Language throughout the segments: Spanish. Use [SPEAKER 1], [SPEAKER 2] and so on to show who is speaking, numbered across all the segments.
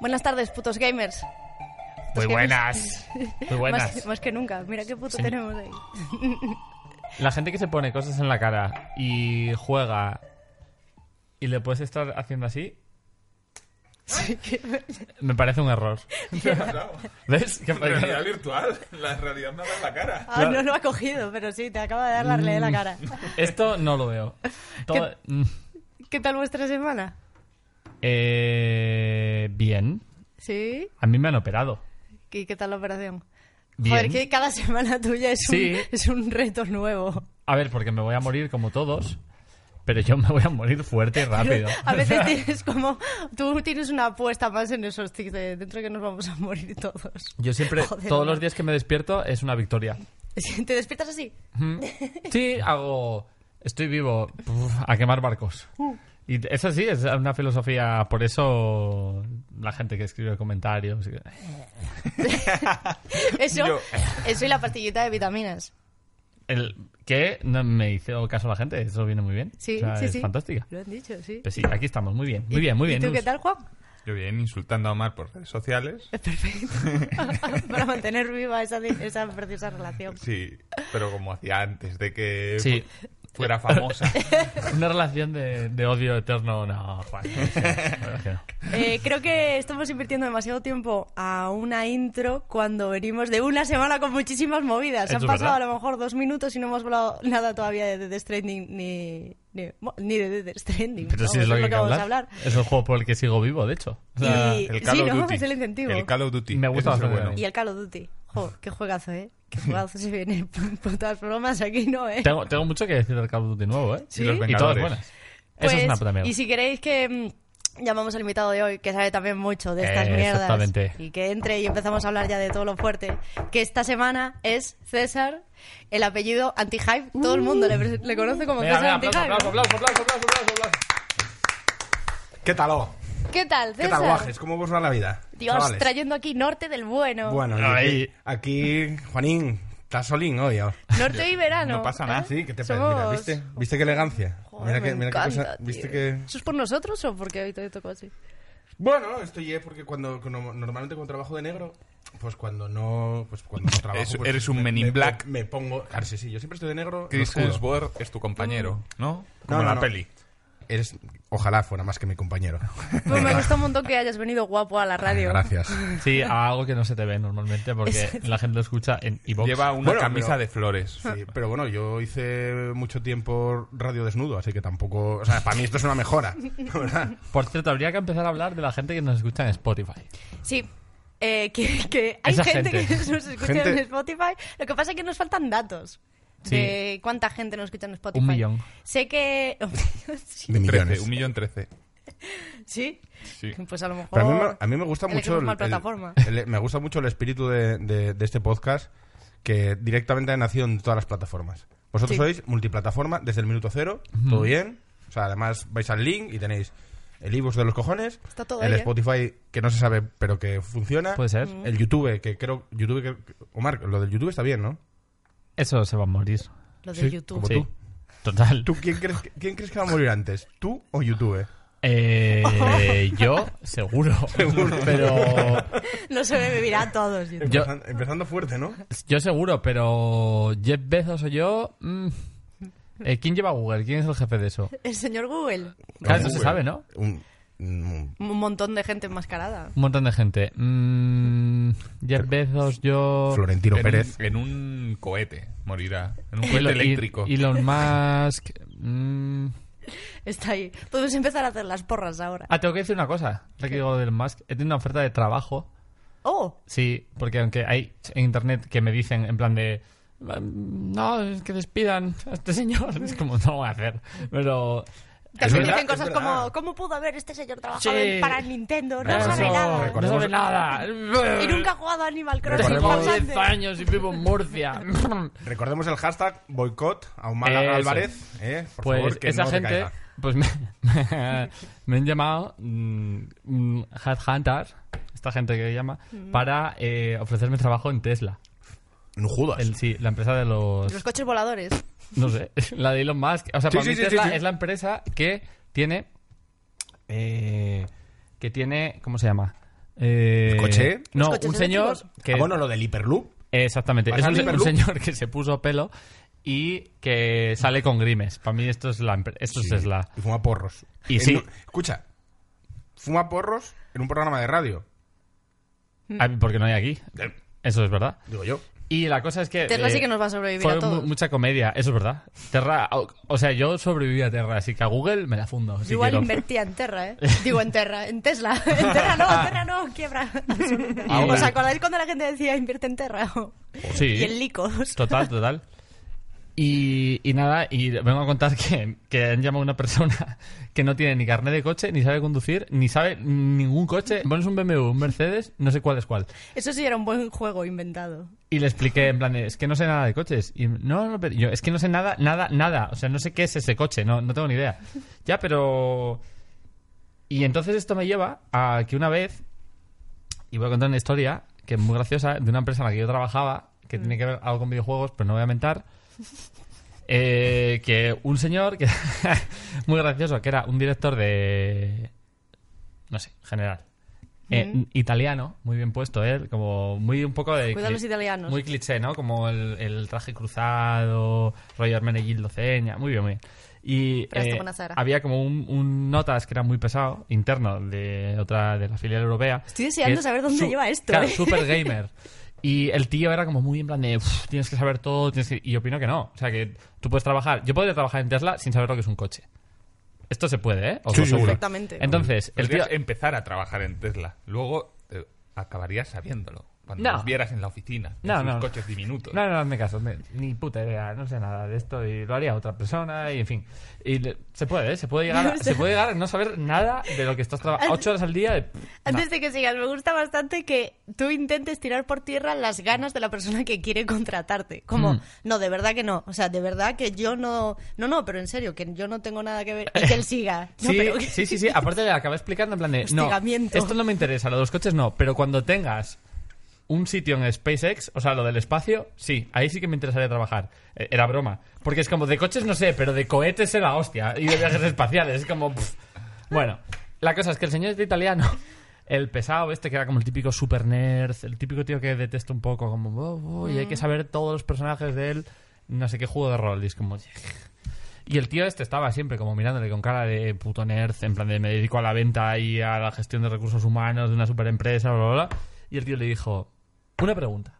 [SPEAKER 1] Buenas tardes, putos gamers.
[SPEAKER 2] Muy
[SPEAKER 1] Putos
[SPEAKER 2] buenas. Muy buenas.
[SPEAKER 1] Más, más que nunca. Mira qué puto
[SPEAKER 2] Sí.
[SPEAKER 1] tenemos ahí.
[SPEAKER 2] La gente que se pone cosas en la cara y juega y le puedes estar haciendo así, me parece un error.
[SPEAKER 3] Claro.
[SPEAKER 2] ¿Ves? Que-
[SPEAKER 3] Realidad virtual. La realidad me da en la cara.
[SPEAKER 1] Ah, no lo ha cogido, pero sí, te acaba de dar
[SPEAKER 2] Mm.
[SPEAKER 1] la de la cara.
[SPEAKER 2] Esto no lo veo. Todo- Mm.
[SPEAKER 1] ¿Qué tal vuestra semana?
[SPEAKER 2] Eh, bien.
[SPEAKER 1] ¿Sí?
[SPEAKER 2] A mí me han operado.
[SPEAKER 1] ¿Qué, qué tal la operación?
[SPEAKER 2] Bien.
[SPEAKER 1] Joder, que cada semana tuya es,
[SPEAKER 2] Sí.
[SPEAKER 1] un, es un reto nuevo.
[SPEAKER 2] A ver, porque me voy a morir como todos, pero yo me voy a morir fuerte y rápido.
[SPEAKER 1] A veces tienes como... Tú tienes una apuesta más en esos tics de dentro que nos vamos a morir todos.
[SPEAKER 2] Yo siempre,
[SPEAKER 1] Joder,
[SPEAKER 2] todos
[SPEAKER 1] no.
[SPEAKER 2] los días que me despierto es una victoria.
[SPEAKER 1] ¿Te despiertas así?
[SPEAKER 2] Mm. Sí, hago. Estoy vivo puf, a quemar barcos. Y es así, es una filosofía. Por eso la gente que escribe comentarios. y-
[SPEAKER 1] Eso,
[SPEAKER 3] Yo-
[SPEAKER 1] eso y la pastillita de vitaminas.
[SPEAKER 2] El, que no me hizo caso la gente, eso viene muy bien.
[SPEAKER 1] Sí,
[SPEAKER 2] O sea,
[SPEAKER 1] sí,
[SPEAKER 2] es
[SPEAKER 1] sí.
[SPEAKER 2] fantástica.
[SPEAKER 1] Lo han dicho, sí.
[SPEAKER 2] Pues sí, aquí estamos, muy bien, muy bien, muy
[SPEAKER 1] ¿Y
[SPEAKER 2] bien.
[SPEAKER 1] tú qué
[SPEAKER 2] Nus.
[SPEAKER 1] tal, Juan?
[SPEAKER 3] Yo bien, insultando a Omar por redes sociales.
[SPEAKER 1] Perfecto. Para mantener viva esa, esa preciosa relación.
[SPEAKER 3] Sí, pero como hacía antes de que
[SPEAKER 2] Sí.
[SPEAKER 3] fu- fuera famosa.
[SPEAKER 2] Una relación de, de odio eterno, no, Juan. no sé, la verdad que no.
[SPEAKER 1] Eh, creo que estamos invirtiendo demasiado tiempo a una intro cuando venimos de una semana con muchísimas movidas.
[SPEAKER 2] Eso
[SPEAKER 1] Han
[SPEAKER 2] es
[SPEAKER 1] pasado
[SPEAKER 2] verdad.
[SPEAKER 1] a lo mejor dos minutos y no hemos hablado nada todavía de Death Stranding ni, ni, mo- ni de Death Stranding.
[SPEAKER 2] Pero sí
[SPEAKER 1] Vamos,
[SPEAKER 2] es lo que, hay que
[SPEAKER 1] vamos a
[SPEAKER 2] hablar. Es el juego por el que sigo vivo, de hecho. O sea,
[SPEAKER 1] Y-
[SPEAKER 3] El Call
[SPEAKER 1] sí,
[SPEAKER 3] of
[SPEAKER 1] ¿no?
[SPEAKER 3] Duty.
[SPEAKER 1] Es el incentivo.
[SPEAKER 3] El Call of Duty.
[SPEAKER 2] Me gusta
[SPEAKER 3] Ese es el
[SPEAKER 2] bastante.
[SPEAKER 1] Y el Call of Duty. Jo, qué juegazo, ¿eh? Qué juegazo se viene. Putas bromas aquí, ¿no, eh?
[SPEAKER 2] tengo, tengo mucho que decir del Call of Duty nuevo, ¿eh?
[SPEAKER 1] Sí.
[SPEAKER 3] Y los
[SPEAKER 2] Y todas
[SPEAKER 3] Vengadores.
[SPEAKER 2] buenas. Eso es
[SPEAKER 1] Pues,
[SPEAKER 2] una puta mierda.
[SPEAKER 1] Y si queréis que mm, llamamos al invitado de hoy, que sabe también mucho de estas
[SPEAKER 2] Eh,
[SPEAKER 1] mierdas,
[SPEAKER 2] exactamente.
[SPEAKER 1] y que entre y empezamos a hablar ya de todo lo fuerte, que esta semana es César, el apellido Antihype. Todo el mundo le, pre- le conoce como
[SPEAKER 2] Venga,
[SPEAKER 1] César
[SPEAKER 2] venga, aplauso,
[SPEAKER 1] Antihype.
[SPEAKER 2] aplauso, aplauso, aplauso, aplauso, aplauso, aplauso.
[SPEAKER 4] ¿Qué tal, oh?
[SPEAKER 1] ¿Qué tal,
[SPEAKER 4] ¿Qué
[SPEAKER 1] César?
[SPEAKER 4] tal, guajes? ¿Cómo vos va la vida?
[SPEAKER 1] Dios,
[SPEAKER 4] chavales?
[SPEAKER 1] trayendo aquí norte del bueno.
[SPEAKER 4] Bueno, y
[SPEAKER 2] Ahí.
[SPEAKER 4] aquí, aquí, Juanín, está solín hoy. ahora.
[SPEAKER 1] Norte y verano.
[SPEAKER 3] No pasa nada,
[SPEAKER 1] ¿eh?
[SPEAKER 4] Sí, ¿qué te
[SPEAKER 1] Somos-
[SPEAKER 4] parece? Mira, ¿viste? ¿Viste qué elegancia?
[SPEAKER 1] Joder,
[SPEAKER 4] mira que,
[SPEAKER 1] me
[SPEAKER 4] mira qué
[SPEAKER 1] encanta,
[SPEAKER 4] cosa-
[SPEAKER 1] tío.
[SPEAKER 4] ¿Viste que...?
[SPEAKER 1] ¿Eso es por nosotros o porque hoy te tocó así?
[SPEAKER 4] Bueno, esto ya porque cuando, cuando- normalmente cuando trabajo de negro, pues cuando no, pues cuando no trabajo...
[SPEAKER 3] Es-
[SPEAKER 4] pues
[SPEAKER 3] eres un
[SPEAKER 4] me-
[SPEAKER 3] Men in
[SPEAKER 4] me-
[SPEAKER 3] Black.
[SPEAKER 4] Me, me pongo... Claro, sí, sí, yo siempre estoy de negro...
[SPEAKER 3] Chris
[SPEAKER 4] oscuro.
[SPEAKER 3] Hemsworth es tu compañero, ¿no? Como
[SPEAKER 4] no,
[SPEAKER 3] la
[SPEAKER 4] no.
[SPEAKER 3] peli.
[SPEAKER 4] Eres... Ojalá fuera más que mi compañero.
[SPEAKER 1] Pues me gusta un montón que hayas venido guapo a la radio.
[SPEAKER 4] Gracias.
[SPEAKER 2] Sí, a algo que no se te ve normalmente porque la gente lo escucha en iVoox.
[SPEAKER 3] Lleva una
[SPEAKER 4] Bueno,
[SPEAKER 3] camisa
[SPEAKER 4] pero-
[SPEAKER 3] de flores.
[SPEAKER 4] Sí, pero bueno, yo hice mucho tiempo radio desnudo, así que tampoco... O sea, para mí esto es una mejora, la ¿verdad?
[SPEAKER 2] Por cierto, habría que empezar a hablar de la gente que nos escucha en Spotify.
[SPEAKER 1] Sí. Eh, que, que hay
[SPEAKER 2] Esa
[SPEAKER 1] gente, que
[SPEAKER 2] gente.
[SPEAKER 1] nos escucha
[SPEAKER 4] Gente-
[SPEAKER 1] en Spotify. Lo que pasa es que nos faltan datos
[SPEAKER 2] Sí.
[SPEAKER 1] de cuánta gente nos escucha en Spotify.
[SPEAKER 2] Un millón.
[SPEAKER 1] Sé que.
[SPEAKER 4] De millones.
[SPEAKER 3] Trece, un millón trece.
[SPEAKER 1] sí.
[SPEAKER 3] Sí.
[SPEAKER 1] Pues a lo mejor.
[SPEAKER 4] Pero a, mí, me- a mí me gusta
[SPEAKER 1] elegimos
[SPEAKER 4] mucho
[SPEAKER 1] mal plataforma.
[SPEAKER 4] el- me gusta mucho el espíritu de, de- de este podcast que directamente ha nacido en todas las plataformas. Vosotros
[SPEAKER 1] Sí.
[SPEAKER 4] sois multiplataforma desde el minuto cero, todo bien. O sea, además vais al link y tenéis el iVoox de los cojones,
[SPEAKER 1] Está todo
[SPEAKER 4] el
[SPEAKER 1] ahí, ¿eh?
[SPEAKER 4] Spotify que no se sabe pero que funciona,
[SPEAKER 2] Puede ser.
[SPEAKER 4] el YouTube que creo YouTube que, Omar, lo del YouTube está bien, ¿no?
[SPEAKER 2] Eso se va a morir.
[SPEAKER 1] Lo de
[SPEAKER 4] Sí,
[SPEAKER 1] YouTube.
[SPEAKER 4] como
[SPEAKER 2] Sí.
[SPEAKER 4] tú.
[SPEAKER 2] Total.
[SPEAKER 4] ¿Tú quién crees, que- quién crees que va a morir antes, tú o YouTube?
[SPEAKER 2] Eh, yo, seguro. Pero.
[SPEAKER 1] No sobrevivirá a todos. YouTube.
[SPEAKER 2] Yo-
[SPEAKER 4] Empezan- empezando fuerte, ¿no?
[SPEAKER 2] Yo seguro, pero. Jeff Bezos o yo. mm, eh, ¿Quién lleva Google? ¿Quién es el jefe de eso?
[SPEAKER 1] El señor Google.
[SPEAKER 2] Claro, no se sabe, ¿no?
[SPEAKER 4] Un- un-
[SPEAKER 1] Un montón de gente enmascarada.
[SPEAKER 2] Un montón de gente. Mm, Jeff Bezos, yo.
[SPEAKER 4] Florentino
[SPEAKER 3] en,
[SPEAKER 4] Pérez.
[SPEAKER 3] Un, en un cohete morirá. En un
[SPEAKER 2] Elon-
[SPEAKER 3] cohete eléctrico.
[SPEAKER 2] Elon Musk. mm.
[SPEAKER 1] Está ahí. Podemos empezar a hacer las porras ahora.
[SPEAKER 2] Ah, tengo que decir una cosa. Ya que digo del Musk, he tenido una oferta de trabajo.
[SPEAKER 1] Oh,
[SPEAKER 2] Sí, porque aunque hay en internet que me dicen en plan de. "Mm, No, es que despidan a este señor. Es como, no lo voy a hacer. Pero.
[SPEAKER 1] también
[SPEAKER 4] verdad,
[SPEAKER 1] dicen
[SPEAKER 4] es
[SPEAKER 1] cosas
[SPEAKER 4] verdad.
[SPEAKER 1] como: ¿Cómo pudo haber este señor trabajado
[SPEAKER 2] Sí.
[SPEAKER 1] en- para Nintendo? Pues No
[SPEAKER 2] Eso,
[SPEAKER 1] sabe nada.
[SPEAKER 2] No sabe nada.
[SPEAKER 1] Y nunca ha jugado a Animal Crossing.
[SPEAKER 2] Tengo
[SPEAKER 4] Recordemos-
[SPEAKER 1] farsante.
[SPEAKER 2] 10 años y vivo en Murcia.
[SPEAKER 4] Recordemos el hashtag boicot a Omar
[SPEAKER 2] Eso.
[SPEAKER 4] Álvarez. ¿eh? Por
[SPEAKER 2] pues
[SPEAKER 4] favor, que
[SPEAKER 2] esa
[SPEAKER 4] no te
[SPEAKER 2] gente,
[SPEAKER 4] caiga.
[SPEAKER 2] pues me, me- me han llamado mm, mm, Headhunter, esta gente que llama,
[SPEAKER 1] Mm.
[SPEAKER 2] para eh, ofrecerme trabajo en Tesla.
[SPEAKER 4] No jodas.
[SPEAKER 2] El, sí, la empresa de los.
[SPEAKER 1] Los coches voladores.
[SPEAKER 2] No sé, la de Elon Musk. O sea,
[SPEAKER 4] Sí,
[SPEAKER 2] para
[SPEAKER 4] sí,
[SPEAKER 2] mí
[SPEAKER 4] sí,
[SPEAKER 2] Tesla
[SPEAKER 4] sí, sí.
[SPEAKER 2] es la empresa que tiene. eh, que tiene. ¿Cómo se llama? Eh,
[SPEAKER 4] ¿El coche?
[SPEAKER 2] No,
[SPEAKER 1] Los coches
[SPEAKER 2] un señor
[SPEAKER 1] eléctricos.
[SPEAKER 2] que...
[SPEAKER 4] Ah, bueno, lo del hiperloop.
[SPEAKER 2] Exactamente. Es
[SPEAKER 4] ¿Vas
[SPEAKER 2] un,
[SPEAKER 4] al
[SPEAKER 2] un
[SPEAKER 4] Hyperloop?
[SPEAKER 2] señor que se puso pelo y que sale con grimes. Para mí esto es la... empre- Esto
[SPEAKER 4] Sí,
[SPEAKER 2] es la...
[SPEAKER 4] Y fuma porros.
[SPEAKER 2] Y
[SPEAKER 4] En
[SPEAKER 2] sí.
[SPEAKER 4] un- escucha, fuma porros en un programa de radio.
[SPEAKER 2] Ah, Porque no hay aquí. Eso es verdad.
[SPEAKER 4] Digo yo.
[SPEAKER 2] Y la cosa es que...
[SPEAKER 1] Terra
[SPEAKER 2] eh,
[SPEAKER 1] sí que nos va a sobrevivir
[SPEAKER 2] Fue
[SPEAKER 1] a todos.
[SPEAKER 2] mu- mucha comedia, eso es verdad. Terra, o, o sea, yo sobreviví a Terra, así que a Google me la fundo. si
[SPEAKER 1] Yo Igual
[SPEAKER 2] quiero.
[SPEAKER 1] invertía en Terra, ¿eh? Digo, en Terra, en Tesla. En Terra no, en Terra no, quiebra.
[SPEAKER 2] Ah. Ahora.
[SPEAKER 1] ¿Os acordáis cuando la gente decía invierte en Terra?
[SPEAKER 2] Sí.
[SPEAKER 1] Y en Licos.
[SPEAKER 2] Total, total. Y, y nada, y vengo a contar que, que han llamado a una persona que no tiene ni carnet de coche, ni sabe conducir, ni sabe ningún coche. Pones un BMW, un Mercedes, no sé cuál es cuál.
[SPEAKER 1] Eso sí era un buen juego inventado.
[SPEAKER 2] Y le expliqué, en plan, es que no sé nada de coches. Y no, no, pero yo, es que no sé nada, nada, nada. O sea, no sé qué es ese coche, no, no tengo ni idea. Ya, pero. Y entonces esto me lleva a que una vez. Y voy a contar una historia que es muy graciosa de una empresa en la que yo trabajaba, que
[SPEAKER 1] Mm.
[SPEAKER 2] tiene que ver algo con videojuegos, pero no voy a mentar. eh, que un señor, que muy gracioso, que era un director de. No sé, general. Eh,
[SPEAKER 1] Mm.
[SPEAKER 2] Italiano, muy bien puesto él, como muy un poco de.
[SPEAKER 1] Cuidado
[SPEAKER 2] cli-
[SPEAKER 1] los italianos.
[SPEAKER 2] Muy cliché, ¿no? Como el, el traje cruzado, Roger Hermenegildo Ceña, muy bien, muy bien. Y eh,
[SPEAKER 1] Pero esto con Azara.
[SPEAKER 2] había como un, un notas que era muy pesado, interno, de otra de la filial europea.
[SPEAKER 1] Estoy deseando
[SPEAKER 2] que es
[SPEAKER 1] saber dónde
[SPEAKER 2] su-
[SPEAKER 1] lleva esto,
[SPEAKER 2] Claro,
[SPEAKER 1] ¿eh?
[SPEAKER 2] super gamer. Y el tío era como muy en plan de, "Uf, tienes que saber todo, tienes que... Y yo opino que no. O sea, que tú puedes trabajar... Yo podría trabajar en Tesla sin saber lo que es un coche. Esto se puede, ¿eh? Os
[SPEAKER 4] Sí,
[SPEAKER 2] lo
[SPEAKER 4] sí,
[SPEAKER 2] aseguro.
[SPEAKER 1] perfectamente.
[SPEAKER 2] Entonces, el tío...
[SPEAKER 3] Podrías empezar a trabajar en Tesla. Luego eh, acabarías sabiéndolo. Cuando
[SPEAKER 2] No.
[SPEAKER 3] los vieras en la oficina. En
[SPEAKER 2] No,
[SPEAKER 3] sus
[SPEAKER 2] no.
[SPEAKER 3] coches diminutos.
[SPEAKER 2] No, no, hazme caso. me- ni puta idea. No sé nada de esto. Y lo haría otra persona. Y en fin. Y le- se puede, ¿eh? Se puede llegar a, se puede llegar a no saber nada de lo que estás trabajando. Ocho horas al día de...
[SPEAKER 1] Antes de que sigas, me gusta bastante que tú intentes tirar por tierra las ganas de la persona que quiere contratarte. Como,
[SPEAKER 2] Mm.
[SPEAKER 1] no, de verdad que no. O sea, de verdad que yo no. No, no, pero en serio, que yo no tengo nada que ver. Y que él siga. No,
[SPEAKER 2] Sí,
[SPEAKER 1] pero que-
[SPEAKER 2] sí, sí, sí. Aparte le acabé explicando en plan de... No,
[SPEAKER 1] Hostigamiento.
[SPEAKER 2] esto no me interesa, lo de los coches no. Pero cuando tengas un sitio en SpaceX, o sea, lo del espacio, sí, ahí sí que me interesaría trabajar. Eh, Era broma. Porque es como, de coches no sé, pero de cohetes era hostia. Y de viajes espaciales, es como... pff. Bueno, la cosa es que el señor este italiano... El pesado este que era como el típico super nerd, el típico tío que detesto un poco, como, "Oh, oh, y hay
[SPEAKER 1] Mm.
[SPEAKER 2] que saber todos los personajes de él, no sé qué juego de rol, y es como, y el tío este estaba siempre como mirándole con cara de puto nerd, en plan de me dedico a la venta y a la gestión de recursos humanos de una superempresa, bla, bla, bla. Y el tío le dijo, una pregunta.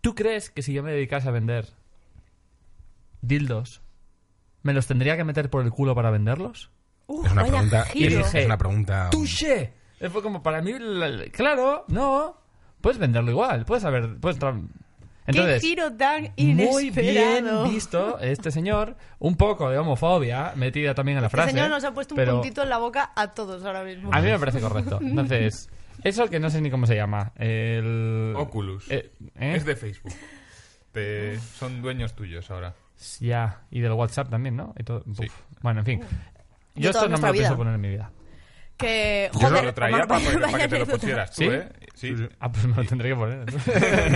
[SPEAKER 2] ¿Tú crees que si yo me dedicase a vender dildos, me los tendría que meter por el culo para venderlos?
[SPEAKER 1] Uh,
[SPEAKER 4] Es una
[SPEAKER 1] vaya
[SPEAKER 4] pregunta.
[SPEAKER 1] giro.
[SPEAKER 4] Es una pregunta.
[SPEAKER 2] ¡Touché! Fue como para mí, la- la- claro, no, puedes venderlo igual, puedes saber, puedes... tra-
[SPEAKER 1] ¡Qué giro tan
[SPEAKER 2] muy bien
[SPEAKER 1] inesperado!
[SPEAKER 2] visto este señor. Un poco de homofobia metida también en la
[SPEAKER 1] Este
[SPEAKER 2] frase. ¿eh?
[SPEAKER 1] señor nos ha puesto un
[SPEAKER 2] pero
[SPEAKER 1] puntito en la boca a todos ahora mismo.
[SPEAKER 2] A mí me parece correcto. Entonces, eso que no sé ni cómo se llama. El...
[SPEAKER 3] Oculus.
[SPEAKER 2] Eh, ¿eh?
[SPEAKER 3] Es de Facebook. Te- Son dueños tuyos ahora.
[SPEAKER 2] Ya, y del WhatsApp también, ¿no? Y todo-
[SPEAKER 3] Sí.
[SPEAKER 2] Uf. Bueno, en fin.
[SPEAKER 1] De
[SPEAKER 2] Yo esto
[SPEAKER 1] toda
[SPEAKER 2] no me
[SPEAKER 1] nuestra
[SPEAKER 2] lo pienso
[SPEAKER 1] vida.
[SPEAKER 2] poner en mi vida.
[SPEAKER 1] Que,
[SPEAKER 3] Yo
[SPEAKER 1] joder,
[SPEAKER 3] lo traía
[SPEAKER 1] Omar,
[SPEAKER 3] para,
[SPEAKER 1] vaya-
[SPEAKER 3] para que te lo
[SPEAKER 1] vaya
[SPEAKER 3] pusieras tú,
[SPEAKER 2] ¿Sí?
[SPEAKER 3] ¿eh? Sí.
[SPEAKER 2] Ah, pues me lo tendré que poner. entonces. vale,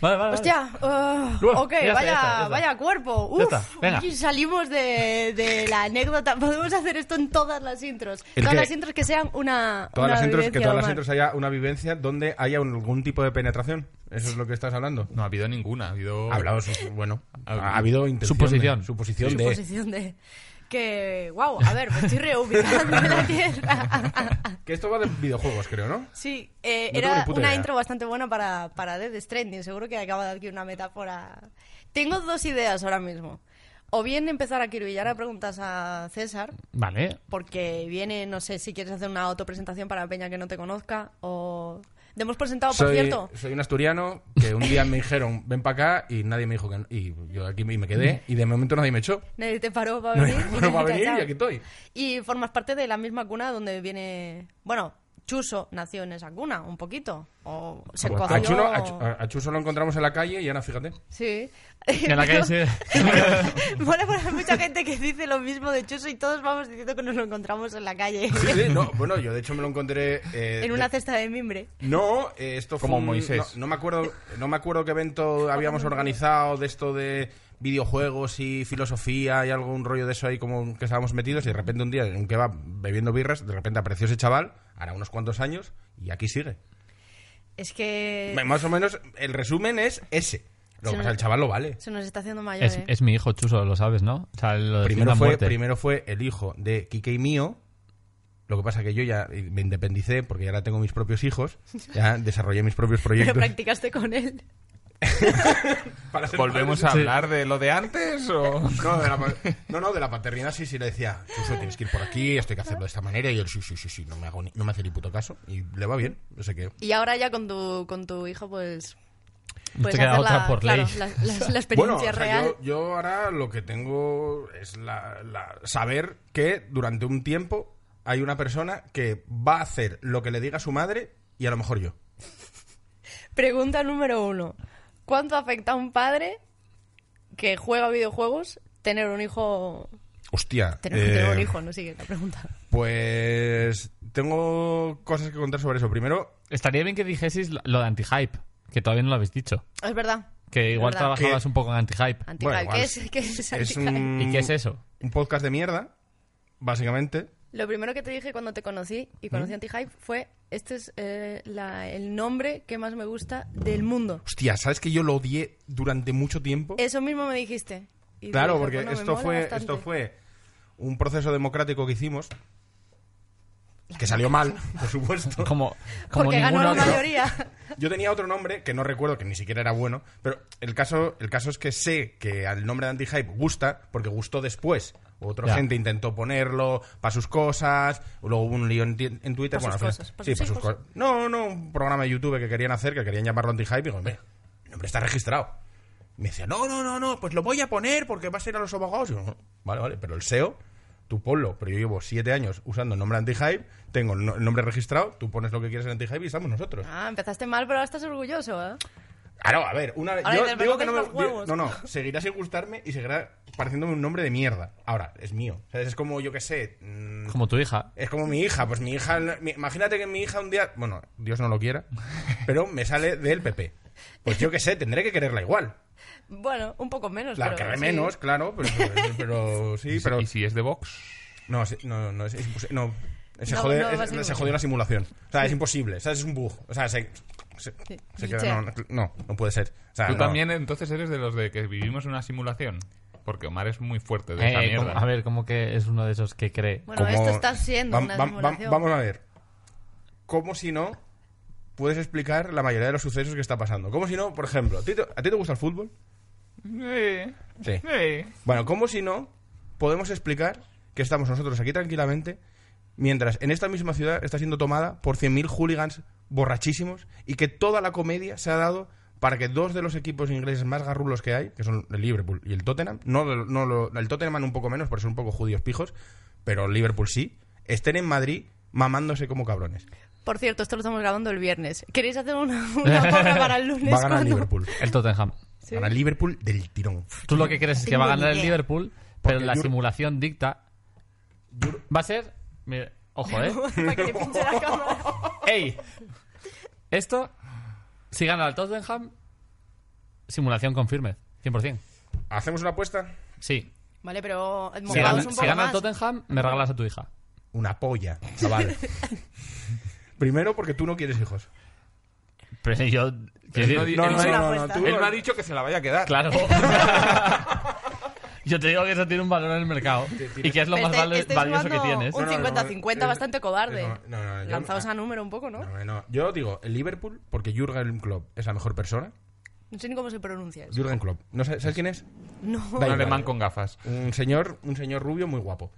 [SPEAKER 2] vale, vale.
[SPEAKER 1] Hostia, uh,
[SPEAKER 2] Luego,
[SPEAKER 1] ok,
[SPEAKER 2] ya
[SPEAKER 1] vaya,
[SPEAKER 2] está, ya está, ya está.
[SPEAKER 1] vaya cuerpo.
[SPEAKER 2] Ya
[SPEAKER 1] Uf,
[SPEAKER 2] está, venga.
[SPEAKER 1] y salimos de, de la anécdota. Podemos hacer esto en todas las intros.
[SPEAKER 4] ¿El
[SPEAKER 1] Todas
[SPEAKER 4] qué?
[SPEAKER 1] las intros que sean una.
[SPEAKER 4] Todas
[SPEAKER 1] una
[SPEAKER 4] las intros, que
[SPEAKER 1] vivencia,
[SPEAKER 4] todas las
[SPEAKER 1] Omar.
[SPEAKER 4] intros haya una vivencia donde haya un- algún tipo de penetración. Eso es lo que estás hablando.
[SPEAKER 3] No ha habido ninguna. Ha habido.
[SPEAKER 4] Ha hablado, sus- bueno, ha, ha habido intención
[SPEAKER 2] Suposición.
[SPEAKER 4] de- suposición de.
[SPEAKER 1] Suposición de. Que. Wow, a ver, me estoy reubicando en la tierra.
[SPEAKER 4] Que esto va de videojuegos, creo, ¿no?
[SPEAKER 1] Sí, eh,
[SPEAKER 4] No tengo ni
[SPEAKER 1] era
[SPEAKER 4] puta
[SPEAKER 1] una
[SPEAKER 4] idea.
[SPEAKER 1] intro bastante buena para, para Death Stranding. Seguro que acaba de aquí una metáfora. Tengo dos ideas ahora mismo. O bien empezar a quirubillar a preguntas a César,
[SPEAKER 2] Vale.
[SPEAKER 1] porque viene, no sé, si quieres hacer una autopresentación para Peña que no te conozca, o... Te hemos presentado, por
[SPEAKER 4] Soy,
[SPEAKER 1] cierto.
[SPEAKER 4] soy un asturiano que un día me dijeron ven para acá y nadie me dijo que no. Y yo aquí me me quedé y de momento nadie me echó.
[SPEAKER 1] Nadie te paró para
[SPEAKER 4] No,
[SPEAKER 1] venir. y
[SPEAKER 4] no va a
[SPEAKER 1] te
[SPEAKER 4] venir y
[SPEAKER 1] cacharon.
[SPEAKER 4] aquí estoy.
[SPEAKER 1] Y formas parte de la misma cuna donde viene... Bueno, Chuso nació en esa cuna, un poquito. O se coció...
[SPEAKER 4] Pues A Chuno- a Chu- a- a Chuso lo encontramos en la calle y ahora fíjate.
[SPEAKER 1] Sí.
[SPEAKER 2] En la calle se...
[SPEAKER 1] Mola porque hay mucha gente que dice lo mismo de Chuso y todos vamos diciendo que nos lo encontramos en la calle.
[SPEAKER 4] Sí, sí, no, bueno, yo de hecho me lo encontré eh,
[SPEAKER 1] en una
[SPEAKER 4] de-
[SPEAKER 1] cesta de mimbre.
[SPEAKER 4] No, eh, esto fue
[SPEAKER 3] Como
[SPEAKER 4] un-
[SPEAKER 3] Moisés.
[SPEAKER 4] No, no me acuerdo, no me acuerdo qué evento habíamos organizado de esto de videojuegos y filosofía y algo un rollo de eso ahí como que estábamos metidos y de repente un día en un kebab bebiendo birras de repente apareció ese chaval hará unos cuantos años y aquí sigue.
[SPEAKER 1] Es que
[SPEAKER 4] Eh, Más o menos el resumen es ese. Lo
[SPEAKER 1] Sí,
[SPEAKER 4] que
[SPEAKER 1] no-
[SPEAKER 4] pasa, el chaval lo vale.
[SPEAKER 1] se nos está haciendo mayor,
[SPEAKER 2] Es,
[SPEAKER 1] ¿eh?
[SPEAKER 2] es mi hijo, Chuso, lo sabes, ¿no? O sea, lo de
[SPEAKER 4] Primero
[SPEAKER 2] Finda
[SPEAKER 4] fue,
[SPEAKER 2] Muerte.
[SPEAKER 4] primero fue el hijo de Kike y mío. Lo que pasa que yo ya eh, me independicé porque ya ahora tengo mis propios hijos. Ya desarrollé mis propios
[SPEAKER 1] Pero
[SPEAKER 4] proyectos.
[SPEAKER 1] practicaste con él.
[SPEAKER 4] Para ser
[SPEAKER 3] ¿Volvemos
[SPEAKER 4] padres.
[SPEAKER 3] a
[SPEAKER 2] Sí.
[SPEAKER 3] hablar de lo de antes o...?
[SPEAKER 4] No, de la, pa- no, no, de la paternidad sí, sí, le decía, Chuso, tienes que ir por aquí, esto hay que hacerlo de esta manera. Y él, sí, sí, sí, sí, no me, hago ni- no me hace ni puto caso. Y le va bien, no sé qué.
[SPEAKER 1] Y ahora ya con tu, con tu hijo, pues.
[SPEAKER 2] No
[SPEAKER 1] pues
[SPEAKER 2] te queda
[SPEAKER 1] hacer
[SPEAKER 2] otra
[SPEAKER 1] la-
[SPEAKER 2] por
[SPEAKER 1] claro,
[SPEAKER 2] ley.
[SPEAKER 1] la, la- la experiencia
[SPEAKER 4] Bueno, o sea,
[SPEAKER 1] real.
[SPEAKER 4] yo, yo ahora lo que tengo es la, la- saber que durante un tiempo hay una persona que va a hacer lo que le diga su madre y a lo mejor yo.
[SPEAKER 1] Pregunta número uno. ¿Cuánto afecta a un padre que juega videojuegos tener un hijo...
[SPEAKER 4] Hostia.
[SPEAKER 1] Tener, tener un
[SPEAKER 4] eh,
[SPEAKER 1] hijo, no sigue la pregunta.
[SPEAKER 4] Pues tengo cosas que contar sobre eso. Primero,
[SPEAKER 2] Estaría bien que dijesis lo lo de anti-hype, que todavía no lo habéis dicho.
[SPEAKER 1] Es verdad.
[SPEAKER 2] Que igual
[SPEAKER 1] verdad.
[SPEAKER 2] trabajabas
[SPEAKER 4] Que-
[SPEAKER 2] un poco en anti-hype.
[SPEAKER 1] Anti Mm.
[SPEAKER 4] Bueno, igual
[SPEAKER 1] ¿Qué es, qué es
[SPEAKER 4] es
[SPEAKER 1] anti-hype?
[SPEAKER 4] un,
[SPEAKER 2] ¿Y qué es eso?
[SPEAKER 4] un podcast de mierda, básicamente.
[SPEAKER 1] Lo primero que te dije cuando te conocí y conocí Anti-Hype fue... Este es eh, la- el nombre que más me gusta del mundo.
[SPEAKER 4] Hostia, ¿sabes que yo lo odié durante mucho tiempo?
[SPEAKER 1] Eso mismo me dijiste. Y
[SPEAKER 4] Claro,
[SPEAKER 1] dije,
[SPEAKER 4] porque
[SPEAKER 1] bueno, me
[SPEAKER 4] esto,
[SPEAKER 1] mola
[SPEAKER 4] fue,
[SPEAKER 1] bastante.
[SPEAKER 4] esto fue un proceso democrático que hicimos. Que salió mal, por supuesto.
[SPEAKER 2] Como, como
[SPEAKER 1] Porque ganó
[SPEAKER 2] ningún
[SPEAKER 1] la
[SPEAKER 2] otro.
[SPEAKER 1] mayoría.
[SPEAKER 4] Yo tenía otro nombre que no recuerdo, que ni siquiera era bueno, pero el caso, el caso es que sé que al nombre de Anti-Hype gusta, porque gustó después. Otra
[SPEAKER 2] Ya.
[SPEAKER 4] gente intentó ponerlo para sus cosas, luego hubo un lío en, ti- en Twitter.
[SPEAKER 1] Pa' sus
[SPEAKER 4] al final-
[SPEAKER 1] cosas, pa'
[SPEAKER 4] sí,
[SPEAKER 1] sus
[SPEAKER 4] pa' sus
[SPEAKER 1] hijos.
[SPEAKER 4] cosas. No, no, un programa de YouTube que querían hacer, que querían llamarlo Anti-Hype, y digo, hombre, el nombre está registrado. Me decía, no, no, no, no, pues lo voy a poner porque vas a ir a los abogados. Y yo, "No, vale, vale, pero el SEO, tú ponlo. Pero yo llevo siete años usando el nombre anti-hype, tengo el no- el nombre registrado, tú pones lo que quieres en anti-hype y estamos nosotros.
[SPEAKER 1] Ah, empezaste mal, pero ahora estás orgulloso, ¿eh?
[SPEAKER 4] Claro, a ver, una vez.
[SPEAKER 1] Ahora
[SPEAKER 4] Yo
[SPEAKER 1] dices,
[SPEAKER 4] digo
[SPEAKER 1] "Me
[SPEAKER 4] que no me.
[SPEAKER 1] rompéis los
[SPEAKER 4] di-
[SPEAKER 1] huevos".
[SPEAKER 4] No, no, seguirá sin gustarme y seguirá pareciéndome un nombre de mierda. Ahora, es mío. O sea, es como, yo qué sé. mm,
[SPEAKER 2] Como tu hija.
[SPEAKER 4] Es como mi hija. Pues mi hija. mi- imagínate que mi hija un día. Bueno, Dios no lo quiera. Pero me sale del PP. Pues yo qué sé, tendré que quererla igual.
[SPEAKER 1] Bueno, un poco menos.
[SPEAKER 4] La
[SPEAKER 1] pero
[SPEAKER 4] querré
[SPEAKER 1] sí.
[SPEAKER 4] menos, claro, pero, pero, pero
[SPEAKER 3] ¿Y
[SPEAKER 4] sí,
[SPEAKER 3] si-
[SPEAKER 4] pero.
[SPEAKER 3] ¿Y si es de Vox?
[SPEAKER 4] No, sí, no, no, es, es impos- no, se,
[SPEAKER 1] No,
[SPEAKER 4] jode,
[SPEAKER 1] no, va a
[SPEAKER 4] es-
[SPEAKER 1] ser
[SPEAKER 4] se
[SPEAKER 1] imposible.
[SPEAKER 4] jodió la simulación. O sea, es imposible. O sea, es un bug. O sea, se. se- se queda-
[SPEAKER 1] glitchea.
[SPEAKER 4] no, no, no, no puede ser. O sea,
[SPEAKER 3] Tú
[SPEAKER 4] no.
[SPEAKER 3] también entonces eres de los de que vivimos una simulación. Porque Omar es muy fuerte
[SPEAKER 4] Pues
[SPEAKER 3] de esa
[SPEAKER 2] Eh, como-
[SPEAKER 3] mierda.
[SPEAKER 2] a ver, como que es uno de esos que cree.
[SPEAKER 1] Bueno,
[SPEAKER 4] Como-
[SPEAKER 1] esto está siendo
[SPEAKER 4] Vam-
[SPEAKER 1] una
[SPEAKER 4] vam- vam-
[SPEAKER 1] simulación.
[SPEAKER 4] Vamos a ver. ¿Cómo si no puedes explicar la mayoría de los sucesos que está pasando? ¿Cómo si no, por ejemplo, ¿a ti te, a ti te gusta el fútbol?
[SPEAKER 3] Eh,
[SPEAKER 4] Sí.
[SPEAKER 3] eh.
[SPEAKER 4] Bueno, ¿cómo si no podemos explicar que estamos nosotros aquí tranquilamente mientras en esta misma ciudad está siendo tomada por 100.000 hooligans borrachísimos y que toda la comedia se ha dado para que dos de los equipos ingleses más garrulos que hay, que son el Liverpool y el Tottenham, no, lo- no lo- el Tottenham un poco menos por ser un poco judíos pijos, pero el Liverpool sí, estén en Madrid mamándose como cabrones.
[SPEAKER 1] Por cierto, esto lo estamos grabando el viernes. ¿Queréis hacer una, una porra para el lunes?
[SPEAKER 4] Va a ganar
[SPEAKER 1] cuando-
[SPEAKER 4] Liverpool.
[SPEAKER 2] El Tottenham.
[SPEAKER 1] Sí.
[SPEAKER 4] Gana el Liverpool del tirón.
[SPEAKER 2] Tú lo que crees es que va a ganar el Liverpool, pero
[SPEAKER 4] Porque
[SPEAKER 2] la
[SPEAKER 4] yo-
[SPEAKER 2] simulación dicta. Va a ser. mira, ojo, ¿eh?
[SPEAKER 1] para que le pinche la cámara.
[SPEAKER 2] ¡Ey! Esto, si gana el Tottenham, simulación confirme, 100%.
[SPEAKER 4] ¿Hacemos una apuesta?
[SPEAKER 2] Sí.
[SPEAKER 1] Vale, pero
[SPEAKER 2] Si
[SPEAKER 1] mojaos
[SPEAKER 2] gana,
[SPEAKER 1] un poco
[SPEAKER 2] si gana
[SPEAKER 1] más.
[SPEAKER 2] el Tottenham, me regalas a tu hija.
[SPEAKER 4] Una polla, chaval. Primero porque tú no quieres hijos.
[SPEAKER 2] Pero yo.
[SPEAKER 3] Pero
[SPEAKER 2] quiero decir,
[SPEAKER 3] no di-
[SPEAKER 2] él-
[SPEAKER 1] no, no, no, no, tú-
[SPEAKER 3] Él me ha dicho que se la vaya a quedar.
[SPEAKER 2] Claro. yo te digo que eso tiene un valor en el mercado. Y que es lo
[SPEAKER 1] Pero
[SPEAKER 2] más
[SPEAKER 1] este-
[SPEAKER 2] valo-
[SPEAKER 1] estáis
[SPEAKER 2] valioso que
[SPEAKER 1] jugando
[SPEAKER 2] tienes.
[SPEAKER 1] Un
[SPEAKER 4] No, no, no,
[SPEAKER 1] 50-50
[SPEAKER 4] no,
[SPEAKER 1] bastante cobarde.
[SPEAKER 4] no, no, no, yo-
[SPEAKER 1] Lanzaos a número un poco, ¿no?
[SPEAKER 4] No, no, Yo digo el Liverpool porque Jurgen Klopp es la mejor persona.
[SPEAKER 1] No sé ni cómo se pronuncia eso.
[SPEAKER 4] Jurgen Klopp. ¿No sabes, ¿sabes quién es?
[SPEAKER 1] No,
[SPEAKER 4] Da
[SPEAKER 3] Un
[SPEAKER 4] igual.
[SPEAKER 3] alemán con gafas.
[SPEAKER 4] Un señor, un señor rubio muy guapo.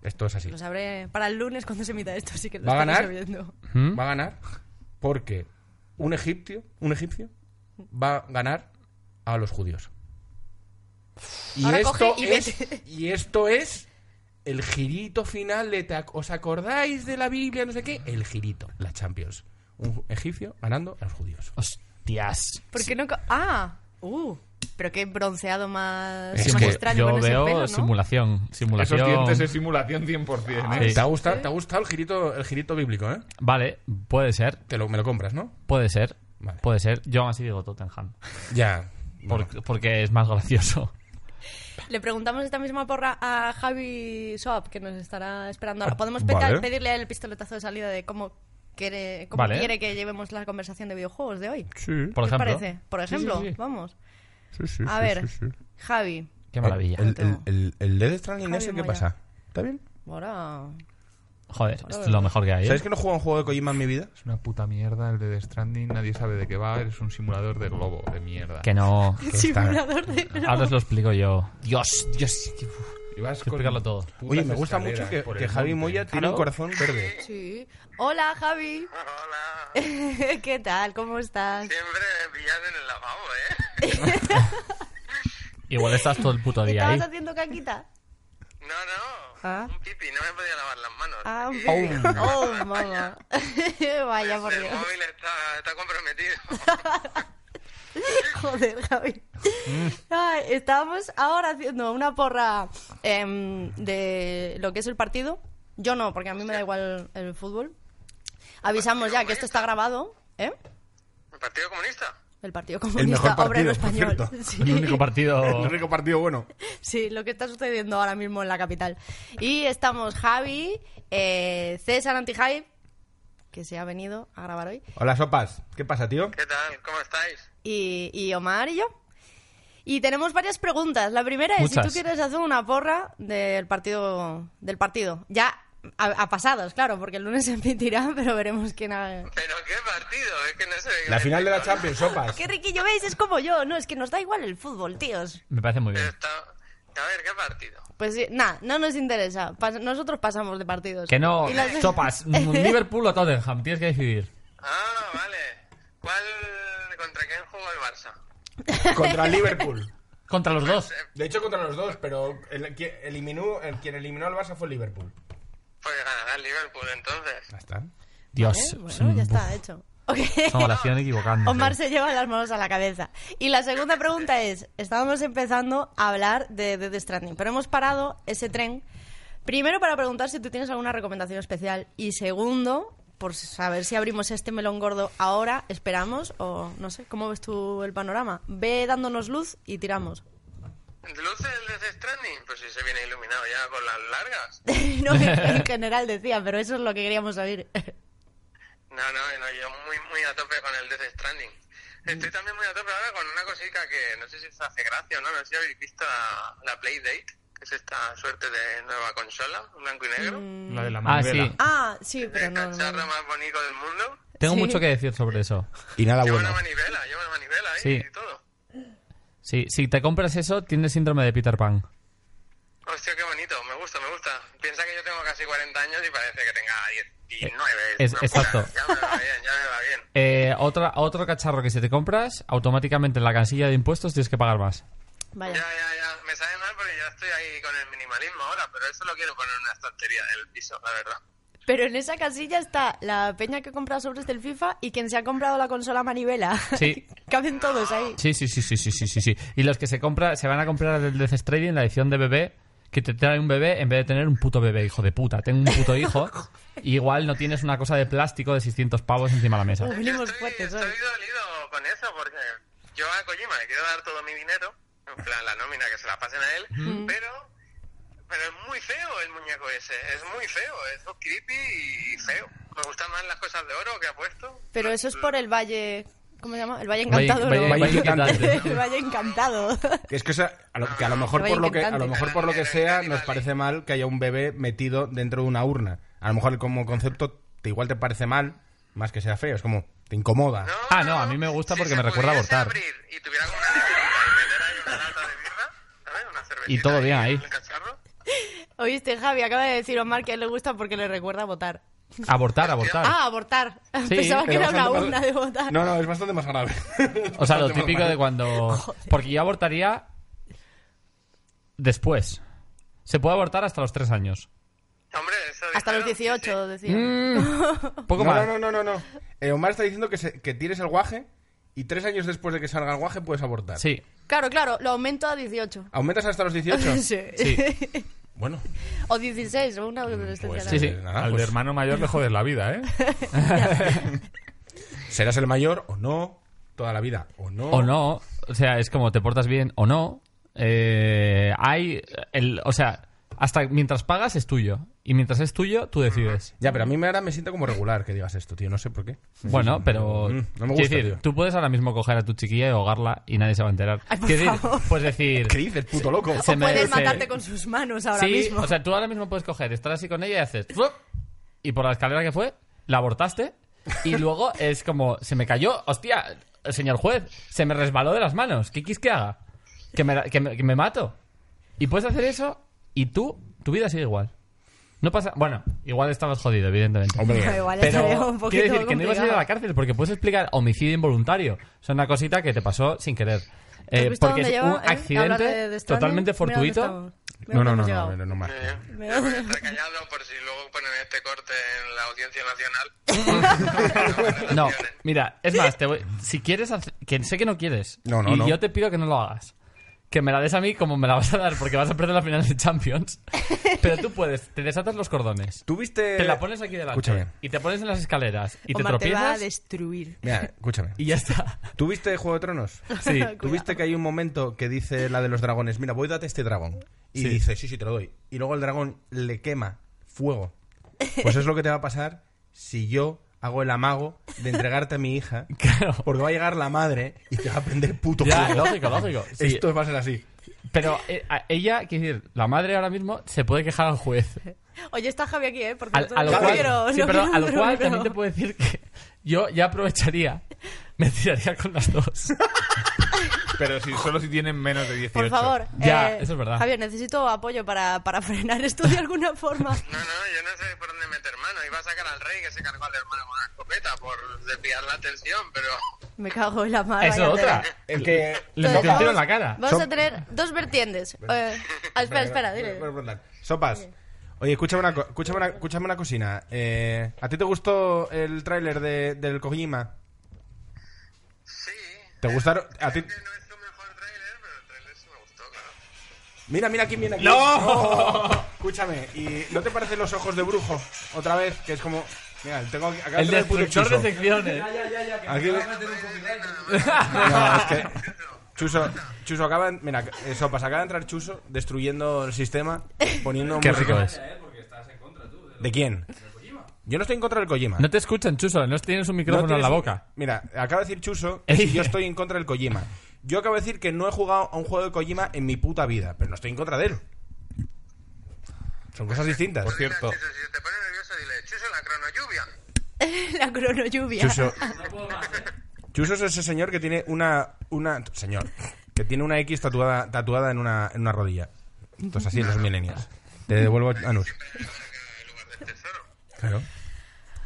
[SPEAKER 4] Esto es así.
[SPEAKER 1] lo sabré para el lunes cuando se emita esto, así que lo
[SPEAKER 4] ¿Va a
[SPEAKER 1] estaré
[SPEAKER 4] ganar?
[SPEAKER 1] sabiendo.
[SPEAKER 2] ¿Mm?
[SPEAKER 4] Va a ganar porque un egipcio, un egipcio va a ganar a los judíos. Y
[SPEAKER 1] Ahora
[SPEAKER 4] esto,
[SPEAKER 1] coge y vete.
[SPEAKER 4] es, y esto es el girito final de... te ac- ¿Os acordáis de la Biblia? No sé qué. El girito, la Champions. Un egipcio ganando a los judíos.
[SPEAKER 2] Hostias.
[SPEAKER 1] ¿Por qué no.? co- Ah, uh. Pero qué bronceado más,
[SPEAKER 4] Es
[SPEAKER 1] más
[SPEAKER 4] que
[SPEAKER 1] extraño
[SPEAKER 2] yo
[SPEAKER 1] con ese
[SPEAKER 2] veo
[SPEAKER 1] pelo, ¿no?
[SPEAKER 2] simulación. Simulación.
[SPEAKER 3] Esos dientes es simulación 100%. ¿eh?
[SPEAKER 2] Sí.
[SPEAKER 4] ¿Te ha gustado, te ha gustado el, girito, el girito bíblico, eh?
[SPEAKER 2] Vale, puede ser.
[SPEAKER 4] Te lo, me lo compras, ¿no?
[SPEAKER 2] Puede ser.
[SPEAKER 4] Vale.
[SPEAKER 2] Puede ser. Yo aún así digo Tottenham.
[SPEAKER 4] Ya.
[SPEAKER 2] Por- Porque es más gracioso.
[SPEAKER 1] Le preguntamos esta misma porra a Javi Soap, que nos estará esperando ahora. Podemos pe-
[SPEAKER 4] Ah, Vale.
[SPEAKER 1] pedirle el pistoletazo de salida de cómo quiere, cómo
[SPEAKER 2] Vale.
[SPEAKER 1] quiere que llevemos la conversación de videojuegos de hoy.
[SPEAKER 4] Sí,
[SPEAKER 2] Por
[SPEAKER 1] ¿Qué os
[SPEAKER 2] ejemplo.
[SPEAKER 1] parece? Por
[SPEAKER 2] Sí, sí,
[SPEAKER 1] ejemplo,
[SPEAKER 2] sí.
[SPEAKER 1] vamos.
[SPEAKER 4] sí, sí.
[SPEAKER 1] A
[SPEAKER 4] sí,
[SPEAKER 1] ver,
[SPEAKER 4] sí, sí.
[SPEAKER 1] Javi,
[SPEAKER 2] Qué maravilla.
[SPEAKER 4] El, el, el, el Death Stranding
[SPEAKER 1] Javi
[SPEAKER 4] ese, ¿qué
[SPEAKER 1] Moya.
[SPEAKER 4] pasa? ¿Está bien?
[SPEAKER 1] ahora...
[SPEAKER 2] Joder, esto es lo mejor que hay. ¿eh?
[SPEAKER 4] ¿Sabes que no juego a un juego de Kojima en mi vida?
[SPEAKER 3] Es una puta mierda el de The Stranding, nadie sabe de qué va, eres un simulador de globo, de mierda.
[SPEAKER 2] Que no.
[SPEAKER 1] Simulador de...
[SPEAKER 2] Ahora os lo explico yo. Dios, Dios.
[SPEAKER 3] Y vas
[SPEAKER 2] que explicarlo todo.
[SPEAKER 4] Oye, me gusta mucho que, que Javi Moya tiene
[SPEAKER 2] Claro.
[SPEAKER 4] un corazón verde.
[SPEAKER 1] Sí. Hola, Javi.
[SPEAKER 5] Hola.
[SPEAKER 1] Eh. ¿Qué tal? ¿Cómo estás?
[SPEAKER 5] Siempre me pillan en el lavabo, ¿eh?
[SPEAKER 2] Igual estás todo el puto día ahí.
[SPEAKER 1] ¿Estabas haciendo caquita?
[SPEAKER 5] No, no.
[SPEAKER 1] Ah.
[SPEAKER 5] Un pipi, no me podía lavar las manos.
[SPEAKER 1] Ah,
[SPEAKER 5] Aquí
[SPEAKER 1] oh, mamá. Vaya, por
[SPEAKER 5] el
[SPEAKER 1] Dios.
[SPEAKER 5] móvil está, está comprometido.
[SPEAKER 1] Joder, Javi.
[SPEAKER 4] Mm.
[SPEAKER 1] Ay, estábamos ahora haciendo una porra em, de lo que es el partido. Yo no, porque a mí me da igual el fútbol. Avisamos ya que esto está grabado, ¿eh?
[SPEAKER 5] ¿El Partido Comunista?
[SPEAKER 1] El Partido
[SPEAKER 4] El
[SPEAKER 1] Comunista
[SPEAKER 4] mejor
[SPEAKER 1] Obrero
[SPEAKER 4] partido, por
[SPEAKER 1] Español.
[SPEAKER 4] cierto.
[SPEAKER 1] Sí.
[SPEAKER 2] El único partido.
[SPEAKER 4] único partido bueno.
[SPEAKER 1] Sí, lo que está sucediendo ahora mismo en la capital. Y estamos Javi, eh, César Antihype, que se ha venido a grabar hoy,
[SPEAKER 4] Hola, Sopas. ¿Qué pasa, tío?
[SPEAKER 5] ¿Qué tal? ¿Cómo estáis?
[SPEAKER 1] y, y Omar y yo. Y tenemos varias preguntas. La primera es
[SPEAKER 2] Muchas.
[SPEAKER 1] si tú quieres hacer una porra del partido, del partido. Ya a, a pasadas, claro, porque el lunes se emitirá, pero veremos quién ha...
[SPEAKER 5] ¿Pero qué partido? Es que no sé de qué
[SPEAKER 4] La
[SPEAKER 5] me
[SPEAKER 4] final de la
[SPEAKER 5] estáis
[SPEAKER 4] Champions, Sopas.
[SPEAKER 1] ¡Qué riquillo veis! Es como yo. No, es que nos da igual el fútbol, tíos.
[SPEAKER 2] Me parece muy
[SPEAKER 1] Eh,
[SPEAKER 2] bien.
[SPEAKER 5] hablando. Está- A ver, ¿qué partido?
[SPEAKER 1] Pues sí, nada, no nos interesa. Pas- nosotros pasamos de partidos.
[SPEAKER 2] Que no.
[SPEAKER 1] Y las- ¿Eh?
[SPEAKER 2] Sopas. Liverpool o Tottenham. Tienes que decidir.
[SPEAKER 5] Ah, vale. ¿Cuál... ¿Contra quién jugó el Barça?
[SPEAKER 4] Contra el Liverpool.
[SPEAKER 2] Contra los dos.
[SPEAKER 4] De hecho, contra los dos, pero el, que eliminó, el quien eliminó al Barça fue el Liverpool.
[SPEAKER 5] Pues ganará el Liverpool, entonces.
[SPEAKER 4] Ya está.
[SPEAKER 2] Dios. Mm,
[SPEAKER 1] Eh, Bueno, ya está hecho. Ok.
[SPEAKER 2] Son oraciones equivocando.
[SPEAKER 1] Omar se lleva las manos a la cabeza. Y la segunda pregunta es, estábamos empezando a hablar de de Death Stranding, pero hemos parado ese tren primero para preguntar si tú tienes alguna recomendación especial y segundo, por saber si abrimos este melón gordo ahora, esperamos o no sé, ¿cómo ves tú el panorama? Ve dándonos luz y tiramos.
[SPEAKER 5] ¿Luces el Death Stranding? Pues si se viene iluminado ya con las largas.
[SPEAKER 1] no, en general decía, pero eso es lo que queríamos oír.
[SPEAKER 5] No, no, no, yo muy, muy a tope con el Death Stranding. Estoy también muy a tope ahora con una cosica que no sé si os hace gracia o no, no sé si habéis visto la, la Playdate, que es esta suerte de nueva consola, blanco y negro.
[SPEAKER 4] Mm,
[SPEAKER 3] La de la
[SPEAKER 2] Ah,
[SPEAKER 3] manivela.
[SPEAKER 2] sí.
[SPEAKER 1] ah, sí, pero
[SPEAKER 5] El
[SPEAKER 1] no. no, no.
[SPEAKER 5] cacharro más bonito del mundo.
[SPEAKER 2] Tengo
[SPEAKER 1] Sí.
[SPEAKER 2] mucho que decir sobre eso.
[SPEAKER 4] Y nada
[SPEAKER 5] lleva
[SPEAKER 4] Ah, bueno.
[SPEAKER 5] una manivela, lleva una manivela ahí
[SPEAKER 2] Sí.
[SPEAKER 5] y todo.
[SPEAKER 2] Sí, si te compras eso, tienes síndrome de Peter Pan.
[SPEAKER 5] Hostia, qué bonito, me gusta, me gusta. Piensa que yo tengo casi 40 años y parece que tenga 19.
[SPEAKER 2] Es-
[SPEAKER 5] una
[SPEAKER 2] exacto.
[SPEAKER 5] puta. Ya me va bien, ya me va bien.
[SPEAKER 2] Eh, otra, otro cacharro que si te compras, automáticamente en la casilla de impuestos tienes que pagar más.
[SPEAKER 1] Vaya.
[SPEAKER 5] Ya, ya, ya. Me sabe mal porque ya estoy ahí con el minimalismo ahora, pero eso lo quiero poner en una estantería del piso, la verdad.
[SPEAKER 1] Pero en esa casilla está la peña que compra sobres del FIFA y quien se ha comprado la consola manivela.
[SPEAKER 2] Sí.
[SPEAKER 1] Caben todos ahí.
[SPEAKER 2] Sí, sí, sí, sí, sí, sí, sí, sí. Y los que se compra, se van a comprar el Death Stranding, la edición de bebé, que te trae un bebé en vez de tener un puto bebé, hijo de puta. Tengo un puto hijo y igual no tienes una cosa de plástico de 600 pavos encima de la mesa.
[SPEAKER 1] Uy, Venimos
[SPEAKER 5] Yo estoy,
[SPEAKER 1] fuertes hoy.
[SPEAKER 5] estoy dolido con eso porque yo a Kojima le quiero dar todo mi dinero, en plan la nómina que se la pasen a él, pero pero es muy feo el muñeco ese, es muy feo, es creepy y feo. Me gustan más las cosas de oro que ha puesto.
[SPEAKER 1] Pero eso es por el Valle. ¿Cómo se llama? El Valle
[SPEAKER 2] Valle-
[SPEAKER 1] Encantado.
[SPEAKER 2] valle-
[SPEAKER 1] ¿no?
[SPEAKER 2] valle
[SPEAKER 4] Inquietante.
[SPEAKER 2] inquietante.
[SPEAKER 1] el Valle Encantado.
[SPEAKER 4] Que es que, esa- a lo, que a lo mejor
[SPEAKER 1] Vaya
[SPEAKER 4] por lo que a lo
[SPEAKER 1] inquietante.
[SPEAKER 4] mejor por lo que sea nos parece mal que haya un bebé metido dentro de una urna. A lo mejor como concepto te igual te parece mal, más que sea feo, es como te incomoda.
[SPEAKER 5] No,
[SPEAKER 2] Ah, no, a mí me gusta porque
[SPEAKER 5] se
[SPEAKER 2] me recuerda a
[SPEAKER 5] pudiese
[SPEAKER 2] abortar.
[SPEAKER 5] abrir y tuviera como una librita y meter ahí una lata de birra, ¿sabes? Una cervecita
[SPEAKER 2] Y todo bien ahí.
[SPEAKER 5] en el cacharro.
[SPEAKER 1] Oíste, Javi, acaba de decir Omar que a él le gusta porque le recuerda a votar.
[SPEAKER 2] Abortar, abortar.
[SPEAKER 1] Ah, abortar.
[SPEAKER 2] Sí,
[SPEAKER 1] Pensaba que
[SPEAKER 4] Pero
[SPEAKER 1] era una
[SPEAKER 4] bastante
[SPEAKER 1] urna
[SPEAKER 4] más-
[SPEAKER 1] de votar.
[SPEAKER 4] No, no, es bastante más grave.
[SPEAKER 2] O sea, lo
[SPEAKER 4] Bastante más
[SPEAKER 2] típico
[SPEAKER 4] grave.
[SPEAKER 2] de cuando... Porque yo abortaría después. Se puede abortar hasta los 3 años.
[SPEAKER 5] Hombre, eso
[SPEAKER 1] Hasta los
[SPEAKER 5] dijeron, sí, sí.
[SPEAKER 1] 18, decía.
[SPEAKER 2] Mm. Poco
[SPEAKER 4] no,
[SPEAKER 2] más.
[SPEAKER 4] no, no, no, no. Eh, Omar está diciendo que, se- que tires el guaje y tres años después de que salga el guaje puedes abortar.
[SPEAKER 2] Sí,
[SPEAKER 1] Claro, claro, lo aumento a 18.
[SPEAKER 4] ¿Aumentas hasta los 18?
[SPEAKER 1] Sí.
[SPEAKER 2] sí, Mm,
[SPEAKER 4] Bueno,
[SPEAKER 1] O 16, o una adolescencia.
[SPEAKER 4] Pues,
[SPEAKER 1] la
[SPEAKER 2] sí, sí.
[SPEAKER 1] verdad.
[SPEAKER 4] nada,
[SPEAKER 3] Al
[SPEAKER 4] pues,
[SPEAKER 3] de hermano mayor le jodes la vida, ¿eh?
[SPEAKER 4] serás el mayor o no toda la vida. O no.
[SPEAKER 2] O no. O sea, es como te portas bien o no. eh, hay. El, o sea, hasta mientras pagas es tuyo. Y mientras es tuyo, tú decides.
[SPEAKER 4] Ya, pero a mí me- ahora me siento como regular que digas esto, tío. No sé por qué.
[SPEAKER 2] Bueno, pero.
[SPEAKER 4] Mm, no me
[SPEAKER 2] quiero
[SPEAKER 4] gusta,
[SPEAKER 2] decir,
[SPEAKER 4] tío.
[SPEAKER 2] tú puedes ahora mismo coger a tu chiquilla y ahogarla y nadie se va a enterar.
[SPEAKER 1] Ay, por
[SPEAKER 2] Quiero decir,
[SPEAKER 1] favor.
[SPEAKER 2] puedes decir.
[SPEAKER 4] ¿Qué dices, puto loco?
[SPEAKER 2] Se me-
[SPEAKER 1] Puedes
[SPEAKER 2] se-
[SPEAKER 1] matarte con sus manos ahora
[SPEAKER 2] sí,
[SPEAKER 1] mismo.
[SPEAKER 2] o sea, tú ahora mismo puedes coger, estar así con ella y haces... ¡flup! Y por la escalera que fue, la abortaste. Y luego es como, se me cayó, hostia, señor juez, se me resbaló de las manos. ¿Qué quis que haga? Que me, la- que me- que me mato. Y puedes hacer eso y tú, tu vida sigue igual. No pasa... Bueno, igual estabas jodido, evidentemente.
[SPEAKER 1] Pero igual estaría
[SPEAKER 2] Pero
[SPEAKER 1] un poquito
[SPEAKER 2] quiero decir que no ibas a ir a
[SPEAKER 1] complicado.
[SPEAKER 2] la cárcel porque puedes explicar homicidio involuntario. Es una cosita que te pasó sin querer.
[SPEAKER 1] ¿Has
[SPEAKER 2] Eh,
[SPEAKER 1] visto dónde
[SPEAKER 2] porque es
[SPEAKER 1] lleva,
[SPEAKER 2] un
[SPEAKER 1] eh? Hablar
[SPEAKER 2] accidente
[SPEAKER 1] de- de Stranding.
[SPEAKER 2] totalmente
[SPEAKER 1] Mira dónde
[SPEAKER 2] fortuito.
[SPEAKER 1] estamos. Mira
[SPEAKER 4] No,
[SPEAKER 1] dónde
[SPEAKER 4] no, no,
[SPEAKER 1] hemos
[SPEAKER 4] no,
[SPEAKER 1] llegado.
[SPEAKER 4] no, no más.
[SPEAKER 1] eh.
[SPEAKER 5] Yo voy a estar callado por si luego ponen este corte en la audiencia nacional.
[SPEAKER 2] No, mira, es más, te voy- si quieres, hacer- que sé que no quieres,
[SPEAKER 4] No, no,
[SPEAKER 2] y
[SPEAKER 4] no.
[SPEAKER 2] yo te pido que no lo hagas. Que me la des a mí como me la vas a dar, porque vas a perder la final de Champions. Pero tú puedes, te desatas los cordones,
[SPEAKER 4] ¿Tú viste...?
[SPEAKER 2] te la pones aquí delante,
[SPEAKER 4] Escúchame.
[SPEAKER 2] y te pones en las escaleras, y te
[SPEAKER 1] Omar, te va a
[SPEAKER 2] tropiezas,
[SPEAKER 1] destruir.
[SPEAKER 4] Mira, escúchame.
[SPEAKER 2] y ya está.
[SPEAKER 4] ¿Tú viste Juego de Tronos?
[SPEAKER 2] Sí.
[SPEAKER 4] ¿Tú viste que hay un momento que dice la de los dragones, mira, voy a darte este dragón? Y
[SPEAKER 2] Sí.
[SPEAKER 4] dice, sí, sí, te lo doy. Y luego el dragón le quema fuego. Pues es lo que te va a pasar si yo hago el amago de entregarte a mi hija.
[SPEAKER 2] Claro.
[SPEAKER 4] Porque va a llegar la madre y te va a prender puto
[SPEAKER 2] Ya,
[SPEAKER 4] fuego.
[SPEAKER 2] lógico, lógico. Sí.
[SPEAKER 4] Esto va a ser así.
[SPEAKER 2] Pero eh, a- ella, quiero decir, la madre ahora mismo se puede quejar al juez.
[SPEAKER 1] Oye, está Javi aquí, ¿eh? Porque
[SPEAKER 2] Al- a lo
[SPEAKER 1] no
[SPEAKER 2] cual,
[SPEAKER 1] quiero,
[SPEAKER 2] sí,
[SPEAKER 1] no
[SPEAKER 2] pero
[SPEAKER 1] quiero
[SPEAKER 2] a lo
[SPEAKER 1] un
[SPEAKER 2] cual
[SPEAKER 1] troleo.
[SPEAKER 2] también te puedo decir que yo ya aprovecharía, me tiraría con las dos.
[SPEAKER 3] Pero si solo si tienen menos de 18.
[SPEAKER 1] Por favor.
[SPEAKER 2] Ya,
[SPEAKER 1] eh,
[SPEAKER 2] eso es verdad.
[SPEAKER 1] Javier, necesito apoyo para, para frenar esto de alguna forma.
[SPEAKER 5] No, no, yo no sé por dónde meter mano. Iba a sacar al rey que se cargó al hermano con una escopeta por desviar la atención, pero
[SPEAKER 1] Me cago en la mano.
[SPEAKER 2] Eso es otra.
[SPEAKER 4] Es que...
[SPEAKER 2] Le metió un tiro en la cara.
[SPEAKER 1] Vamos
[SPEAKER 4] Son-
[SPEAKER 1] a tener dos vertientes. Eh, ah, espera, espera, dile.
[SPEAKER 4] Sopas. Oye, escúchame una, co- escúchame una, escúchame una cocina. Eh, ¿A ti te gustó el tráiler de- del Kojima?
[SPEAKER 5] sí.
[SPEAKER 4] ¿Te gustaron? A ti...
[SPEAKER 5] Creo que no es su mejor trailer, pero el trailer sí me gustó, claro.
[SPEAKER 4] Mira, mira quién viene aquí. Oh, Escúchame, ¿y no te parecen los ojos de brujo? Otra vez, que es como. Mira, tengo aquí. Acá
[SPEAKER 2] El
[SPEAKER 4] tengo puto
[SPEAKER 2] destructor de
[SPEAKER 4] chuso.
[SPEAKER 2] secciones.
[SPEAKER 4] Aquí- No, es que. Chuso, Chuso acaban. Mira, eso pasa. Acaba de entrar Chuso destruyendo el sistema, poniendo.
[SPEAKER 2] Qué
[SPEAKER 4] música.
[SPEAKER 2] rico es.
[SPEAKER 4] ¿De quién? Yo no estoy en contra del Kojima.
[SPEAKER 2] No te escuchan, Chuso, no tienes un
[SPEAKER 4] No
[SPEAKER 2] micrófono en
[SPEAKER 4] tienes-
[SPEAKER 2] la boca.
[SPEAKER 4] Mira, acaba de decir Chuso que si yo estoy en contra del Kojima. Yo acabo de decir que no he jugado a un juego de Kojima en mi puta vida, pero no estoy en contra de él. Son cosas distintas.
[SPEAKER 3] Por cierto,
[SPEAKER 5] Dile a Chuso, si te pones nervioso, dile, Chuso, la crono lluvia.
[SPEAKER 1] La crono lluvia.
[SPEAKER 4] Chuso. Chuso es ese señor que tiene una. una señor. Que tiene una X tatuada, tatuada en, una, en una rodilla. Entonces, así los millennials. Te devuelvo a Anus.
[SPEAKER 5] este
[SPEAKER 4] Claro.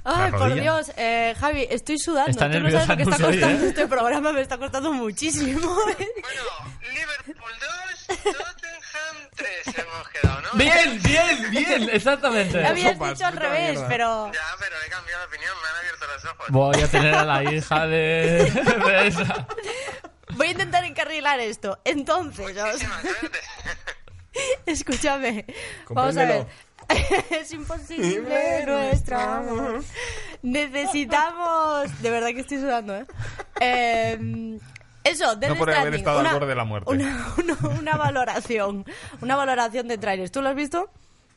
[SPEAKER 1] Ay,
[SPEAKER 4] La
[SPEAKER 1] por
[SPEAKER 4] rodilla.
[SPEAKER 1] Dios, eh, Javi, estoy sudando.
[SPEAKER 2] Está
[SPEAKER 1] Tú no
[SPEAKER 2] nerviosa
[SPEAKER 1] sabes lo que está
[SPEAKER 2] Nusa hoy,
[SPEAKER 1] costando
[SPEAKER 2] ¿eh?
[SPEAKER 1] este programa, me está costando muchísimo. ¿eh?
[SPEAKER 5] Bueno, Liverpool 2, Tottenham 3 hemos quedado, ¿no?
[SPEAKER 2] Bien, bien, bien, exactamente.
[SPEAKER 1] Habías
[SPEAKER 4] sopas,
[SPEAKER 1] dicho al
[SPEAKER 4] puta
[SPEAKER 1] revés,
[SPEAKER 4] mierda.
[SPEAKER 1] pero.
[SPEAKER 5] Ya, pero he cambiado de opinión, me han abierto los ojos.
[SPEAKER 2] Voy a tener a la hija de, de esa.
[SPEAKER 1] Voy a intentar encarrilar esto. Entonces, o sea,
[SPEAKER 5] Muchísima suerte.
[SPEAKER 1] escúchame. Vamos a ver. es imposible nuestro amor. Necesitamos. De verdad que estoy sudando, ¿eh? Eh, eso, Death
[SPEAKER 3] No podría haber
[SPEAKER 1] Stranding,
[SPEAKER 3] estado al
[SPEAKER 1] una-
[SPEAKER 3] borde de la muerte.
[SPEAKER 1] Una, una- una valoración. Una valoración de trailers. ¿Tú lo has visto?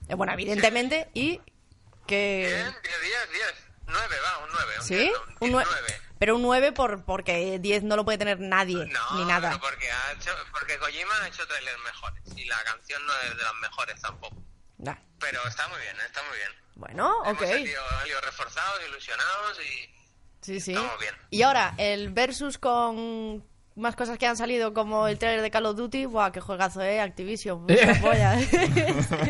[SPEAKER 1] Eh, bueno, evidentemente. Y que.
[SPEAKER 5] Bien, 10, 10, 10. 9, va, un 9.
[SPEAKER 1] Eh. ¿Sí? Un nue-
[SPEAKER 5] 9.
[SPEAKER 1] Pero un 9 por, porque 10 no lo puede tener nadie,
[SPEAKER 5] No,
[SPEAKER 1] ni nada.
[SPEAKER 5] pero porque, ha hecho, porque Kojima ha hecho trailers mejores y la canción no es de las mejores tampoco.
[SPEAKER 1] Nah.
[SPEAKER 5] Pero está muy bien, está muy bien.
[SPEAKER 1] Bueno, ok.
[SPEAKER 5] Hemos salido, salido reforzados, ilusionados y...
[SPEAKER 1] Sí, sí.
[SPEAKER 5] Estamos bien.
[SPEAKER 1] Y ahora, el versus con más cosas que han salido, como el trailer de Call of Duty. Buah, qué juegazo, eh, Activision. mucha polla.
[SPEAKER 5] Oye,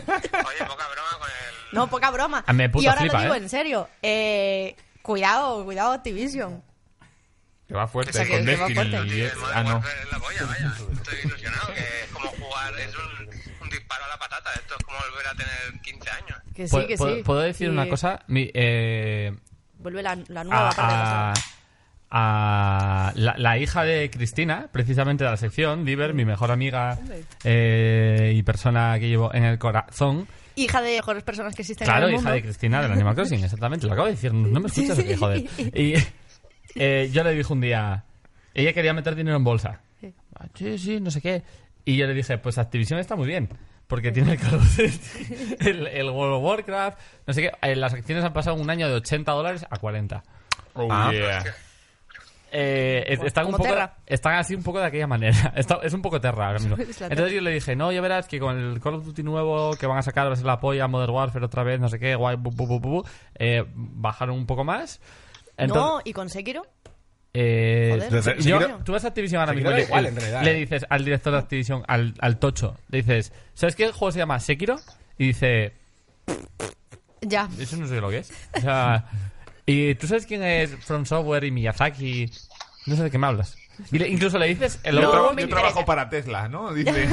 [SPEAKER 5] poca broma con el...
[SPEAKER 1] no, poca broma.
[SPEAKER 2] A mí me puto
[SPEAKER 1] y ahora
[SPEAKER 2] flipa,
[SPEAKER 1] lo digo
[SPEAKER 2] ¿eh?
[SPEAKER 1] en serio. Eh, cuidado, cuidado, Activision.
[SPEAKER 3] que va
[SPEAKER 5] Sí,
[SPEAKER 3] fuerte
[SPEAKER 5] que-
[SPEAKER 3] con
[SPEAKER 1] que va
[SPEAKER 3] Destiny.
[SPEAKER 1] fuerte.
[SPEAKER 3] y
[SPEAKER 5] Sí,
[SPEAKER 3] es-
[SPEAKER 5] el Modern
[SPEAKER 3] Ah, no.
[SPEAKER 5] Warfare es la polla, vaya. Estoy ilusionado, que es como jugar, es un, un disparo a la patata. Esto es como volver a tener 15 años.
[SPEAKER 1] Que sí,
[SPEAKER 2] ¿Puedo,
[SPEAKER 1] que
[SPEAKER 2] puedo-
[SPEAKER 1] sí.
[SPEAKER 2] puedo decir
[SPEAKER 1] Y
[SPEAKER 2] una cosa? Ah, Mi- eh,
[SPEAKER 1] Vuelve la, la nueva parte de
[SPEAKER 2] a, a- a la, la hija de Cristina, precisamente de la sección, Liver, mi mejor amiga eh, y persona que llevo en el corazón.
[SPEAKER 1] la- Hija de mejores personas que existen
[SPEAKER 2] Claro,
[SPEAKER 1] en el mundo.
[SPEAKER 2] hija de Cristina del Animal Crossing, exactamente. Lo acabo de decir, no me escuchas, o qué, joder. Y eh, yo le dije un día, ella quería meter dinero en bolsa.
[SPEAKER 1] Sí.
[SPEAKER 2] Ah, Sí, sí, no sé qué. Y yo le dije, pues Activision está muy bien, porque tiene el Call of Duty, el, el World of Warcraft, no sé qué. Eh, Las acciones han pasado un año de 80 dólares a 40.
[SPEAKER 3] Oh,
[SPEAKER 4] Ah.
[SPEAKER 3] yeah.
[SPEAKER 2] Eh, es-
[SPEAKER 1] Como-
[SPEAKER 2] están, un
[SPEAKER 1] como
[SPEAKER 2] poco,
[SPEAKER 1] Terra.
[SPEAKER 2] están así un poco de aquella manera. Está- es un poco terra ahora mismo.
[SPEAKER 1] Es la
[SPEAKER 2] Entonces yo le dije, no, ya verás que con el Call of Duty nuevo que van a sacar, ahora es la polla, Modern Warfare otra vez, no sé qué, guay, bu, bu, bu, bu, bu, eh, bajaron un poco más.
[SPEAKER 1] no,
[SPEAKER 2] Entonces,
[SPEAKER 1] y con Sekiro.
[SPEAKER 2] eh,
[SPEAKER 1] joder.
[SPEAKER 2] yo-
[SPEAKER 1] Sekiro-
[SPEAKER 2] tú vas a Activision ahora mismo
[SPEAKER 4] Sekiro
[SPEAKER 2] y le,
[SPEAKER 4] da igual, en realidad,
[SPEAKER 2] le
[SPEAKER 4] eh.
[SPEAKER 2] dices al director de Activision, al, al Tocho, le dices, ¿sabes qué juego se llama Sekiro? Y dice,
[SPEAKER 1] Ya.
[SPEAKER 2] eso no sé lo que es. O sea, ¿y tú sabes quién es From Software y Miyazaki? No sé de qué me hablas. Y le- incluso le dices el
[SPEAKER 3] Yo,
[SPEAKER 1] No,
[SPEAKER 2] otro-
[SPEAKER 3] traba-
[SPEAKER 1] me
[SPEAKER 3] yo
[SPEAKER 1] interesa.
[SPEAKER 3] trabajo para Tesla, ¿no? Dice.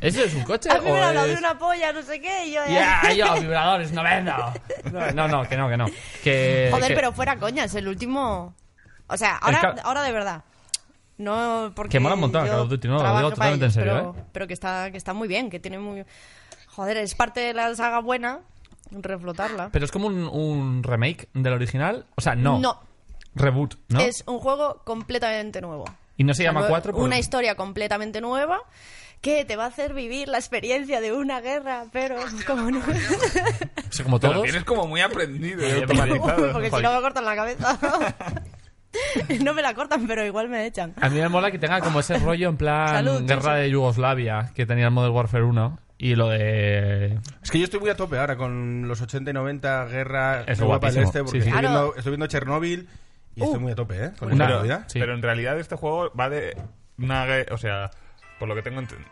[SPEAKER 2] ¿Eso es un coche?
[SPEAKER 1] A mí me
[SPEAKER 2] o
[SPEAKER 1] han hablado de
[SPEAKER 2] es-
[SPEAKER 1] una polla, no sé qué, y yo... eh.
[SPEAKER 2] Ya, yo, vibradores, no vendo. No, no, que no, que no. Que,
[SPEAKER 1] Joder,
[SPEAKER 2] Eh, que-
[SPEAKER 1] pero fuera coñas, el último... O sea, ahora,
[SPEAKER 2] ca-
[SPEAKER 1] ahora de verdad. No porque
[SPEAKER 2] Que mola un montón el
[SPEAKER 1] yo
[SPEAKER 2] Call of Duty, no, lo
[SPEAKER 1] trabajo
[SPEAKER 2] digo
[SPEAKER 1] para
[SPEAKER 2] totalmente en serio, ¿eh?
[SPEAKER 1] pero, pero que está, que está muy bien, que tiene muy... Joder, es parte de la saga buena reflotarla.
[SPEAKER 2] Pero es como un, un remake del original. O sea, no.
[SPEAKER 1] No.
[SPEAKER 2] Reboot, ¿no?
[SPEAKER 1] Es un juego completamente nuevo.
[SPEAKER 2] Y no
[SPEAKER 1] O
[SPEAKER 2] se
[SPEAKER 1] sea,
[SPEAKER 2] llama Pues
[SPEAKER 1] no-
[SPEAKER 2] 4
[SPEAKER 1] Una historia completamente nueva que te va a hacer vivir la experiencia de una guerra, pero como no...
[SPEAKER 2] como
[SPEAKER 3] Te lo
[SPEAKER 2] todos.
[SPEAKER 3] tienes como muy aprendido ¿eh? y
[SPEAKER 2] Sí,
[SPEAKER 1] Uy,
[SPEAKER 3] automatizado.
[SPEAKER 1] porque si no me cortan la cabeza. no me la cortan, pero igual me echan.
[SPEAKER 2] A mí me mola que tenga como ese rollo en plan
[SPEAKER 1] Salud,
[SPEAKER 2] guerra
[SPEAKER 1] Joseph.
[SPEAKER 2] de Yugoslavia que tenía el Modern Warfare 1 y lo de...
[SPEAKER 4] Es que yo estoy muy a tope ahora con los 80 y 90, guerra,
[SPEAKER 2] Eso,
[SPEAKER 4] Europa del
[SPEAKER 2] guapísimo.
[SPEAKER 4] Este, porque
[SPEAKER 2] Sí, sí.
[SPEAKER 4] Estoy,
[SPEAKER 1] Claro.
[SPEAKER 4] viendo, estoy viendo Chernóbil y estoy muy a tope, ¿eh? Con
[SPEAKER 2] Una-
[SPEAKER 4] la realidad.
[SPEAKER 2] Sí.
[SPEAKER 3] Pero en realidad este juego va de una gue- o sea, por lo que tengo entendido.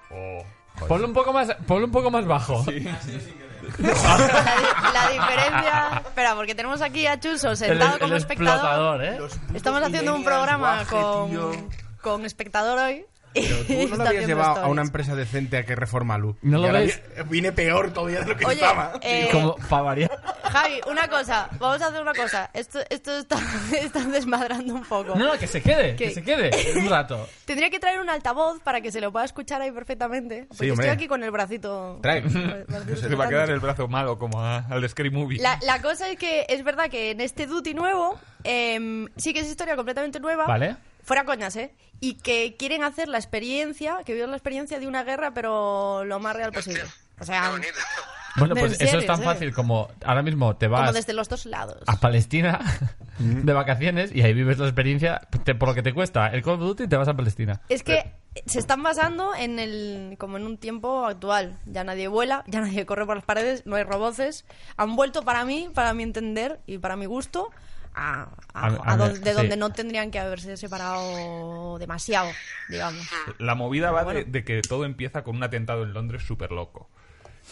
[SPEAKER 2] Ponlo un poco más, ponlo un poco más bajo.
[SPEAKER 1] La, di- la diferencia. Espera, porque tenemos aquí a Chuso
[SPEAKER 2] El,
[SPEAKER 1] sentado
[SPEAKER 2] el
[SPEAKER 1] como espectador.
[SPEAKER 2] explotador, ¿eh?
[SPEAKER 1] Estamos haciendo un programa con, con espectador hoy.
[SPEAKER 4] Pero tú no lo
[SPEAKER 1] Está
[SPEAKER 4] habías
[SPEAKER 1] haciendo
[SPEAKER 4] llevado a
[SPEAKER 1] stories.
[SPEAKER 4] una empresa decente a que reforma Lu.
[SPEAKER 2] No
[SPEAKER 4] Y
[SPEAKER 2] lo
[SPEAKER 4] ahora
[SPEAKER 2] ves.
[SPEAKER 4] vi- Vine peor todavía de lo que
[SPEAKER 1] Oye,
[SPEAKER 4] estaba.
[SPEAKER 1] eh,
[SPEAKER 2] Como para variar.
[SPEAKER 1] Javi, una cosa. Vamos a hacer una cosa. Esto, esto está, está desmadrando un poco.
[SPEAKER 2] No, no, que se quede, que
[SPEAKER 1] ¿Qué?
[SPEAKER 2] se quede un rato.
[SPEAKER 1] Tendría que traer un altavoz para que se lo pueda escuchar ahí perfectamente. Porque
[SPEAKER 4] hombre.
[SPEAKER 1] estoy aquí con el bracito.
[SPEAKER 4] Trae.
[SPEAKER 3] Se va a quedar el brazo malo como a- al de Scary Movie.
[SPEAKER 1] La, la cosa es que es verdad que en este Duty nuevo em, sí que es historia completamente nueva.
[SPEAKER 2] Vale.
[SPEAKER 1] Fuera coñas, ¿eh? Y que quieren hacer la experiencia, que viven la experiencia de una guerra, pero lo más real posible. O
[SPEAKER 5] Qué
[SPEAKER 1] sea,
[SPEAKER 5] bonito.
[SPEAKER 2] Bueno,
[SPEAKER 1] En
[SPEAKER 2] pues eso
[SPEAKER 1] serio,
[SPEAKER 2] es tan
[SPEAKER 1] sí.
[SPEAKER 2] fácil como ahora mismo te
[SPEAKER 1] como
[SPEAKER 2] vas Ah.
[SPEAKER 1] desde los dos lados.
[SPEAKER 2] a Palestina de vacaciones y ahí vives la experiencia te- por lo que te cuesta el Call of Duty te vas a Palestina.
[SPEAKER 1] Es que
[SPEAKER 2] Eh.
[SPEAKER 1] se están basando en el como en un tiempo actual. Ya nadie vuela, ya nadie corre por las paredes, no hay roboces. Han vuelto para mí, para mi entender y para mi gusto, a, a-
[SPEAKER 2] A-
[SPEAKER 1] a
[SPEAKER 2] a-
[SPEAKER 1] don- de
[SPEAKER 2] sí.
[SPEAKER 1] donde no tendrían que haberse separado demasiado, digamos.
[SPEAKER 3] La movida va de, de que todo empieza con un atentado en Londres súper loco.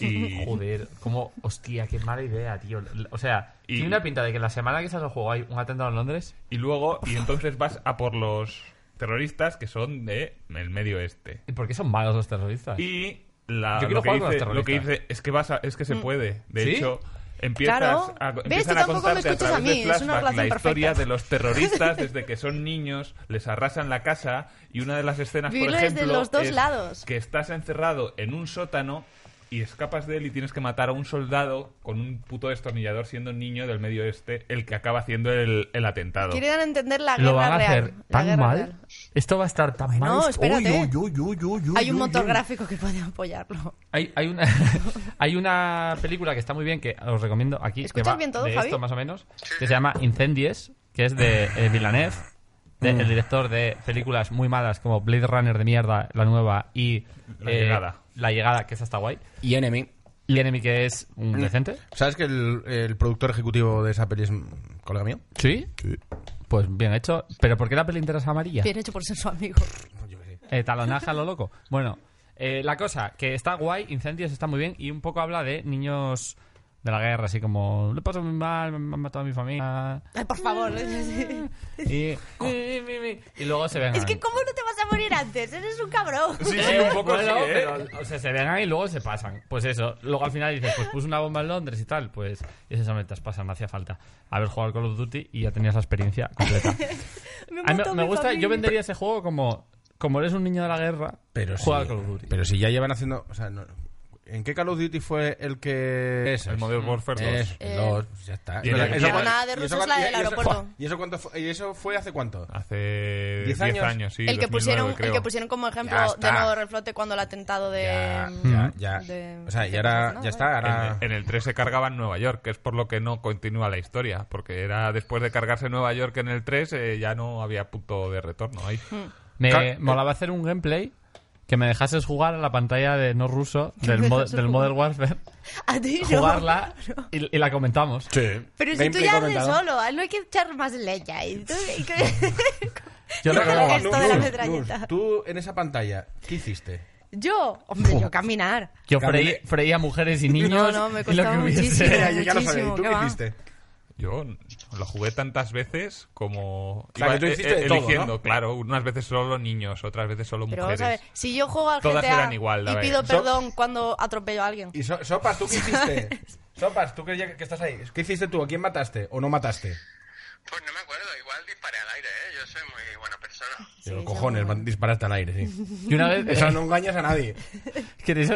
[SPEAKER 3] Y
[SPEAKER 2] Joder, como hostia, qué mala idea, tío. O sea,
[SPEAKER 3] Y-
[SPEAKER 2] tiene una pinta de que la semana que sale el juego hay un atentado en Londres.
[SPEAKER 3] Y luego, y entonces vas a por los terroristas que son de el medio este.
[SPEAKER 2] ¿Y por qué son malos los terroristas?
[SPEAKER 3] Y la,
[SPEAKER 2] Yo quiero
[SPEAKER 3] lo, que
[SPEAKER 2] jugar con los
[SPEAKER 3] dice, lo que
[SPEAKER 2] terroristas.
[SPEAKER 3] dice es que vas a- es que se puede. De
[SPEAKER 2] ¿Sí?
[SPEAKER 3] hecho, empiezas
[SPEAKER 1] Mm. Claro.
[SPEAKER 3] a,
[SPEAKER 1] ¿Ves?
[SPEAKER 3] empiezan
[SPEAKER 1] Tú
[SPEAKER 3] a
[SPEAKER 1] tampoco me
[SPEAKER 3] contarte a
[SPEAKER 1] escuchas
[SPEAKER 3] través
[SPEAKER 1] a mí,
[SPEAKER 3] de
[SPEAKER 1] es una
[SPEAKER 3] flashbacks la
[SPEAKER 1] relación
[SPEAKER 3] historia
[SPEAKER 1] perfecta.
[SPEAKER 3] de los terroristas desde que son niños, les arrasan la casa y una de las escenas,
[SPEAKER 1] Vivirlo
[SPEAKER 3] por
[SPEAKER 1] desde
[SPEAKER 3] ejemplo,
[SPEAKER 1] los dos
[SPEAKER 3] es
[SPEAKER 1] lados.
[SPEAKER 3] que estás encerrado en un sótano y escapas de él y tienes que matar a un soldado con un puto destornillador siendo un niño del medio este el que acaba haciendo el, el atentado.
[SPEAKER 1] Quieren entender la guerra
[SPEAKER 2] lo van a
[SPEAKER 1] real.
[SPEAKER 2] hacer
[SPEAKER 1] la
[SPEAKER 2] tan
[SPEAKER 1] guerra
[SPEAKER 2] mal.
[SPEAKER 1] real.
[SPEAKER 2] Esto va a estar tan
[SPEAKER 1] Bueno,
[SPEAKER 2] mal.
[SPEAKER 1] espérate.
[SPEAKER 2] uy, uy, uy, uy,
[SPEAKER 1] Hay un
[SPEAKER 2] uy,
[SPEAKER 1] motor
[SPEAKER 2] uy.
[SPEAKER 1] gráfico que puede apoyarlo.
[SPEAKER 2] Hay, hay una, hay una película que está muy bien que os recomiendo aquí. Que
[SPEAKER 1] ¿Escuchas
[SPEAKER 2] va
[SPEAKER 1] bien todo,
[SPEAKER 2] de
[SPEAKER 1] Javi?
[SPEAKER 2] esto más o menos. Que se llama Incendies, que es de eh, Villeneuve, de-
[SPEAKER 3] Mm.
[SPEAKER 2] el director de películas muy malas como Blade Runner de mierda, la nueva, y
[SPEAKER 3] La
[SPEAKER 2] eh,
[SPEAKER 3] Llegada.
[SPEAKER 2] La Llegada, que esa está guay.
[SPEAKER 4] Y Enemy.
[SPEAKER 2] Y Enemy, que es
[SPEAKER 3] Mm.
[SPEAKER 2] un decente.
[SPEAKER 4] ¿Sabes que el, el productor ejecutivo de esa peli es un colega mío?
[SPEAKER 2] ¿Sí? Pues bien hecho. ¿Pero por qué la peli entera es amarilla?
[SPEAKER 1] Bien hecho por ser su amigo.
[SPEAKER 2] Eh, talonaje a lo loco. Bueno, eh, la cosa, que está guay, Incendios está muy bien y un poco habla de niños de la guerra, así como, lo paso muy mal, me han matado a mi familia.
[SPEAKER 1] Ay, por favor.
[SPEAKER 2] Y, y luego se vengan.
[SPEAKER 1] es que ¿cómo no te vas a morir antes? Eres un cabrón.
[SPEAKER 3] Sí, sí,
[SPEAKER 2] Eh,
[SPEAKER 3] un poco
[SPEAKER 2] bueno,
[SPEAKER 3] sí, ¿eh?
[SPEAKER 2] pero, o sea, se vengan y luego se pasan. Pues eso. Luego al final dices, pues puse una bomba en Londres y tal. Pues eso se me te pasa, no hacía falta. Haber jugado al Call of Duty y ya tenías la experiencia completa.
[SPEAKER 1] Me,
[SPEAKER 2] A mí
[SPEAKER 1] mató
[SPEAKER 2] me
[SPEAKER 1] mi
[SPEAKER 2] gusta,
[SPEAKER 1] familia.
[SPEAKER 2] yo vendería ese juego como, como eres un niño de la guerra,
[SPEAKER 4] Pero
[SPEAKER 2] juega
[SPEAKER 4] sí,
[SPEAKER 2] al Call of Duty.
[SPEAKER 4] Pero si ya llevan haciendo. O sea, no- ¿En qué Call of Duty fue el que...?
[SPEAKER 3] El Modern Warfare 2.
[SPEAKER 4] Eso,
[SPEAKER 1] Eh,
[SPEAKER 4] dos, ya está.
[SPEAKER 3] y la-
[SPEAKER 4] Eso-
[SPEAKER 3] y
[SPEAKER 4] eso-
[SPEAKER 3] la
[SPEAKER 1] monada de
[SPEAKER 4] y eso
[SPEAKER 1] rusos es
[SPEAKER 4] cuan-
[SPEAKER 1] la
[SPEAKER 4] y-
[SPEAKER 1] del
[SPEAKER 4] y eso-
[SPEAKER 1] aeropuerto.
[SPEAKER 4] ¿Y eso, cuánto fue, y eso fue hace cuánto?
[SPEAKER 3] Hace
[SPEAKER 4] ¿Diez
[SPEAKER 3] 10
[SPEAKER 4] años?
[SPEAKER 3] años? sí.
[SPEAKER 1] el, que
[SPEAKER 3] 2009,
[SPEAKER 1] pusieron, el
[SPEAKER 3] creo.
[SPEAKER 1] que pusieron como ejemplo
[SPEAKER 4] Ya
[SPEAKER 1] de
[SPEAKER 4] está.
[SPEAKER 1] nuevo reflote cuando el atentado de. mm,
[SPEAKER 4] Ya, ya, ya.
[SPEAKER 1] de-
[SPEAKER 4] o sea, y
[SPEAKER 1] de-
[SPEAKER 4] ahora
[SPEAKER 1] no,
[SPEAKER 4] ya está, ahora...
[SPEAKER 3] En, en el 3 se cargaba en Nueva York, que es por lo que no continúa la historia, porque era después de cargarse Nueva York en el 3 eh, ya no había punto de retorno ahí.
[SPEAKER 1] Hmm.
[SPEAKER 2] Me
[SPEAKER 4] Ca- eh,
[SPEAKER 2] molaba hacer un gameplay que me dejases jugar a la pantalla de no ruso
[SPEAKER 1] Que
[SPEAKER 2] del,
[SPEAKER 1] me
[SPEAKER 2] mo-
[SPEAKER 1] dejases
[SPEAKER 2] del
[SPEAKER 1] jugar.
[SPEAKER 2] Modern Warfare,
[SPEAKER 1] A ti no.
[SPEAKER 2] jugarla y, y la comentamos.
[SPEAKER 4] Sí.
[SPEAKER 1] Pero si tú
[SPEAKER 4] Gameplay
[SPEAKER 1] ya haces
[SPEAKER 4] comentado.
[SPEAKER 1] solo, no hay que echar más leña. Y tú, y que-
[SPEAKER 2] Yo
[SPEAKER 1] No
[SPEAKER 2] lo
[SPEAKER 1] te
[SPEAKER 2] que-
[SPEAKER 1] hagas
[SPEAKER 4] Nus,
[SPEAKER 1] esto de la
[SPEAKER 4] Nus,
[SPEAKER 1] metralleta.
[SPEAKER 4] Nus, tú en esa pantalla, ¿qué hiciste?
[SPEAKER 1] Yo, hombre, yo caminar.
[SPEAKER 2] Yo
[SPEAKER 4] Caminé-
[SPEAKER 2] freí, freí a mujeres y niños
[SPEAKER 1] no, me
[SPEAKER 2] y lo
[SPEAKER 1] costaba
[SPEAKER 2] que hubiese.
[SPEAKER 1] muchísimo.
[SPEAKER 4] Mira, yo ya lo
[SPEAKER 1] muchísimo,
[SPEAKER 4] sabía. ¿Y tú
[SPEAKER 1] ¿qué
[SPEAKER 4] qué,
[SPEAKER 1] va?
[SPEAKER 4] hiciste?
[SPEAKER 3] Yo lo jugué tantas veces como eh,
[SPEAKER 4] sea, que tú hiciste de todo,
[SPEAKER 3] eligiendo,
[SPEAKER 4] ¿no?
[SPEAKER 3] claro, unas veces solo niños, otras veces solo
[SPEAKER 1] Pero
[SPEAKER 3] mujeres.
[SPEAKER 1] vamos a ver, si yo juego al
[SPEAKER 3] Todas
[SPEAKER 1] GTA
[SPEAKER 3] eran igual, la
[SPEAKER 1] y
[SPEAKER 3] verdad.
[SPEAKER 1] pido
[SPEAKER 4] So-
[SPEAKER 1] perdón cuando atropello a alguien.
[SPEAKER 4] Y So- Sopas, ¿tú qué hiciste? Sopas, ¿tú que, ya- que estás ahí? ¿Qué hiciste tú? ¿A quién mataste o no mataste?
[SPEAKER 5] Pues no me acuerdo, igual disparé al aire, ¿eh? Yo soy muy buena persona.
[SPEAKER 4] Digo,
[SPEAKER 1] sí,
[SPEAKER 4] cojones,
[SPEAKER 1] seguro.
[SPEAKER 4] man- disparaste al aire, sí.
[SPEAKER 2] Y una vez.
[SPEAKER 4] Eso no engañas a nadie.
[SPEAKER 2] ¿Queréis?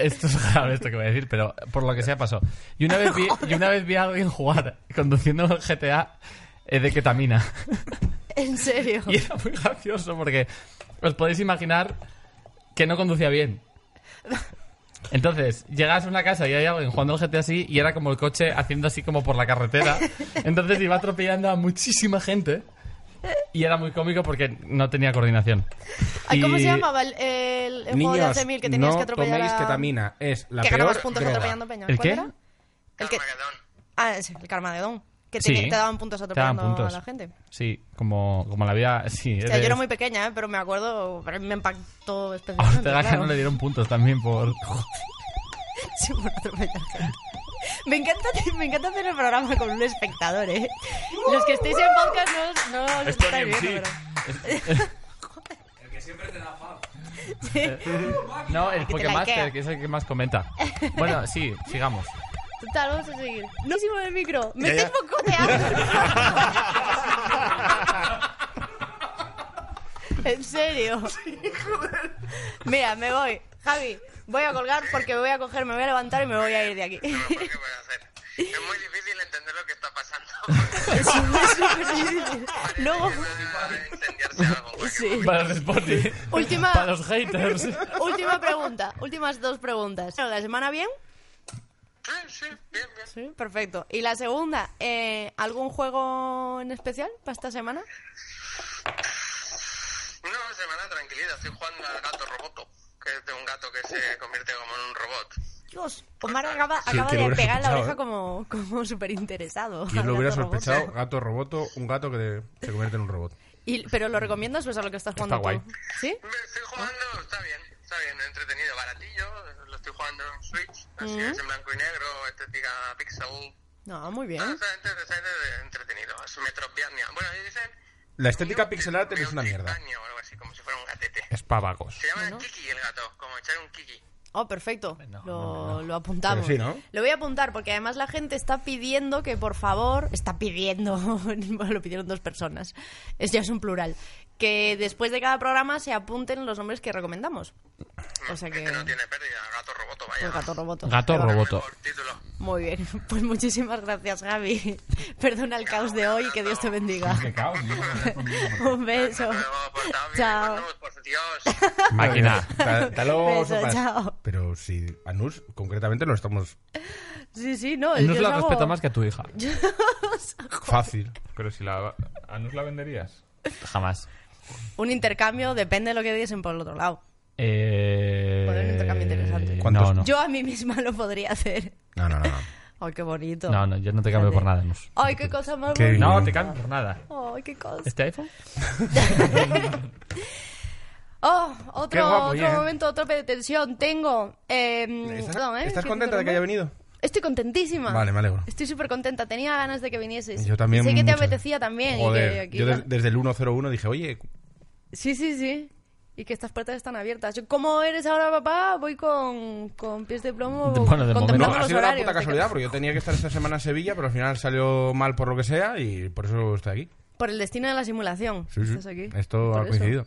[SPEAKER 2] Esto es grave esto que voy a decir, pero por lo que sea pasó. Y una vez vi, y una vez vi a alguien jugar conduciendo el GTA eh, de ketamina.
[SPEAKER 1] En serio.
[SPEAKER 2] Y era muy gracioso porque os podéis imaginar que no conducía bien. Entonces, llegas a una casa y hay alguien jugando al GTA así y era como el coche haciendo así como por la carretera. Entonces iba atropellando a muchísima gente y era muy cómico porque no tenía coordinación.
[SPEAKER 1] Ay, ¿Cómo
[SPEAKER 2] Y-
[SPEAKER 1] se llamaba el, el- el juego de
[SPEAKER 4] Niños,
[SPEAKER 1] hace mil que tenías
[SPEAKER 4] no
[SPEAKER 1] que atropellar?
[SPEAKER 4] toméis
[SPEAKER 1] a-
[SPEAKER 4] ketamina. Es la
[SPEAKER 1] que ganabas
[SPEAKER 4] peor
[SPEAKER 1] puntos
[SPEAKER 4] droga.
[SPEAKER 1] atropellando peña.
[SPEAKER 2] ¿El
[SPEAKER 1] ¿Cuál
[SPEAKER 2] qué?
[SPEAKER 1] era? El que,
[SPEAKER 5] Carmageddon.
[SPEAKER 1] ah, es el karma de Don. Que te,
[SPEAKER 2] Sí.
[SPEAKER 1] te daban puntos
[SPEAKER 2] Te daban
[SPEAKER 1] atropellando
[SPEAKER 2] puntos.
[SPEAKER 1] a la gente.
[SPEAKER 2] Sí, como, como la vida. Sí,
[SPEAKER 1] O sea, yo era
[SPEAKER 2] eres-
[SPEAKER 1] muy pequeña, ¿eh? pero me acuerdo, me impactó
[SPEAKER 2] A
[SPEAKER 1] especialmente.
[SPEAKER 2] Ortega
[SPEAKER 1] claro.
[SPEAKER 2] no le dieron puntos también por...
[SPEAKER 1] Sí, por atropellar gente. Me encanta, me encanta hacer el programa con un espectador, ¿eh? Los que estéis en podcast no, os- no os
[SPEAKER 3] Esto
[SPEAKER 1] estáis
[SPEAKER 3] ni en
[SPEAKER 1] viendo,
[SPEAKER 3] sí.
[SPEAKER 2] No, el
[SPEAKER 1] te
[SPEAKER 2] Pokémaster,
[SPEAKER 1] likea.
[SPEAKER 2] que es el que más comenta. Bueno, sí, sigamos.
[SPEAKER 1] pero... Total, vamos a seguir. No sigo el micro. Me
[SPEAKER 4] Ya, ya.
[SPEAKER 1] estáis bocoteando. en serio. Mira, me voy. Javi, voy a colgar porque me voy a coger, me voy a levantar y me voy a ir de aquí.
[SPEAKER 5] No me acuerdo qué voy a hacer. Es muy difícil entender lo que está pasando.
[SPEAKER 1] Es súper difícil. Luego...
[SPEAKER 5] Puede incendiarse algo. pues.
[SPEAKER 1] Sí.
[SPEAKER 2] Para los Spotify.
[SPEAKER 1] Última-
[SPEAKER 2] Para los haters.
[SPEAKER 1] Última pregunta, últimas dos preguntas. Bueno, ¿La semana bien?
[SPEAKER 5] Ah, sí, bien, bien.
[SPEAKER 1] Sí, perfecto. Y la segunda, eh, ¿algún juego en especial para esta semana?
[SPEAKER 5] No, semana tranquilidad. Estoy jugando al gato roboto, que es de un gato que se convierte como en un robot.
[SPEAKER 1] Dios, Omar acaba,
[SPEAKER 4] Sí,
[SPEAKER 1] acaba
[SPEAKER 4] que lo
[SPEAKER 1] de
[SPEAKER 4] hubiera
[SPEAKER 1] pegar la
[SPEAKER 4] sospechado,
[SPEAKER 1] oreja
[SPEAKER 4] ¿eh?
[SPEAKER 1] como, como súper interesado.
[SPEAKER 4] ¿Quién lo hubiera sospechado? Gato roboto, un gato que de- se convierte en un robot.
[SPEAKER 1] pero lo recomiendas, pues a lo que estás jugando
[SPEAKER 3] Está guay.
[SPEAKER 1] tú. ¿Sí?
[SPEAKER 5] Me estoy jugando, está bien, está bien, entretenido, baratillo. Lo estoy jugando en Switch, así
[SPEAKER 1] Mm.
[SPEAKER 5] es en blanco y negro, estética pixel.
[SPEAKER 1] No, muy bien.
[SPEAKER 5] No, está entre- está entre- entretenido, es Metroidvania. Bueno, ellos dicen...
[SPEAKER 4] La estética pixel art es una mierda.
[SPEAKER 5] Metroidvania O algo así, como si fuera un gatete.
[SPEAKER 3] Es pavagos.
[SPEAKER 5] Se llama Kiki el gato, como echar un Kiki.
[SPEAKER 1] Oh, perfecto.
[SPEAKER 2] No,
[SPEAKER 1] lo,
[SPEAKER 2] no, no.
[SPEAKER 1] lo apuntamos.
[SPEAKER 4] Pero sí, ¿no?
[SPEAKER 1] Lo voy a apuntar porque además la gente está pidiendo que por favor. Está pidiendo. bueno, lo pidieron dos personas. Es ya es un plural. Que después de cada programa se apunten los nombres que recomendamos. O sea que.
[SPEAKER 5] Este no tiene pérdida, gato roboto, vaya.
[SPEAKER 1] Pues gato roboto.
[SPEAKER 2] Gato
[SPEAKER 1] Ahí va.
[SPEAKER 2] roboto.
[SPEAKER 5] Mejor título.
[SPEAKER 1] Muy bien. Pues muchísimas gracias, Gaby. Perdona el caos de hoy y que Dios te bendiga. un beso.
[SPEAKER 5] Luego, por favor,
[SPEAKER 1] Chao.
[SPEAKER 5] Dios, por Dios.
[SPEAKER 2] Máquina.
[SPEAKER 4] Hasta hasta Pues, luego,
[SPEAKER 1] Beso,
[SPEAKER 4] sopas.
[SPEAKER 1] chao.
[SPEAKER 4] Pero si Anus, concretamente, lo estamos
[SPEAKER 1] Sí, sí, no.
[SPEAKER 2] No
[SPEAKER 1] yo
[SPEAKER 2] la
[SPEAKER 1] os hago-
[SPEAKER 2] respeto más que a tu hija.
[SPEAKER 4] fácil.
[SPEAKER 3] Pero si la... ¿A nos la venderías?
[SPEAKER 2] Jamás.
[SPEAKER 1] Un intercambio depende de lo que diesen por el otro lado.
[SPEAKER 2] Eh...
[SPEAKER 1] Poner un intercambio interesante.
[SPEAKER 2] No,
[SPEAKER 4] ¿Cuántos?
[SPEAKER 2] no.
[SPEAKER 1] Yo a mí misma lo podría hacer.
[SPEAKER 4] No, no, no. no.
[SPEAKER 1] Ay, qué bonito.
[SPEAKER 2] No, no, yo no te cambio por nada. Nus.
[SPEAKER 1] Ay, qué cosa más
[SPEAKER 4] Qué
[SPEAKER 1] bonita.
[SPEAKER 2] No, te cambio por nada.
[SPEAKER 1] Ay, qué cosa.
[SPEAKER 2] ¿Este iPhone?
[SPEAKER 1] Oh,
[SPEAKER 4] Qué
[SPEAKER 1] otro,
[SPEAKER 4] guapo,
[SPEAKER 1] otro
[SPEAKER 4] oye, ¿eh?
[SPEAKER 1] momento, otro de tensión. Tengo. eh,
[SPEAKER 4] ¿Estás,
[SPEAKER 1] perdón, ¿eh?
[SPEAKER 4] estás
[SPEAKER 1] ¿Qué
[SPEAKER 4] contenta
[SPEAKER 1] te
[SPEAKER 4] de que haya venido?
[SPEAKER 1] Estoy contentísima.
[SPEAKER 4] Vale, me alegro.
[SPEAKER 1] Estoy súper contenta. Tenía ganas de que vinieses.
[SPEAKER 4] Yo también.
[SPEAKER 1] Sé que te
[SPEAKER 4] muchas-
[SPEAKER 1] apetecía también. y
[SPEAKER 4] Joder,
[SPEAKER 1] que aquí-
[SPEAKER 4] yo de- desde el 101 dije, oye,
[SPEAKER 1] Sí, sí, sí. Y que estas puertas están abiertas. Yo, ¿Cómo eres ahora, papá? Voy con, con pies de plomo.
[SPEAKER 2] De- bueno, de
[SPEAKER 1] contemplando
[SPEAKER 4] no,
[SPEAKER 2] momento-
[SPEAKER 4] ha
[SPEAKER 1] los
[SPEAKER 4] sido una
[SPEAKER 1] horarios,
[SPEAKER 4] puta
[SPEAKER 1] te
[SPEAKER 4] casualidad
[SPEAKER 1] crees.
[SPEAKER 4] porque yo tenía que estar esta semana en Sevilla, pero al final salió mal por lo que sea y por eso estoy aquí.
[SPEAKER 1] Por el destino de la simulación.
[SPEAKER 4] Sí, sí.
[SPEAKER 1] Estás aquí.
[SPEAKER 4] Esto
[SPEAKER 1] Por
[SPEAKER 4] ha
[SPEAKER 1] eso.
[SPEAKER 4] coincidido.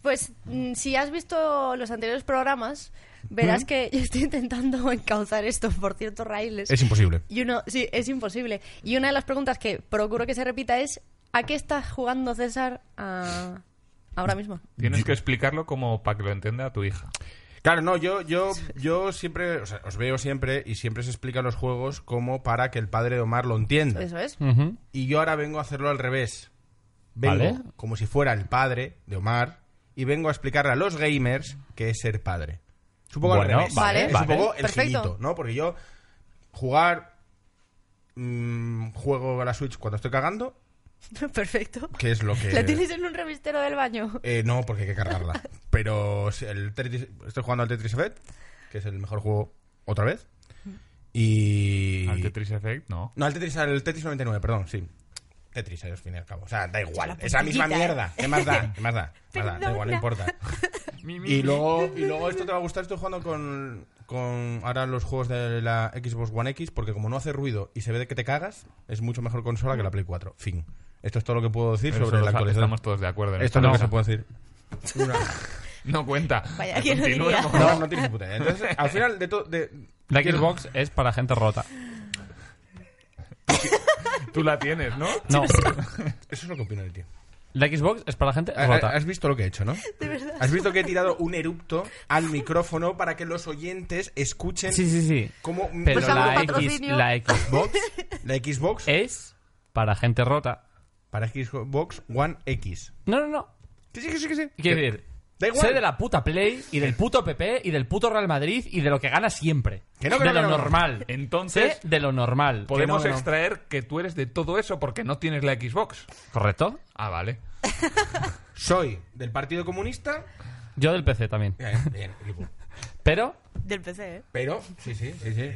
[SPEAKER 1] Pues mm, si has visto los anteriores programas, verás que yo estoy intentando encauzar esto por ciertos raíles.
[SPEAKER 4] Es imposible.
[SPEAKER 1] Y uno, sí, es imposible. Y una de las preguntas que procuro que se repita es ¿a qué estás jugando César a- ahora mismo?
[SPEAKER 3] Tienes que explicarlo como para que lo entienda tu hija.
[SPEAKER 4] Claro, no, yo, yo, yo siempre, o sea, os veo siempre y siempre se explican los juegos como para que el padre de Omar lo entienda.
[SPEAKER 1] Eso es.
[SPEAKER 2] Ujú.
[SPEAKER 4] Y yo ahora vengo a hacerlo al revés. Vengo
[SPEAKER 2] Vale.
[SPEAKER 4] como si fuera el padre de Omar y vengo a explicarle a los gamers qué es ser padre. Supongo
[SPEAKER 2] Bueno,
[SPEAKER 4] al revés.
[SPEAKER 1] vale,
[SPEAKER 4] ¿eh? Es
[SPEAKER 1] vale.
[SPEAKER 4] un poco el
[SPEAKER 1] Perfecto.
[SPEAKER 4] girito, ¿no? Porque yo jugar mm, juego a la Switch cuando estoy cagando,
[SPEAKER 1] Perfecto.
[SPEAKER 4] que es lo que
[SPEAKER 1] ¿La tienes en un revistero del baño?
[SPEAKER 4] eh, no, porque hay que cargarla. Pero si el Tetris- estoy jugando al Tetris Effect, que es el mejor juego otra vez. Y
[SPEAKER 3] Al Tetris Effect, no.
[SPEAKER 4] no, al Tetris, al Tetris 99, perdón, sí. Tetris, al fin y al cabo. O sea, da igual.
[SPEAKER 1] La
[SPEAKER 4] Esa
[SPEAKER 1] puntillita,
[SPEAKER 4] misma
[SPEAKER 1] ¿eh?
[SPEAKER 4] mierda. ¿Qué más da? ¿Qué más da? Nada, da igual, no importa. Y luego, y luego esto te va a gustar. Estoy jugando con, con ahora los juegos de la Xbox One X, porque como no hace ruido y se ve de que te cagas, es mucho mejor consola que la Play 4. Fin. Esto es todo lo que puedo decir
[SPEAKER 3] Eso
[SPEAKER 4] sobre la
[SPEAKER 3] lo sa-
[SPEAKER 4] actualización.
[SPEAKER 3] Estamos todos de acuerdo. en esta
[SPEAKER 4] Esto es lo que
[SPEAKER 3] cosa.
[SPEAKER 4] se puede decir.
[SPEAKER 3] No cuenta.
[SPEAKER 1] Vaya, que no diría.
[SPEAKER 3] Continuemos.
[SPEAKER 4] No, no tienes ni puta idea. Entonces, al final de todo. De...
[SPEAKER 2] La Xbox es para gente rota.
[SPEAKER 3] Tú la tienes, ¿no?
[SPEAKER 2] No,
[SPEAKER 4] Eso es lo que opino de ti.
[SPEAKER 2] la Xbox es para gente
[SPEAKER 4] Ha-
[SPEAKER 2] rota.
[SPEAKER 4] Has visto lo que he hecho, ¿no? De verdad. Has visto que he tirado un erupto al micrófono para que los oyentes escuchen
[SPEAKER 2] Sí, sí, sí.
[SPEAKER 4] cómo
[SPEAKER 2] Pero
[SPEAKER 1] Pues algún
[SPEAKER 2] la, X, Eh.
[SPEAKER 1] patrocinio.
[SPEAKER 2] la Xbox
[SPEAKER 4] la Xbox
[SPEAKER 2] es para gente rota.
[SPEAKER 4] para Xbox One X.
[SPEAKER 2] No, no, no.
[SPEAKER 4] Que sí, que sí, que sí.
[SPEAKER 2] Quiero decir,
[SPEAKER 4] Da igual.
[SPEAKER 2] sé de la puta Play y del puto PP y del puto Real Madrid y de lo que gana siempre.
[SPEAKER 4] Que no, que
[SPEAKER 2] de
[SPEAKER 4] no, que
[SPEAKER 2] lo
[SPEAKER 4] no.
[SPEAKER 2] normal.
[SPEAKER 3] Entonces-
[SPEAKER 2] Sé de lo normal.
[SPEAKER 3] Podemos
[SPEAKER 4] que no.
[SPEAKER 3] extraer que tú eres de todo eso porque no tienes la Xbox.
[SPEAKER 2] ¿Correcto?
[SPEAKER 3] Ah, vale.
[SPEAKER 4] Soy del Partido Comunista.
[SPEAKER 2] Yo del PC también.
[SPEAKER 4] Bien, bien, flipo.
[SPEAKER 2] Pero
[SPEAKER 1] Del PC, ¿eh?
[SPEAKER 4] Pero, sí, sí, sí, sí.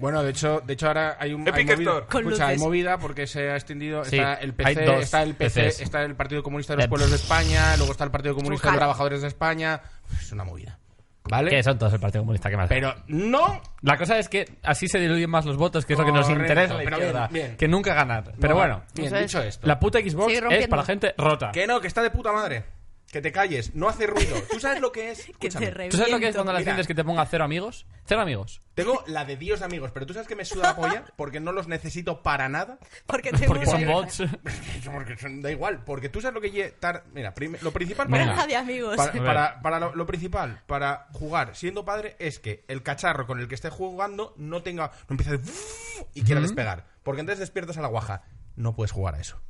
[SPEAKER 4] Bueno, de hecho, de hecho ahora hay un
[SPEAKER 3] Epic
[SPEAKER 4] hay movida,
[SPEAKER 3] Store.
[SPEAKER 1] Con
[SPEAKER 4] Escucha, hay
[SPEAKER 1] luces.
[SPEAKER 4] movida porque se ha extendido
[SPEAKER 2] Sí,
[SPEAKER 4] está el
[SPEAKER 2] hay
[SPEAKER 4] PC,
[SPEAKER 2] dos
[SPEAKER 4] está el PC,
[SPEAKER 2] PCs.
[SPEAKER 4] está el Partido Comunista de los
[SPEAKER 2] Eh,
[SPEAKER 4] Pueblos de España, luego está el Partido Comunista de los
[SPEAKER 1] Ojalá.
[SPEAKER 4] Trabajadores de España. Es una movida. ¿Vale?
[SPEAKER 2] que son todos el Partido Comunista que más.
[SPEAKER 4] Pero no
[SPEAKER 2] la cosa es que así se diluyen más los votos, que es lo que nos
[SPEAKER 4] Correcto,
[SPEAKER 2] interesa a la
[SPEAKER 4] pero
[SPEAKER 2] izquierda,
[SPEAKER 4] bien, bien.
[SPEAKER 2] que nunca ganar. Pero
[SPEAKER 4] No,
[SPEAKER 2] bueno,
[SPEAKER 4] bien,
[SPEAKER 1] Eso es.
[SPEAKER 4] dicho esto.
[SPEAKER 2] la puta Xbox
[SPEAKER 1] Sigue
[SPEAKER 2] es
[SPEAKER 1] rompiendo.
[SPEAKER 2] para gente rota.
[SPEAKER 4] Que no, que está de puta madre. Que te calles, no hace ruido. ¿Tú sabes lo que es?
[SPEAKER 1] Que
[SPEAKER 4] Escúchame.
[SPEAKER 1] te reviento.
[SPEAKER 2] ¿Tú sabes lo que es cuando la
[SPEAKER 4] Mira.
[SPEAKER 2] gente es que te ponga cero amigos? Cero amigos.
[SPEAKER 4] Tengo la de Dios, amigos, pero tú sabes que me suda la polla porque no los necesito para nada.
[SPEAKER 1] Porque te
[SPEAKER 2] Porque son
[SPEAKER 1] gusta.
[SPEAKER 2] bots.
[SPEAKER 4] Porque son- da igual, porque tú sabes lo que lle- tar- Mira, prim- lo principal para,
[SPEAKER 1] Granja de amigos.
[SPEAKER 4] para,
[SPEAKER 2] Venga.
[SPEAKER 4] para- para lo, lo principal para jugar siendo padre es que el cacharro con el que estés jugando no tenga no empiece a hacer y quiera despegar, porque entonces despiertas a la guaja. No puedes jugar a eso.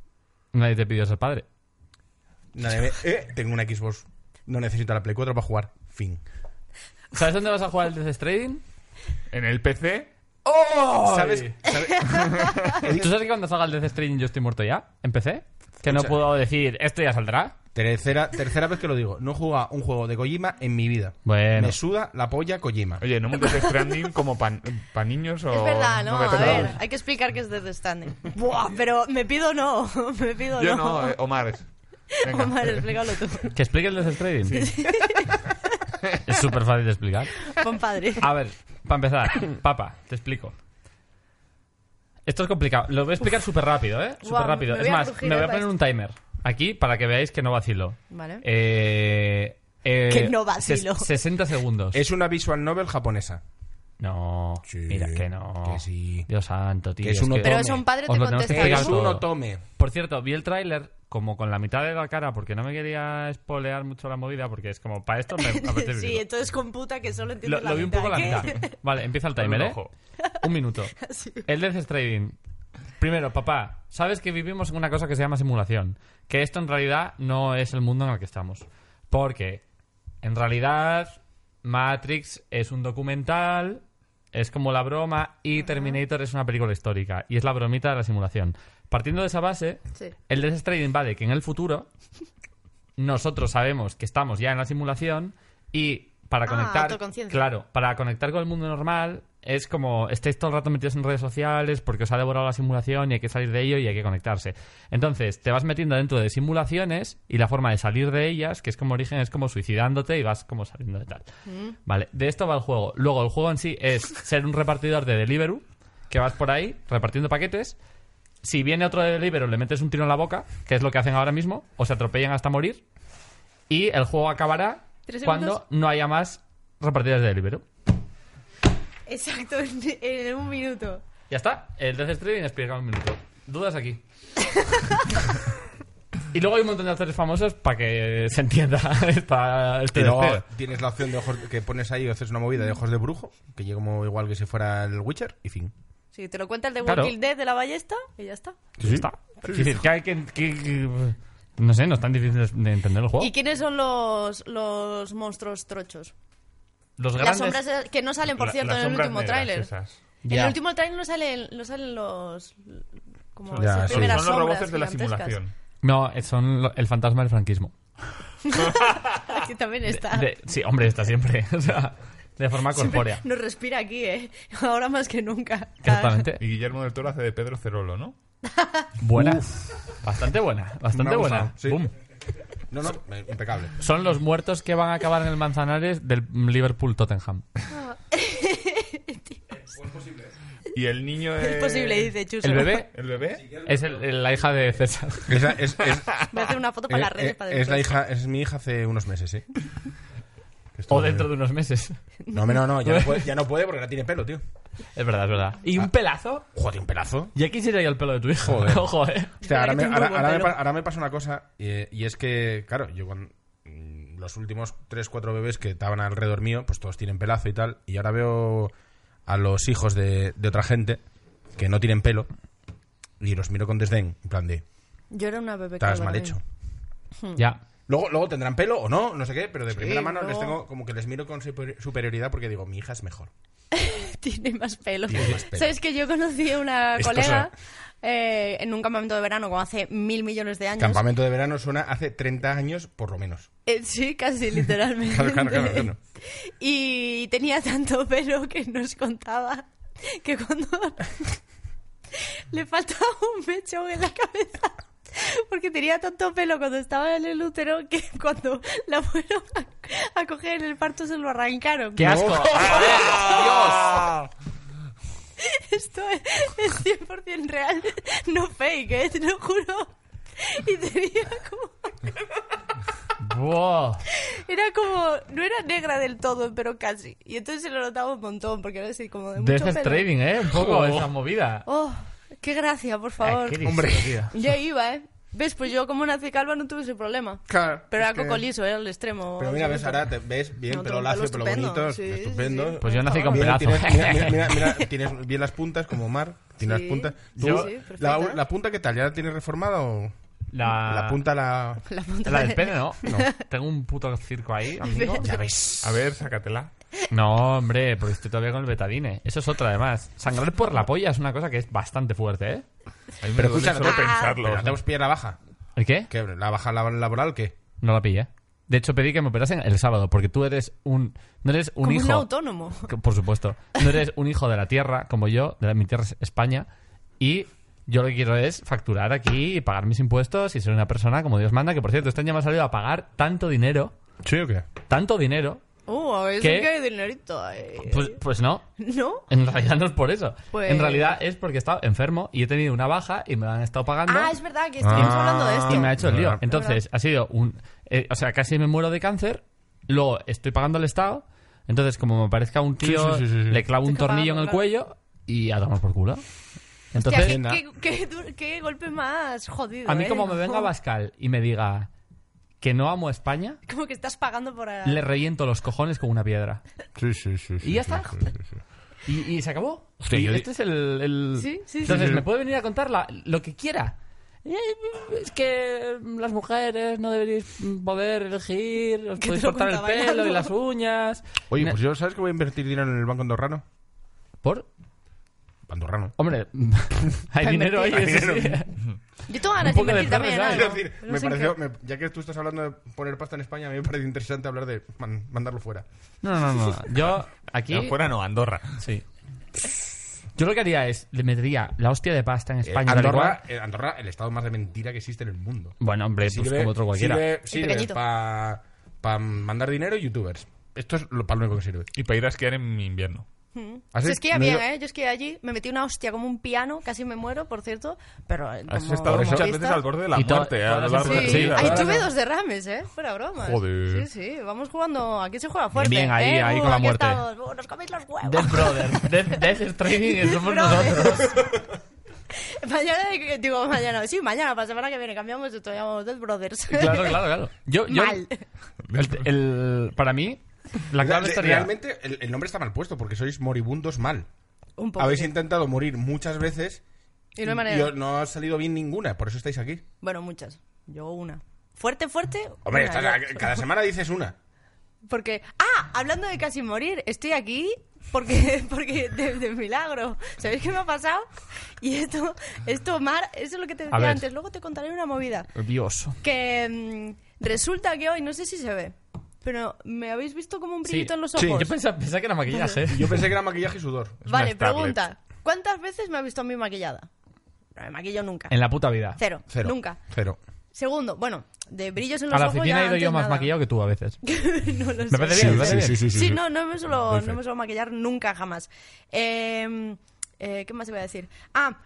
[SPEAKER 2] Nadie te pidió ser padre.
[SPEAKER 4] Nadie me- eh, tengo una Xbox, no necesito la Play 4 para jugar. Fin.
[SPEAKER 2] ¿Sabes dónde vas a jugar el Death Stranding?
[SPEAKER 3] En el PC,
[SPEAKER 4] ¿Sabes?
[SPEAKER 2] ¿Tú sabes que cuando salga el Death Stranding yo estoy muerto ya? ¿Empecé? Que no
[SPEAKER 4] Escucha.
[SPEAKER 2] puedo decir, esto ya saldrá.
[SPEAKER 4] Tercera, tercera vez que lo digo. No he jugado un juego de Kojima en mi vida.
[SPEAKER 2] Bueno.
[SPEAKER 4] Me suda la polla Kojima.
[SPEAKER 3] oye, no montes Stranding como para niños o.
[SPEAKER 1] Es verdad, ¿no? a
[SPEAKER 3] novedosos.
[SPEAKER 1] ver, hay que explicar que es desde standing. Buah, pero me pido no, me pido
[SPEAKER 3] Yo no, eh, Omar. Venga.
[SPEAKER 1] Omar, explícalo tú,
[SPEAKER 2] ¿Que explique el Death Stranding? es súper fácil de explicar.
[SPEAKER 1] compadre.
[SPEAKER 2] A ver, para empezar, papa, te explico. Esto es complicado. Lo voy a explicar súper rápido, ¿eh? Súper
[SPEAKER 1] Guau,
[SPEAKER 2] rápido.
[SPEAKER 1] me
[SPEAKER 2] Es
[SPEAKER 1] voy a
[SPEAKER 2] más,
[SPEAKER 1] crujir
[SPEAKER 2] me voy a
[SPEAKER 1] ahora
[SPEAKER 2] poner un timer aquí para que veáis que no vacilo.
[SPEAKER 1] Vale.
[SPEAKER 2] Eh, eh,
[SPEAKER 1] Que no vacilo.
[SPEAKER 2] ses- 60 segundos.
[SPEAKER 4] Es una visual novel japonesa.
[SPEAKER 2] No,
[SPEAKER 4] Sí,
[SPEAKER 2] mira que no.
[SPEAKER 4] que sí.
[SPEAKER 2] Dios santo, tío.
[SPEAKER 4] Que es un otome.
[SPEAKER 1] Pero es un padre,
[SPEAKER 2] os
[SPEAKER 1] te
[SPEAKER 2] lo tenemos que
[SPEAKER 1] contesta.
[SPEAKER 2] explicar
[SPEAKER 4] Es
[SPEAKER 2] todo.
[SPEAKER 4] un otome.
[SPEAKER 2] Por cierto, vi el tráiler como con la mitad de la cara porque no me quería espolear mucho la movida porque es como, para esto me apetece
[SPEAKER 1] Sí,
[SPEAKER 2] vivirlo.
[SPEAKER 1] entonces computa que solo entiendo
[SPEAKER 2] Lo, lo vi un poco a la mitad. Vale, empieza el
[SPEAKER 3] Con un
[SPEAKER 2] timer, ¿eh?
[SPEAKER 3] ojo.
[SPEAKER 2] Un minuto. El Death Stranding. Primero, papá, sabes que vivimos en una cosa que se llama simulación. Que esto en realidad no es el mundo en el que estamos. Porque, en realidad, Matrix es un documental, es como la broma, y Terminator es una película histórica. Y es la bromita de la simulación. Partiendo de esa base,
[SPEAKER 1] Sí.
[SPEAKER 2] el Death Stranding va de que en el futuro nosotros sabemos que estamos ya en la simulación y para
[SPEAKER 1] Ah,
[SPEAKER 2] conectar,
[SPEAKER 1] autoconciencia.
[SPEAKER 2] claro, para conectar con el mundo normal es como estáis todo el rato metidos en redes sociales porque os ha devorado la simulación y hay que salir de ello y hay que conectarse. Entonces, te vas metiendo dentro de simulaciones y la forma de salir de ellas, que es como origen, es como suicidándote y vas como saliendo de tal.
[SPEAKER 1] Mm.
[SPEAKER 2] Vale, de esto va el juego. Luego, el juego en sí es ser un repartidor de Deliveroo, que vas por ahí repartiendo paquetes si viene otro de Deliveroo, le metes un tiro en la boca, que es lo que hacen ahora mismo, o se atropellan hasta morir. Y el juego acabará
[SPEAKER 6] ¿Tres
[SPEAKER 2] cuando
[SPEAKER 6] segundos?
[SPEAKER 2] no haya más repartidas de Deliveroo.
[SPEAKER 1] Exacto, en, en un minuto.
[SPEAKER 2] Ya está. El Death Stranding explicado un minuto. Dudas aquí. y luego hay un montón de actores famosos para que se entienda esta, este
[SPEAKER 4] Y luego
[SPEAKER 2] despegue.
[SPEAKER 4] tienes la opción de ojos que pones ahí o haces una movida de ojos de brujo, que llega como igual que si fuera el Witcher, y fin.
[SPEAKER 1] Si te lo cuenta el de
[SPEAKER 2] Claro.
[SPEAKER 1] Walking Dead de la ballesta, y ya está.
[SPEAKER 2] Ya está. Quiero decir, que hay que- que- que- no sé, no es tan difícil de entender el juego.
[SPEAKER 1] ¿Y quiénes son los, los monstruos trochos?
[SPEAKER 2] Los
[SPEAKER 1] Las
[SPEAKER 2] grandes...
[SPEAKER 1] sombras esas- que no salen, por
[SPEAKER 3] La-
[SPEAKER 1] cierto,
[SPEAKER 3] las
[SPEAKER 1] en el
[SPEAKER 3] sombras
[SPEAKER 1] último
[SPEAKER 3] negras
[SPEAKER 1] tráiler.
[SPEAKER 3] esas.
[SPEAKER 1] En
[SPEAKER 2] Ya.
[SPEAKER 1] el último tráiler no salen, no salen los... Como
[SPEAKER 4] Ya,
[SPEAKER 1] esas
[SPEAKER 4] sí.
[SPEAKER 1] primeras
[SPEAKER 3] Son los
[SPEAKER 1] sombras
[SPEAKER 3] robots de la
[SPEAKER 1] gigantescas.
[SPEAKER 3] simulación.
[SPEAKER 2] No, son lo- el fantasma del franquismo.
[SPEAKER 1] Aquí también está.
[SPEAKER 2] De- sí, hombre, está siempre. o sea, de forma corpórea.
[SPEAKER 1] Nos respira aquí, ¿eh? Ahora más que nunca.
[SPEAKER 2] Exactamente.
[SPEAKER 3] Y Guillermo del Toro hace de Pedro Cerolo, ¿no?
[SPEAKER 2] Buena. Bastante buena. Bastante
[SPEAKER 4] Me ha
[SPEAKER 2] buena.
[SPEAKER 4] gustado, sí.
[SPEAKER 2] Boom.
[SPEAKER 4] No, no, eh, impecable.
[SPEAKER 2] Son los muertos que van a acabar en el Manzanares del Liverpool-Tottenham.
[SPEAKER 3] Y el niño es...
[SPEAKER 1] Es posible, dice Chuso.
[SPEAKER 2] El bebé
[SPEAKER 3] ¿El bebé?
[SPEAKER 2] es el- el- la hija de César.
[SPEAKER 4] Esa- es, es-
[SPEAKER 1] Voy a hacer una foto para
[SPEAKER 4] eh,
[SPEAKER 1] las redes
[SPEAKER 4] eh,
[SPEAKER 1] para
[SPEAKER 4] es la
[SPEAKER 1] después.
[SPEAKER 4] hija, es mi hija hace unos meses, sí.
[SPEAKER 2] O dentro de unos meses.
[SPEAKER 4] No, hombre, no, no, ya no puede, ya no puede porque no tiene pelo, tío.
[SPEAKER 2] Es verdad, es verdad. ¿Y un pelazo?
[SPEAKER 4] Joder, tiene un pelazo.
[SPEAKER 2] Ya quisiera yo el pelo de tu hijo.
[SPEAKER 4] Ah. Joder.
[SPEAKER 2] Ojo, eh.
[SPEAKER 4] O sea,
[SPEAKER 1] Mira
[SPEAKER 4] ahora,
[SPEAKER 1] que
[SPEAKER 4] me,
[SPEAKER 1] tiene muy
[SPEAKER 4] ahora-
[SPEAKER 1] buen
[SPEAKER 4] ahora me
[SPEAKER 1] pelo.
[SPEAKER 4] pa- ahora me pasa una cosa, eh, y, es que, claro, yo con mm, los últimos 3, 4 bebés que estaban alrededor mío, pues todos tienen pelazo y tal, y ahora veo a los hijos de, de otra gente que no tienen pelo y los miro con desdén, en plan de,
[SPEAKER 1] Yo era una bebé
[SPEAKER 4] estás
[SPEAKER 1] calva
[SPEAKER 4] mal
[SPEAKER 1] también.
[SPEAKER 4] hecho.
[SPEAKER 1] Mm.
[SPEAKER 2] Ya.
[SPEAKER 4] Luego, luego tendrán pelo o no, no sé qué, pero de primera mano les
[SPEAKER 1] luego-
[SPEAKER 4] tengo como que les miro con super- superioridad porque digo, mi hija es mejor.
[SPEAKER 1] Tiene más pelo.
[SPEAKER 4] Tiene más pelo.
[SPEAKER 1] ¿Sabes que yo conocí a una
[SPEAKER 4] Esto
[SPEAKER 1] colega eh, en un campamento de verano como hace mil millones de años?
[SPEAKER 4] Campamento de verano suena hace 30 años por lo menos.
[SPEAKER 1] Eh, sí, casi literalmente.
[SPEAKER 4] Claro, claro, claro, claro.
[SPEAKER 1] Y tenía tanto pelo que nos contaba que cuando le faltaba un mechón en la cabeza. Porque tenía tanto pelo cuando estaba en el útero que cuando la fueron a, a coger en el parto se lo arrancaron.
[SPEAKER 2] ¡Qué asco!
[SPEAKER 4] Ah.
[SPEAKER 1] Esto es, es 100% real, no fake, ¿eh? te lo juro. Y tenía como...
[SPEAKER 2] Buah.
[SPEAKER 1] Era como... No era negra del todo, pero casi. Y entonces se lo notaba un montón, porque era así como de mucho
[SPEAKER 2] Death
[SPEAKER 1] pelo.
[SPEAKER 2] Stranding, eh. Un poco
[SPEAKER 3] Joder.
[SPEAKER 2] esa movida.
[SPEAKER 1] Oh, qué gracia,
[SPEAKER 2] Ah,
[SPEAKER 1] por favor.
[SPEAKER 2] Ay, qué
[SPEAKER 4] Hombre.
[SPEAKER 2] historia.
[SPEAKER 1] Ya iba, ¿eh? ¿Ves? Pues yo como nací calva no tuve ese problema.
[SPEAKER 4] Claro,
[SPEAKER 1] Pero
[SPEAKER 4] es
[SPEAKER 1] era coco
[SPEAKER 4] que-
[SPEAKER 1] liso, era el extremo.
[SPEAKER 4] Pero mira, ves,
[SPEAKER 1] absoluto.
[SPEAKER 4] ahora te ves bien,
[SPEAKER 1] No,
[SPEAKER 4] pelo
[SPEAKER 1] tengo un
[SPEAKER 4] lacio,
[SPEAKER 1] pelo
[SPEAKER 4] pelo
[SPEAKER 1] estupendo,
[SPEAKER 4] bonito,
[SPEAKER 1] sí, sí,
[SPEAKER 4] estupendo.
[SPEAKER 1] sí.
[SPEAKER 2] Pues yo nací con
[SPEAKER 4] Bien,
[SPEAKER 2] pelazo.
[SPEAKER 4] tienes, mira, mira, mira, mira, tienes bien las puntas como Mar. Tienes
[SPEAKER 1] Sí.
[SPEAKER 4] las puntas.
[SPEAKER 1] Sí,
[SPEAKER 4] Tú,
[SPEAKER 1] sí,
[SPEAKER 4] la,
[SPEAKER 1] perfecta.
[SPEAKER 4] la punta qué tal? ¿Ya la tienes reformada o
[SPEAKER 2] La...
[SPEAKER 4] la punta la
[SPEAKER 1] La punta
[SPEAKER 2] La
[SPEAKER 1] de-
[SPEAKER 2] del pene, ¿no? Tengo un puto circo ahí, amigo.
[SPEAKER 4] ya ves?
[SPEAKER 3] A ver, sácatela.
[SPEAKER 2] No, hombre, porque estoy todavía con el betadine. Eso es otra, además. Sangrar por la polla es una cosa que es bastante fuerte, ¿eh?
[SPEAKER 3] A mí me
[SPEAKER 4] Pero
[SPEAKER 3] duele
[SPEAKER 4] escucha,
[SPEAKER 3] solo
[SPEAKER 4] ah,
[SPEAKER 3] pensarlo.
[SPEAKER 4] Pero no tenemos pie la baja.
[SPEAKER 2] ¿El qué?
[SPEAKER 4] ¿Qué? ¿La baja la- laboral qué?
[SPEAKER 2] No la pillé. De hecho, pedí que me operasen el sábado, porque tú eres un... No eres un
[SPEAKER 1] Como
[SPEAKER 2] hijo...
[SPEAKER 1] un autónomo.
[SPEAKER 2] que- Por supuesto. No eres un hijo de la tierra, como yo. De la- mi tierra es España. Y... Yo lo que quiero es facturar aquí y pagar mis impuestos y ser una persona como Dios manda, que por cierto, este año me ha salido a pagar tanto dinero,
[SPEAKER 4] ¿Sí o qué?
[SPEAKER 2] tanto dinero,
[SPEAKER 1] Uh, eso
[SPEAKER 2] ¿Qué?
[SPEAKER 1] que hay dinerito ahí.
[SPEAKER 2] pues, pues no,
[SPEAKER 1] ¿No?
[SPEAKER 2] En realidad no es por eso.
[SPEAKER 1] Pues-
[SPEAKER 2] En realidad es porque he estado enfermo y he tenido una baja y me la han estado pagando.
[SPEAKER 1] Ah, es verdad que estamos
[SPEAKER 4] Ah.
[SPEAKER 1] hablando de esto.
[SPEAKER 2] y me ha hecho el lío.
[SPEAKER 4] Verdad.
[SPEAKER 2] Entonces, ha sido un... eh, o sea, casi me muero de cáncer, luego estoy pagando al Estado, entonces como me parezca un tío,
[SPEAKER 4] sí, sí, sí.
[SPEAKER 2] le clavo un
[SPEAKER 1] Te
[SPEAKER 2] tornillo en el
[SPEAKER 1] clavan,
[SPEAKER 2] cuello y a tomar por culo.
[SPEAKER 1] Hostia,
[SPEAKER 2] Entonces,
[SPEAKER 1] qué, qué- qué dur- qué golpe más jodido.
[SPEAKER 2] a mí
[SPEAKER 1] ¿eh?
[SPEAKER 2] como me venga Bascal y me diga que no amo a España,
[SPEAKER 1] Como que estás pagando por... eh, a-
[SPEAKER 2] le reviento los cojones con una piedra.
[SPEAKER 4] Sí, sí, sí.
[SPEAKER 2] Y ya está. Y, y se acabó.
[SPEAKER 4] Hostia,
[SPEAKER 2] Y
[SPEAKER 4] yo di-
[SPEAKER 2] este es el. el-
[SPEAKER 1] Sí, sí, sí.
[SPEAKER 2] Entonces,
[SPEAKER 1] Sí, sí.
[SPEAKER 2] me puede venir a contar la- lo que quiera. Eh, Es que mm, las mujeres no deberéis poder elegir, os
[SPEAKER 1] Que
[SPEAKER 2] podéis
[SPEAKER 1] te lo
[SPEAKER 2] cortar el
[SPEAKER 1] cuenta
[SPEAKER 2] pelo
[SPEAKER 1] bailando.
[SPEAKER 2] y las uñas.
[SPEAKER 4] Oye,
[SPEAKER 2] Na-
[SPEAKER 4] pues yo sabes que voy a invertir dinero en el banco andorrano.
[SPEAKER 2] ¿Por?
[SPEAKER 4] Andorrano.
[SPEAKER 2] Hombre, hay dinero ahí. eso sí.
[SPEAKER 1] Yo tengo ganas
[SPEAKER 2] Un
[SPEAKER 1] de
[SPEAKER 2] poco de
[SPEAKER 1] invertir también en
[SPEAKER 2] perros,
[SPEAKER 4] Quiero
[SPEAKER 1] algo.
[SPEAKER 4] decir,
[SPEAKER 1] No
[SPEAKER 4] me
[SPEAKER 1] sé en
[SPEAKER 4] pareció,
[SPEAKER 1] qué.
[SPEAKER 4] me- ya que tú estás hablando de poner pasta en España, a mí me parece interesante hablar de man- mandarlo fuera.
[SPEAKER 2] No, no, no. Yo aquí.
[SPEAKER 3] No, fuera no, Andorra.
[SPEAKER 2] Sí. Yo lo que haría es, le metería la hostia de pasta en
[SPEAKER 4] Eh,
[SPEAKER 2] España. tal y
[SPEAKER 4] Andorra,
[SPEAKER 2] cual.
[SPEAKER 4] eh, Andorra, el estado más de mentira que existe en el mundo.
[SPEAKER 2] Bueno, hombre, pues como otro cualquiera.
[SPEAKER 1] pequeñito.
[SPEAKER 4] para mandar dinero y youtubers. Esto es lo, para lo único que sirve.
[SPEAKER 3] Y para ir a esquiar en invierno.
[SPEAKER 1] Mm.
[SPEAKER 4] ¿Has
[SPEAKER 1] Se
[SPEAKER 4] es-
[SPEAKER 1] esquía
[SPEAKER 4] no he
[SPEAKER 1] bien,
[SPEAKER 4] ido-
[SPEAKER 1] ¿eh? Yo esquí allí, me metí una hostia como un piano, casi me muero, por cierto, pero eh,
[SPEAKER 3] Has
[SPEAKER 1] como
[SPEAKER 3] estado muchas
[SPEAKER 1] artista-
[SPEAKER 3] veces al borde de la
[SPEAKER 2] Y to-
[SPEAKER 3] muerte a lo
[SPEAKER 2] todas
[SPEAKER 3] largo
[SPEAKER 2] las
[SPEAKER 3] de tu
[SPEAKER 1] Sí,
[SPEAKER 2] enfermedades.
[SPEAKER 3] vida.
[SPEAKER 1] ahí
[SPEAKER 2] claro.
[SPEAKER 1] tuve dos derrames, ¿eh? Fuera bromas.
[SPEAKER 3] Joder.
[SPEAKER 1] Sí, sí, vamos jugando, aquí se juega fuerte.
[SPEAKER 2] Bien, ahí,
[SPEAKER 1] ¿eh?
[SPEAKER 2] ahí
[SPEAKER 1] Uh,
[SPEAKER 2] con la
[SPEAKER 1] aquí
[SPEAKER 2] muerte.
[SPEAKER 1] estamos. Uh, nos coméis los huevos.
[SPEAKER 2] Death Brother. Death, Death Stranding somos
[SPEAKER 1] Brother.
[SPEAKER 2] nosotros.
[SPEAKER 1] Mañana, digo mañana, sí, mañana, para la semana que viene cambiamos esto, llamamos Death Brothers.
[SPEAKER 2] Claro, claro, claro. Yo, yo,
[SPEAKER 1] Mal.
[SPEAKER 2] el- el- para mí, la
[SPEAKER 4] Re-
[SPEAKER 2] clave
[SPEAKER 4] re-
[SPEAKER 2] estaría...
[SPEAKER 4] Realmente el, el nombre está mal puesto porque sois moribundos mal.
[SPEAKER 1] Un poco.
[SPEAKER 4] Habéis intentado morir muchas veces
[SPEAKER 1] Y no hay manera.
[SPEAKER 4] os- no ha salido bien ninguna, por eso estáis aquí.
[SPEAKER 1] Bueno, muchas. Yo una. Fuerte, fuerte.
[SPEAKER 4] Hombre,
[SPEAKER 1] una,
[SPEAKER 4] estás-
[SPEAKER 1] yo.
[SPEAKER 4] cada semana dices una.
[SPEAKER 1] Porque. ¡Ah! Hablando de casi morir, estoy aquí porque. porque de, de milagro. ¿Sabéis qué me ha pasado? Y esto. Esto, Mar, eso es lo que te decía
[SPEAKER 2] ver.
[SPEAKER 1] antes. Luego te contaré una movida.
[SPEAKER 2] Dios.
[SPEAKER 1] Que mm, resulta que hoy, no sé si se ve, pero me habéis visto como un
[SPEAKER 2] Sí.
[SPEAKER 1] brillito en los
[SPEAKER 4] Sí.
[SPEAKER 1] ojos.
[SPEAKER 2] Yo pensaba, pensaba que era maquillaje. ¿eh?
[SPEAKER 4] Yo pensé que era maquillaje y sudor.
[SPEAKER 1] Vale,
[SPEAKER 3] una starlet.
[SPEAKER 1] pregunta. ¿Cuántas veces me ha visto a mí maquillada? No me maquillo nunca.
[SPEAKER 2] En la puta vida.
[SPEAKER 1] Cero.
[SPEAKER 4] Cero.
[SPEAKER 1] Nunca.
[SPEAKER 4] Cero.
[SPEAKER 1] Segundo, bueno, de brillos en los
[SPEAKER 2] A la
[SPEAKER 1] ojos
[SPEAKER 2] oficina
[SPEAKER 1] ya
[SPEAKER 2] he ido yo
[SPEAKER 1] antes
[SPEAKER 2] más
[SPEAKER 1] nada.
[SPEAKER 2] maquillado que tú a veces.
[SPEAKER 1] No lo
[SPEAKER 2] Me
[SPEAKER 1] sé.
[SPEAKER 2] parece bien, me
[SPEAKER 4] Sí,
[SPEAKER 2] parece bien.
[SPEAKER 4] sí, sí,
[SPEAKER 1] Sí, no, no me suelo,
[SPEAKER 4] Perfecto.
[SPEAKER 1] no me suelo maquillar nunca jamás. Eh, eh, ¿Qué más iba a decir? Ah,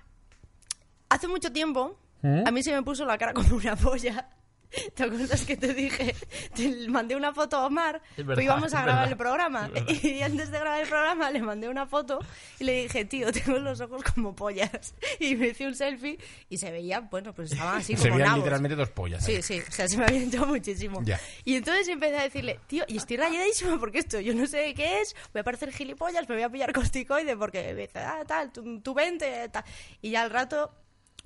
[SPEAKER 1] hace mucho tiempo
[SPEAKER 2] ¿Mm?
[SPEAKER 1] a mí se me puso la cara como una polla. ¿Te acuerdas que te dije? Te mandé una foto a Omar,
[SPEAKER 2] Es verdad,
[SPEAKER 1] pues íbamos
[SPEAKER 2] es
[SPEAKER 1] a grabar
[SPEAKER 2] verdad,
[SPEAKER 1] el programa.
[SPEAKER 2] es verdad.
[SPEAKER 1] Y antes de grabar el programa le mandé una foto y le dije, tío, tengo los ojos como pollas. Y me hice un selfie y se veía, bueno, pues estaban así como
[SPEAKER 4] Se veían
[SPEAKER 1] nabos.
[SPEAKER 4] literalmente dos pollas.
[SPEAKER 1] Sí, sí, o sea, se me había hinchado muchísimo.
[SPEAKER 4] Ya.
[SPEAKER 1] Y entonces empecé a decirle, tío, y estoy rayadísima porque esto, yo no sé de qué es, voy a parecer gilipollas, me voy a pillar corticoide porque me dice, ah, tal, tú, tú vente, tal. Y ya al rato,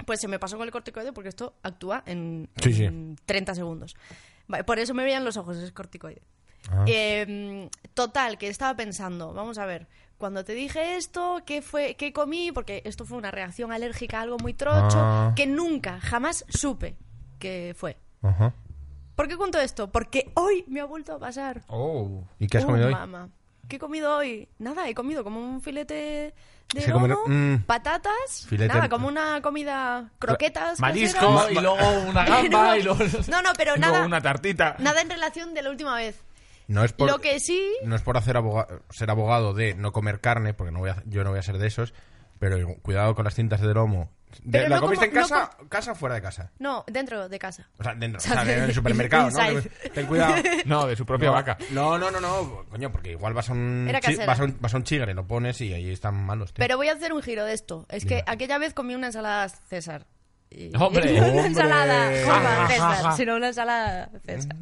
[SPEAKER 1] pues se me pasó con el corticoide porque esto actúa en,
[SPEAKER 4] Sí, sí.
[SPEAKER 1] en 30 segundos. Vale, por eso me veían los ojos, es corticoide.
[SPEAKER 4] Ah.
[SPEAKER 1] Eh, total, que estaba pensando, vamos a ver, cuando te dije esto, ¿qué fue, qué comí? Porque esto fue una reacción alérgica a algo muy trocho,
[SPEAKER 4] Ah.
[SPEAKER 1] que nunca, jamás supe que fue.
[SPEAKER 4] Ajá.
[SPEAKER 1] ¿Por qué cuento esto? Porque hoy me ha vuelto a pasar.
[SPEAKER 2] Oh.
[SPEAKER 4] ¿Y qué has
[SPEAKER 1] Oh,
[SPEAKER 4] comido hoy?
[SPEAKER 1] mamá. ¿Qué he comido hoy? Nada, he comido como un filete de
[SPEAKER 4] Se
[SPEAKER 1] lomo,
[SPEAKER 4] comen- mm.
[SPEAKER 1] patatas,
[SPEAKER 4] Filete-
[SPEAKER 1] nada, como una comida, croquetas,
[SPEAKER 2] Marisco
[SPEAKER 1] caseras.
[SPEAKER 2] y luego una gamba y luego...
[SPEAKER 1] No, no, pero
[SPEAKER 3] Luego
[SPEAKER 1] nada,
[SPEAKER 3] una tartita.
[SPEAKER 1] nada en relación de la última vez.
[SPEAKER 4] No es por,
[SPEAKER 1] Lo que sí,
[SPEAKER 4] no es por hacer aboga- ser abogado de no comer carne, porque no voy a- yo no voy a ser de esos, pero cuidado con las cintas de lomo. De-
[SPEAKER 1] Pero
[SPEAKER 4] ¿La
[SPEAKER 1] no
[SPEAKER 4] comiste
[SPEAKER 1] como-
[SPEAKER 4] en casa,
[SPEAKER 1] no
[SPEAKER 4] casa o fuera de casa?
[SPEAKER 1] no, dentro de casa.
[SPEAKER 4] O sea, dentro, o
[SPEAKER 1] sea,
[SPEAKER 4] sea, en el supermercado, ¿no?
[SPEAKER 1] inside.
[SPEAKER 4] Ten cuidado.
[SPEAKER 3] No, de su propia
[SPEAKER 4] No,
[SPEAKER 3] vaca.
[SPEAKER 4] No, no, no, no, coño, porque igual vas a un,
[SPEAKER 1] Era
[SPEAKER 4] chi-
[SPEAKER 1] casera.
[SPEAKER 4] vas a un, vas a un chigre, lo pones y ahí están malos, tío.
[SPEAKER 1] Pero voy a hacer un giro de esto. Es que
[SPEAKER 4] Venga.
[SPEAKER 1] aquella vez comí una ensalada César. Y-
[SPEAKER 2] Hombre.
[SPEAKER 1] no una
[SPEAKER 4] Hombre. Ah,
[SPEAKER 1] ensalada Java
[SPEAKER 2] Ja, ja, ja,
[SPEAKER 1] César,
[SPEAKER 2] ja.
[SPEAKER 1] sino una ensalada César.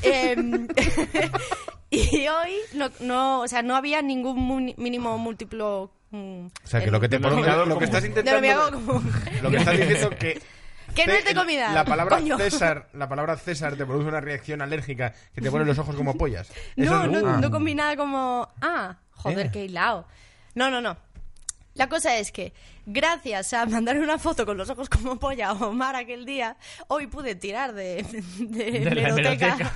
[SPEAKER 1] Em, y hoy no, no, o sea, no había ningún mu- mínimo múltiplo. mm,
[SPEAKER 4] o sea, que
[SPEAKER 1] el-
[SPEAKER 4] lo que te ponen,
[SPEAKER 3] denominador
[SPEAKER 4] lo que
[SPEAKER 3] común.
[SPEAKER 4] estás
[SPEAKER 1] No, me hago
[SPEAKER 4] intentando,
[SPEAKER 1] como...
[SPEAKER 4] lo que estás diciendo que
[SPEAKER 1] Que no es de
[SPEAKER 4] el-
[SPEAKER 1] comida,
[SPEAKER 4] La palabra
[SPEAKER 1] coño.
[SPEAKER 4] César, la palabra César te produce una reacción alérgica que te pone los ojos como pollas. Eso
[SPEAKER 1] No,
[SPEAKER 4] es-
[SPEAKER 1] no,
[SPEAKER 4] Ah.
[SPEAKER 1] no comí nada como. Ah, joder,
[SPEAKER 4] Eh.
[SPEAKER 1] qué hilado. No, no, no. La cosa es que, gracias a mandar una foto con los ojos como polla a Omar aquel día, hoy pude tirar de, de,
[SPEAKER 2] De la
[SPEAKER 1] hemeroteca.
[SPEAKER 2] hemeroteca.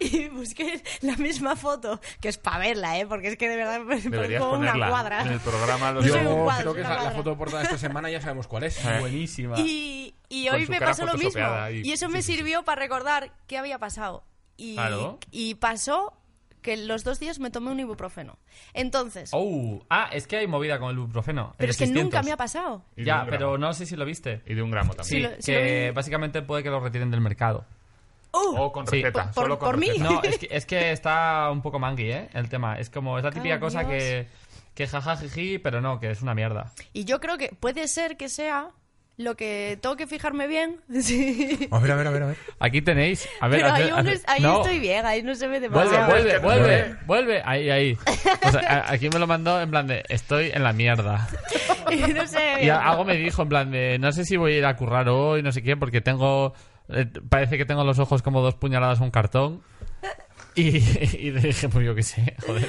[SPEAKER 1] Y busqué la misma foto, que es para verla, ¿eh? Porque es que de verdad me
[SPEAKER 3] Deberías
[SPEAKER 1] parezco una
[SPEAKER 3] ponerla
[SPEAKER 1] cuadra.
[SPEAKER 3] en el programa. Lo
[SPEAKER 1] No
[SPEAKER 4] Yo
[SPEAKER 1] soy un
[SPEAKER 3] llevo.
[SPEAKER 1] cuadro,
[SPEAKER 4] creo que
[SPEAKER 1] una
[SPEAKER 4] esa- la
[SPEAKER 1] cuadra.
[SPEAKER 4] foto de portada de esta semana ya sabemos cuál
[SPEAKER 2] Ah,
[SPEAKER 4] es.
[SPEAKER 2] Buenísima.
[SPEAKER 1] Y, y
[SPEAKER 3] Con
[SPEAKER 1] hoy
[SPEAKER 3] su
[SPEAKER 1] me
[SPEAKER 3] cara
[SPEAKER 1] pasó lo mismo.
[SPEAKER 3] photoshopeada ahí.
[SPEAKER 1] Y eso me sirvió para recordar qué había pasado. Y,
[SPEAKER 2] Claro.
[SPEAKER 1] y pasó que los dos días me tomé un ibuprofeno. Entonces,
[SPEAKER 2] Oh, ah, es que hay movida con el ibuprofeno. el
[SPEAKER 1] pero
[SPEAKER 2] de
[SPEAKER 1] es que nunca
[SPEAKER 2] 600.
[SPEAKER 1] me ha pasado.
[SPEAKER 3] Y de
[SPEAKER 2] Ya,
[SPEAKER 3] un gramo.
[SPEAKER 2] pero no sé si lo viste.
[SPEAKER 3] Y de un gramo también.
[SPEAKER 2] Sí,
[SPEAKER 1] lo- sí lo
[SPEAKER 2] que
[SPEAKER 1] vi.
[SPEAKER 2] básicamente puede que lo retiren del mercado.
[SPEAKER 1] ¡Uh!
[SPEAKER 3] O con
[SPEAKER 2] Sí.
[SPEAKER 3] receta.
[SPEAKER 1] Por-
[SPEAKER 3] solo con
[SPEAKER 1] por mí.
[SPEAKER 3] receta.
[SPEAKER 2] No, es que, es que está un poco mangui, ¿eh? El tema. Es como, es la típica
[SPEAKER 1] Cago en
[SPEAKER 2] cosa
[SPEAKER 1] Dios.
[SPEAKER 2] que, que jaja, jiji, pero no, que es una mierda.
[SPEAKER 1] Y yo creo que puede ser que sea lo que tengo que fijarme bien. Sí.
[SPEAKER 4] A ver, a ver, a ver, a ver.
[SPEAKER 2] Aquí tenéis. A ver,
[SPEAKER 1] Pero
[SPEAKER 2] hacer-
[SPEAKER 1] ahí, aún
[SPEAKER 2] hacer-
[SPEAKER 1] es- ahí
[SPEAKER 2] no.
[SPEAKER 1] estoy bien, ahí no se ve demasiado.
[SPEAKER 2] Vuelve, vuelve,
[SPEAKER 3] que-
[SPEAKER 2] vuelve, vuelve. Ahí, ahí. O sea, a- aquí me lo mandó en plan de, estoy en la mierda.
[SPEAKER 1] no sé.
[SPEAKER 2] Y a- algo me dijo en plan de, no sé si voy a ir a currar hoy, no sé qué, porque tengo, eh, parece que tengo los ojos como dos puñaladas a un cartón. Y, y le dije, pues yo qué sé, joder.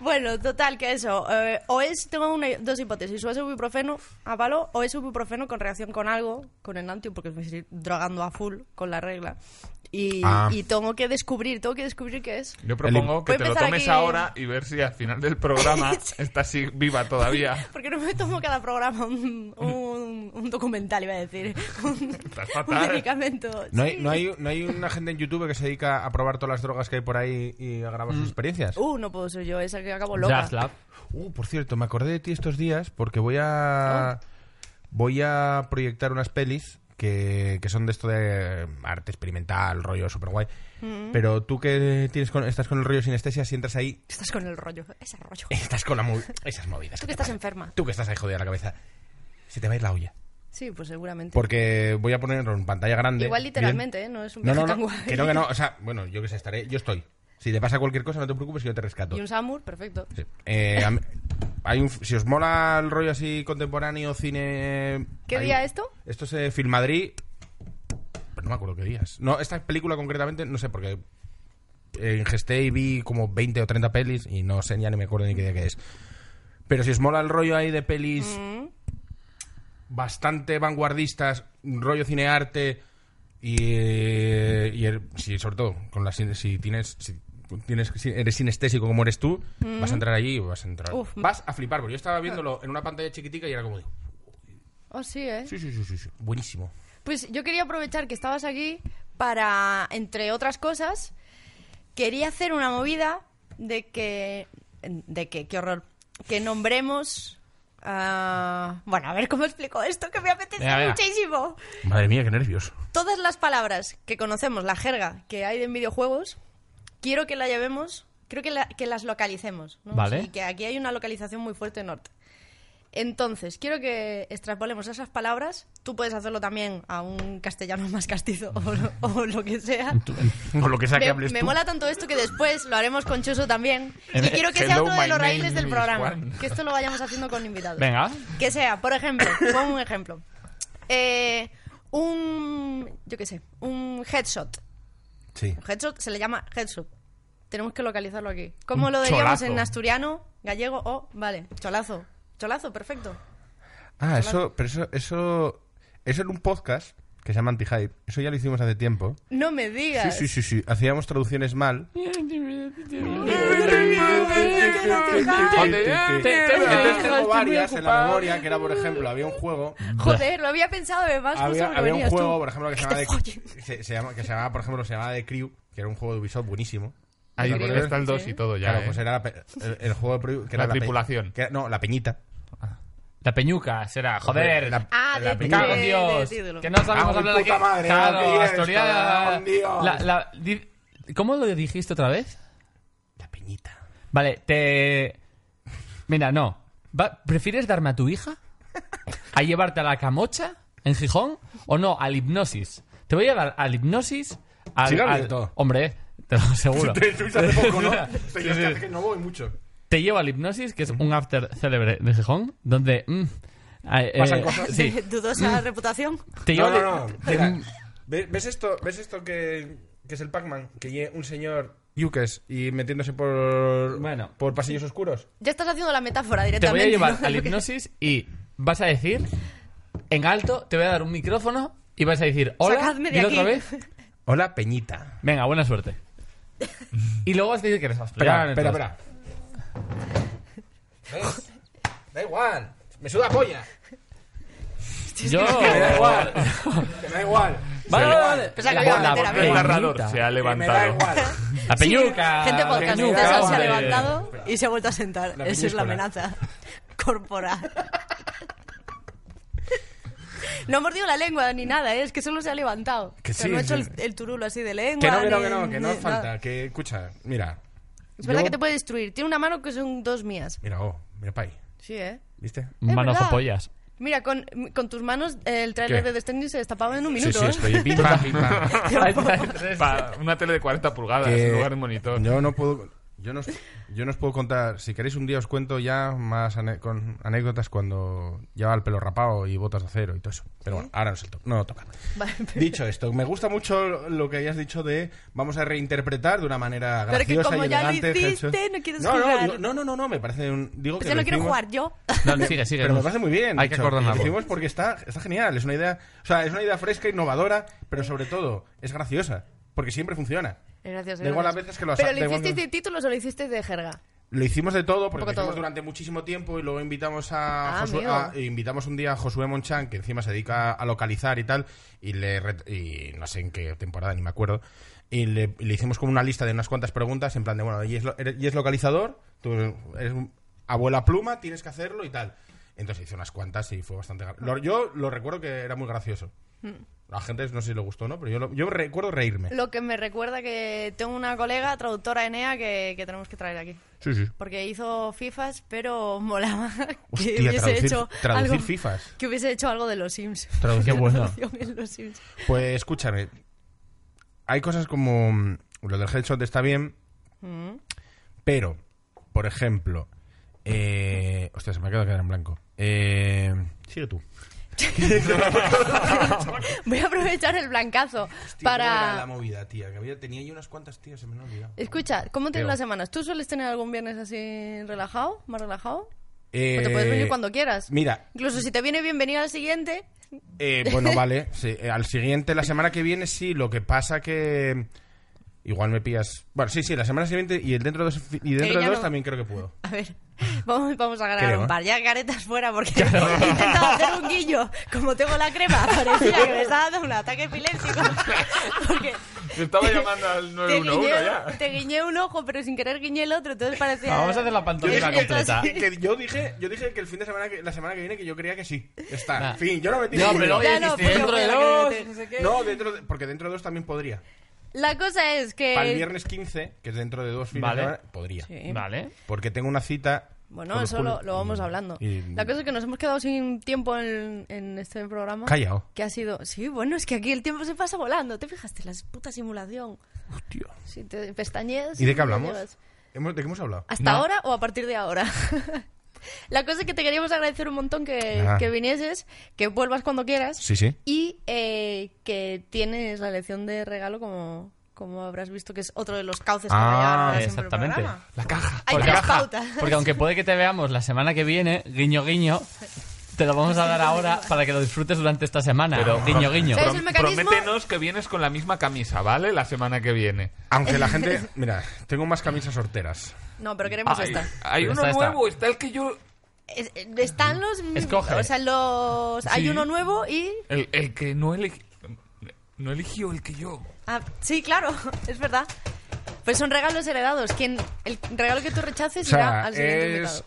[SPEAKER 1] Bueno, total, que eso. eh, o es, tengo una, dos hipótesis. O es ibuprofeno a palo, o es ibuprofeno con reacción con algo, con el antio, porque me estoy drogando a full con la regla. Y,
[SPEAKER 4] Ah.
[SPEAKER 1] y tengo que descubrir, tengo que descubrir qué es.
[SPEAKER 3] Yo propongo que
[SPEAKER 1] Voy a
[SPEAKER 3] te lo
[SPEAKER 1] empezar
[SPEAKER 3] tomes
[SPEAKER 1] aquí.
[SPEAKER 3] ahora y ver si al final del programa estás sí- viva todavía.
[SPEAKER 1] Porque no me tomo cada programa un, un, un un documental, iba a decir. Un,
[SPEAKER 3] Estás
[SPEAKER 1] un
[SPEAKER 3] fatal.
[SPEAKER 1] medicamento.
[SPEAKER 4] ¿No hay,
[SPEAKER 1] Sí.
[SPEAKER 4] no, hay, ¿No hay una gente en YouTube que se dedica a probar todas las drogas que hay por ahí y a grabar sus experiencias?
[SPEAKER 1] Uh, no puedo ser yo, esa que acabo loca.
[SPEAKER 2] Jazz Lab.
[SPEAKER 4] Uh, por cierto, me acordé de ti estos días porque voy
[SPEAKER 1] Ah.
[SPEAKER 4] a. Voy a proyectar unas pelis que, que son de esto de arte experimental, rollo super guay.
[SPEAKER 1] Mm.
[SPEAKER 4] Pero tú que tienes con- estás con el rollo sinestesia, si entras ahí,
[SPEAKER 1] Estás con el rollo, ese rollo.
[SPEAKER 4] estás con la mov- esas movidas.
[SPEAKER 1] Tú que
[SPEAKER 4] que te
[SPEAKER 1] estás
[SPEAKER 4] pasan.
[SPEAKER 1] enferma.
[SPEAKER 4] Tú que estás ahí jodida la cabeza. Se te va a ir la olla.
[SPEAKER 1] Sí, pues seguramente.
[SPEAKER 4] Porque voy a poner en pantalla grande.
[SPEAKER 1] Igual literalmente,
[SPEAKER 4] bien-
[SPEAKER 1] ¿eh? No es un
[SPEAKER 4] no,
[SPEAKER 1] viaje
[SPEAKER 4] no,
[SPEAKER 1] tan
[SPEAKER 4] no,
[SPEAKER 1] guay.
[SPEAKER 4] Que no, que no. O sea, bueno, yo que sé, estaré. Yo estoy. Si te pasa cualquier cosa, no te preocupes, que yo te rescato.
[SPEAKER 1] Y un Samur, perfecto.
[SPEAKER 4] Sí. Eh, a mí- hay un- si os mola el rollo así contemporáneo, cine...
[SPEAKER 1] ¿Qué
[SPEAKER 4] hay-
[SPEAKER 1] día esto?
[SPEAKER 4] Esto es Film Madrid... No me acuerdo qué días. No, esta película concretamente, no sé, porque eh, ingesté y vi como 20 o 30 pelis y no sé, ya ni me acuerdo ni qué día que es. Pero si os mola el rollo ahí de pelis
[SPEAKER 1] Mm.
[SPEAKER 4] bastante vanguardistas, un rollo cinearte y, eh, y el- sí, sobre todo con la sin- si tienes si tienes si eres sinestésico como eres tú, vas a entrar allí y vas a entrar.
[SPEAKER 1] Uf.
[SPEAKER 4] Vas a flipar, porque yo estaba viéndolo en una pantalla chiquitica y era como de,
[SPEAKER 1] Oh, sí, ¿eh?
[SPEAKER 4] sí, sí, sí, sí, sí, buenísimo.
[SPEAKER 1] Pues yo quería aprovechar que estabas aquí para, entre otras cosas, quería hacer una movida de que... De que, qué horror. Que nombremos... ah, bueno, a ver cómo explico esto, que me apetece
[SPEAKER 2] Venga, venga.
[SPEAKER 1] muchísimo.
[SPEAKER 4] Madre mía, qué nervios.
[SPEAKER 1] Todas las palabras que conocemos, la jerga que hay en videojuegos, quiero que la llevemos, quiero que, la- que las localicemos. ¿no?
[SPEAKER 2] Vale.
[SPEAKER 1] Sí, que aquí hay una localización muy fuerte norte. Entonces, quiero que extrapolemos esas palabras. Tú puedes hacerlo también a un castellano más castizo o, lo- o lo que sea.
[SPEAKER 4] O lo que sea que
[SPEAKER 1] Me-
[SPEAKER 4] hables
[SPEAKER 1] me
[SPEAKER 4] tú.
[SPEAKER 1] mola tanto esto que después lo haremos con Chuso también.
[SPEAKER 2] Eh,
[SPEAKER 1] Y quiero que sea
[SPEAKER 3] hello,
[SPEAKER 1] uno de
[SPEAKER 3] my
[SPEAKER 1] los raíles
[SPEAKER 3] name
[SPEAKER 1] del
[SPEAKER 3] is
[SPEAKER 1] programa.
[SPEAKER 3] Juan.
[SPEAKER 1] Que esto lo vayamos haciendo con invitados.
[SPEAKER 2] Venga.
[SPEAKER 1] Que sea, por ejemplo, pongo un ejemplo. Eh, un, yo qué sé, un headshot.
[SPEAKER 4] Sí.
[SPEAKER 1] Un headshot se le llama headshot. Tenemos que localizarlo aquí. ¿Cómo lo
[SPEAKER 3] Un
[SPEAKER 1] diríamos
[SPEAKER 3] cholazo.
[SPEAKER 1] en asturiano, gallego o, vale, cholazo? Cholazo, perfecto.
[SPEAKER 4] Ah, eso, pero eso, eso, eso en un podcast que se llama Anti-Hype, eso ya lo hicimos hace tiempo.
[SPEAKER 1] No me
[SPEAKER 4] Sí,
[SPEAKER 1] digas.
[SPEAKER 4] sí, sí, sí. Hacíamos traducciones mal. Entonces tengo varias en la memoria, que era, por ejemplo, había un juego
[SPEAKER 1] Joder, lo había pensado además. justo
[SPEAKER 4] había,
[SPEAKER 1] porque
[SPEAKER 4] había un
[SPEAKER 1] venías
[SPEAKER 4] juego,
[SPEAKER 1] tú.
[SPEAKER 4] por ejemplo, que se
[SPEAKER 1] Que
[SPEAKER 4] llamaba,
[SPEAKER 1] te
[SPEAKER 4] The-
[SPEAKER 1] follen.
[SPEAKER 4] se, se llama- que se llamaba, por ejemplo, se llamaba The Crew, que era un juego de Ubisoft buenísimo.
[SPEAKER 3] Ahí
[SPEAKER 4] ¿Te acuerdas?
[SPEAKER 3] está el 2 y todo ya.
[SPEAKER 4] claro,
[SPEAKER 3] ¿eh?
[SPEAKER 4] pues era la pe- el, el juego de Crew, que
[SPEAKER 3] La
[SPEAKER 4] era pe-
[SPEAKER 3] tripulación.
[SPEAKER 4] que era- no, la peñita.
[SPEAKER 2] La peñuca será, joder.
[SPEAKER 4] La-
[SPEAKER 1] Ah,
[SPEAKER 4] la
[SPEAKER 1] de-
[SPEAKER 2] Me
[SPEAKER 4] peñita.
[SPEAKER 2] cago en
[SPEAKER 1] de-
[SPEAKER 2] Dios.
[SPEAKER 1] de título.
[SPEAKER 2] Que no sabemos
[SPEAKER 4] Cago en
[SPEAKER 2] hablar aquí.
[SPEAKER 4] puta madre,
[SPEAKER 2] claro,
[SPEAKER 4] ¿qué es,
[SPEAKER 2] asturiana,
[SPEAKER 4] cago en Dios.
[SPEAKER 2] la- la- di- ¿Cómo lo dijiste otra vez?
[SPEAKER 4] La peñita.
[SPEAKER 2] Vale, te. Mira, no. Va- ¿Prefieres darme a tu hija? ¿A llevarte a la camocha en Gijón? ¿O no? Al hipnosis. Te voy a dar al hipnosis. Al,
[SPEAKER 4] Sigue
[SPEAKER 2] al-
[SPEAKER 4] abierto.
[SPEAKER 2] Hombre, te lo aseguro.
[SPEAKER 4] Yo es que hace que no voy mucho.
[SPEAKER 2] te llevo al hipnosis, que es un after célebre de Gijón, donde. mm, eh,
[SPEAKER 4] Pasan
[SPEAKER 2] eh,
[SPEAKER 4] cosas.
[SPEAKER 2] Sí.
[SPEAKER 1] Dudosa reputación.
[SPEAKER 2] Te llevo
[SPEAKER 4] No, no,
[SPEAKER 2] al-
[SPEAKER 4] no. Mira, ¿ve- ¿Ves esto, ves esto que, que es el Pac-Man? Que llegue un señor yukes y metiéndose por,
[SPEAKER 2] Bueno.
[SPEAKER 4] por pasillos oscuros.
[SPEAKER 1] Ya estás haciendo la metáfora
[SPEAKER 2] Te
[SPEAKER 1] directamente.
[SPEAKER 2] voy a llevar
[SPEAKER 1] ¿no?
[SPEAKER 2] al hipnosis y vas a decir en alto, te voy a dar un micrófono y vas a decir hola,
[SPEAKER 1] Sacadme de
[SPEAKER 2] dilo
[SPEAKER 1] aquí.
[SPEAKER 2] otra vez.
[SPEAKER 4] Hola, Peñita.
[SPEAKER 2] Venga, buena suerte. Y luego has dicho que eres
[SPEAKER 4] Espera,
[SPEAKER 2] australiano.
[SPEAKER 4] espera,
[SPEAKER 2] entonces.
[SPEAKER 4] espera. ¿Ves? Da igual. Me suda polla. Que me da
[SPEAKER 2] Yo.
[SPEAKER 4] igual. Que me da igual.
[SPEAKER 2] Vale,
[SPEAKER 4] Da
[SPEAKER 2] vale,
[SPEAKER 4] igual.
[SPEAKER 2] vale.
[SPEAKER 1] Pensaba que había
[SPEAKER 2] La
[SPEAKER 1] bandera,
[SPEAKER 2] voz
[SPEAKER 1] venga.
[SPEAKER 3] El
[SPEAKER 2] Peñita.
[SPEAKER 3] narrador se ha
[SPEAKER 4] Que me da
[SPEAKER 3] levantado.
[SPEAKER 4] igual.
[SPEAKER 2] La peñuca.
[SPEAKER 1] Gente
[SPEAKER 4] peñuca,
[SPEAKER 1] podcastera se ha
[SPEAKER 2] hombre.
[SPEAKER 1] levantado y se ha vuelto a sentar.
[SPEAKER 4] La
[SPEAKER 1] Esa es la
[SPEAKER 4] peñíscola.
[SPEAKER 1] amenaza corporal. No ha mordido la lengua ni nada, ¿eh? es que solo se ha levantado.
[SPEAKER 4] Que
[SPEAKER 1] O sea, no
[SPEAKER 4] sí,
[SPEAKER 1] ha hecho
[SPEAKER 4] sí.
[SPEAKER 1] el, el turulo así de lengua.
[SPEAKER 4] Que no, que no,
[SPEAKER 1] ni-
[SPEAKER 4] que no, que no
[SPEAKER 1] ni
[SPEAKER 4] hace falta.
[SPEAKER 1] nada.
[SPEAKER 4] Que, escucha, mira.
[SPEAKER 1] Es verdad
[SPEAKER 4] Yo-
[SPEAKER 1] que te puede destruir. Tiene una mano que son dos mías.
[SPEAKER 4] Mira, oh, mira pa' ahí.
[SPEAKER 1] Sí, ¿eh?
[SPEAKER 4] ¿Viste?
[SPEAKER 1] Es
[SPEAKER 2] Manos
[SPEAKER 1] verdad.
[SPEAKER 2] o pollas.
[SPEAKER 1] Mira, con, con tus manos eh, el trailer
[SPEAKER 4] ¿Qué?
[SPEAKER 1] de Destiny se destapaba en un
[SPEAKER 4] Sí,
[SPEAKER 1] minuto.
[SPEAKER 4] sí,
[SPEAKER 1] ¿eh?
[SPEAKER 4] estoy pim, pam, pim, pam.
[SPEAKER 3] Pa- una tele de 40 pulgadas
[SPEAKER 4] que
[SPEAKER 3] en lugar de monitor.
[SPEAKER 4] Yo no puedo. Yo no, os- yo no os puedo contar. Si queréis, un día os cuento ya más ane- con anécdotas cuando lleva el pelo rapado y botas de acero y todo eso. Pero bueno, ahora no, es el to- no lo toca.
[SPEAKER 1] Vale, pero-
[SPEAKER 4] Dicho esto, me gusta mucho lo que hayas dicho de vamos a reinterpretar de una manera
[SPEAKER 1] Pero que
[SPEAKER 4] graciosa
[SPEAKER 1] como
[SPEAKER 4] y
[SPEAKER 1] ya lo
[SPEAKER 4] elegante.
[SPEAKER 1] hiciste,
[SPEAKER 4] Jesús.
[SPEAKER 1] no quieres
[SPEAKER 4] no, no,
[SPEAKER 1] jugar.
[SPEAKER 4] digo- no, no, no, no, me parece un. Digo
[SPEAKER 1] Pues
[SPEAKER 4] que
[SPEAKER 1] yo
[SPEAKER 4] lo
[SPEAKER 1] no quiero
[SPEAKER 4] hicimos-
[SPEAKER 1] jugar yo.
[SPEAKER 2] No, no, sigue, sigue.
[SPEAKER 4] Pero me
[SPEAKER 2] no.
[SPEAKER 4] parece muy bien.
[SPEAKER 2] Hay que
[SPEAKER 4] dicho,
[SPEAKER 2] acordar
[SPEAKER 4] Lo hicimos porque está, está genial. Es una idea, o sea, es una idea fresca, innovadora, pero sobre todo es graciosa. Porque siempre funciona.
[SPEAKER 1] Gracias,
[SPEAKER 4] Da igual
[SPEAKER 1] gracias.
[SPEAKER 4] las veces que lo has-
[SPEAKER 1] Pero
[SPEAKER 4] da
[SPEAKER 1] lo
[SPEAKER 4] igual
[SPEAKER 1] hicisteis
[SPEAKER 4] que-
[SPEAKER 1] de títulos o lo hicisteis de jerga.
[SPEAKER 4] Lo hicimos de todo porque
[SPEAKER 1] poco
[SPEAKER 4] lo hicimos
[SPEAKER 1] todo.
[SPEAKER 4] durante muchísimo tiempo y luego invitamos a,
[SPEAKER 1] Ah,
[SPEAKER 4] Josué,
[SPEAKER 1] amigo.
[SPEAKER 4] a- e invitamos un día a Josué Monchan, que encima se dedica a localizar y tal, y le re- y no sé en qué temporada, ni me acuerdo, y le, y le hicimos como una lista de unas cuantas preguntas en plan de, bueno, y es, lo- eres- y es localizador, tú eres un- abuela pluma, tienes que hacerlo y tal. Entonces hice unas cuantas y fue bastante... gra- lo- yo lo recuerdo que era muy gracioso. La gente no sé si le gustó o no, pero yo, lo- yo recuerdo reírme.
[SPEAKER 1] Hmm. Lo que me recuerda que tengo una colega, traductora Enea, que, que tenemos que traer aquí.
[SPEAKER 4] Sí, sí.
[SPEAKER 1] Porque hizo FIFAs, pero molaba que
[SPEAKER 4] Hostia,
[SPEAKER 1] hubiese
[SPEAKER 4] traducir-
[SPEAKER 1] hecho
[SPEAKER 4] traducir
[SPEAKER 1] algo,
[SPEAKER 4] Fifas.
[SPEAKER 1] Que hubiese hecho algo de los Sims.
[SPEAKER 2] Traducción buena.
[SPEAKER 1] Traducción en los Sims.
[SPEAKER 4] Pues escúchame. Hay cosas como. mm, Lo del headshot está bien. Mm. Pero, por ejemplo. Eh, hostia, se me ha quedado quedar en blanco. Eh, sigue tú.
[SPEAKER 1] Voy a aprovechar el blancazo
[SPEAKER 4] la
[SPEAKER 1] para... Eh,
[SPEAKER 4] movida, tía? Que había, tenía yo unas cuantas, tías, se me han olvidado.
[SPEAKER 1] Escucha, ¿cómo tienes
[SPEAKER 4] Digo.
[SPEAKER 1] las semanas? ¿Tú sueles tener algún viernes así relajado? ¿Más relajado? O pues te puedes venir cuando quieras.
[SPEAKER 4] Eh, Mira,
[SPEAKER 1] Incluso si te viene bien venir al siguiente,
[SPEAKER 4] Eh, bueno, vale. sí. Eh, al siguiente, la semana que viene, sí. Lo que pasa que. Igual me pillas. Bueno, sí, sí, la semana siguiente y el dentro de dos, y
[SPEAKER 1] ya
[SPEAKER 4] dentro de dos
[SPEAKER 1] no.
[SPEAKER 4] también creo que puedo.
[SPEAKER 1] A ver, vamos, vamos a ganar
[SPEAKER 4] Creo,
[SPEAKER 1] un
[SPEAKER 4] ¿eh?
[SPEAKER 1] par. Ya caretas fuera porque intentaba hacer un guiño. Como tengo la crema, parecía que me estaba dando un ataque epiléptico. Porque
[SPEAKER 3] Me estaba llamando al
[SPEAKER 1] te
[SPEAKER 3] 911
[SPEAKER 1] guiñé,
[SPEAKER 3] ya.
[SPEAKER 1] te guiñé un ojo, pero sin querer guiñé el otro. Entonces parecía.
[SPEAKER 2] Ah, vamos a hacer la pantomima
[SPEAKER 1] Entonces-
[SPEAKER 2] completa.
[SPEAKER 4] Que- que yo dije, yo dije que el fin de semana que, la semana que viene que yo creía que sí. Ya Está. En fin, yo no me
[SPEAKER 2] Ah. No, pero
[SPEAKER 1] Ya
[SPEAKER 2] oye,
[SPEAKER 1] no,
[SPEAKER 2] dijiste,
[SPEAKER 1] pero
[SPEAKER 2] dentro de
[SPEAKER 1] voy a la
[SPEAKER 2] dos,
[SPEAKER 1] que-
[SPEAKER 2] no sé qué.
[SPEAKER 4] No, dentro de- porque dentro de dos también podría.
[SPEAKER 1] La cosa es que.
[SPEAKER 4] Para el viernes 15, que es dentro de dos fines
[SPEAKER 2] Vale.
[SPEAKER 4] de semana, podría.
[SPEAKER 1] Eh, Sí.
[SPEAKER 2] Vale.
[SPEAKER 4] Porque tengo una cita.
[SPEAKER 1] Bueno,
[SPEAKER 4] con
[SPEAKER 1] eso lo,
[SPEAKER 4] Julio.
[SPEAKER 1] lo vamos hablando.
[SPEAKER 4] Y-
[SPEAKER 1] La cosa es que nos hemos quedado sin tiempo en, en este programa.
[SPEAKER 4] Callao.
[SPEAKER 1] Que ha sido. Sí, bueno, es que aquí el tiempo se pasa volando. ¿Te fijaste? La puta simulación.
[SPEAKER 4] Hostia.
[SPEAKER 1] Si te pestañeas.
[SPEAKER 4] ¿Y de qué hablamos?
[SPEAKER 1] llevas.
[SPEAKER 4] ¿Hemos- ¿De qué hemos hablado?
[SPEAKER 1] ¿Hasta
[SPEAKER 2] No.
[SPEAKER 1] ahora o a partir de ahora? La cosa es que te queríamos agradecer un montón que,
[SPEAKER 4] Ah.
[SPEAKER 1] que vinieses, que vuelvas cuando quieras
[SPEAKER 4] Sí, sí.
[SPEAKER 1] y eh, que tienes la lección de regalo como, como habrás visto que es otro de los cauces que va a llevar
[SPEAKER 4] Ah,
[SPEAKER 1] ahora siempre el
[SPEAKER 2] Exactamente.
[SPEAKER 1] programa.
[SPEAKER 2] La caja.
[SPEAKER 1] Hay
[SPEAKER 2] Porque,
[SPEAKER 1] tres
[SPEAKER 2] caja,
[SPEAKER 1] pautas.
[SPEAKER 2] porque aunque puede que te veamos la semana que viene, guiño guiño, te lo vamos a dar ahora para que lo disfrutes durante esta semana. guiño guiño.
[SPEAKER 1] ¿Sabes el mecanismo?
[SPEAKER 3] Prométenos que vienes con la misma camisa, ¿vale? La semana que viene.
[SPEAKER 4] Aunque la gente. Mira, tengo más camisas sorteras.
[SPEAKER 1] No, pero queremos
[SPEAKER 3] Ay,
[SPEAKER 1] esta.
[SPEAKER 3] Hay
[SPEAKER 2] Esta,
[SPEAKER 4] Pues
[SPEAKER 3] uno
[SPEAKER 2] esta.
[SPEAKER 3] nuevo, está el que yo...
[SPEAKER 1] Es- están los...
[SPEAKER 2] Escoge.
[SPEAKER 1] O sea, los... Hay
[SPEAKER 3] Sí.
[SPEAKER 1] uno nuevo y...
[SPEAKER 3] El, el que no elegí... No eligió el que yo.
[SPEAKER 1] Ah, sí, claro, es verdad. Pues son regalos heredados. Quien, el regalo que tú rechaces
[SPEAKER 4] O
[SPEAKER 1] irá
[SPEAKER 4] sea,
[SPEAKER 1] al siguiente
[SPEAKER 4] es
[SPEAKER 1] invitado.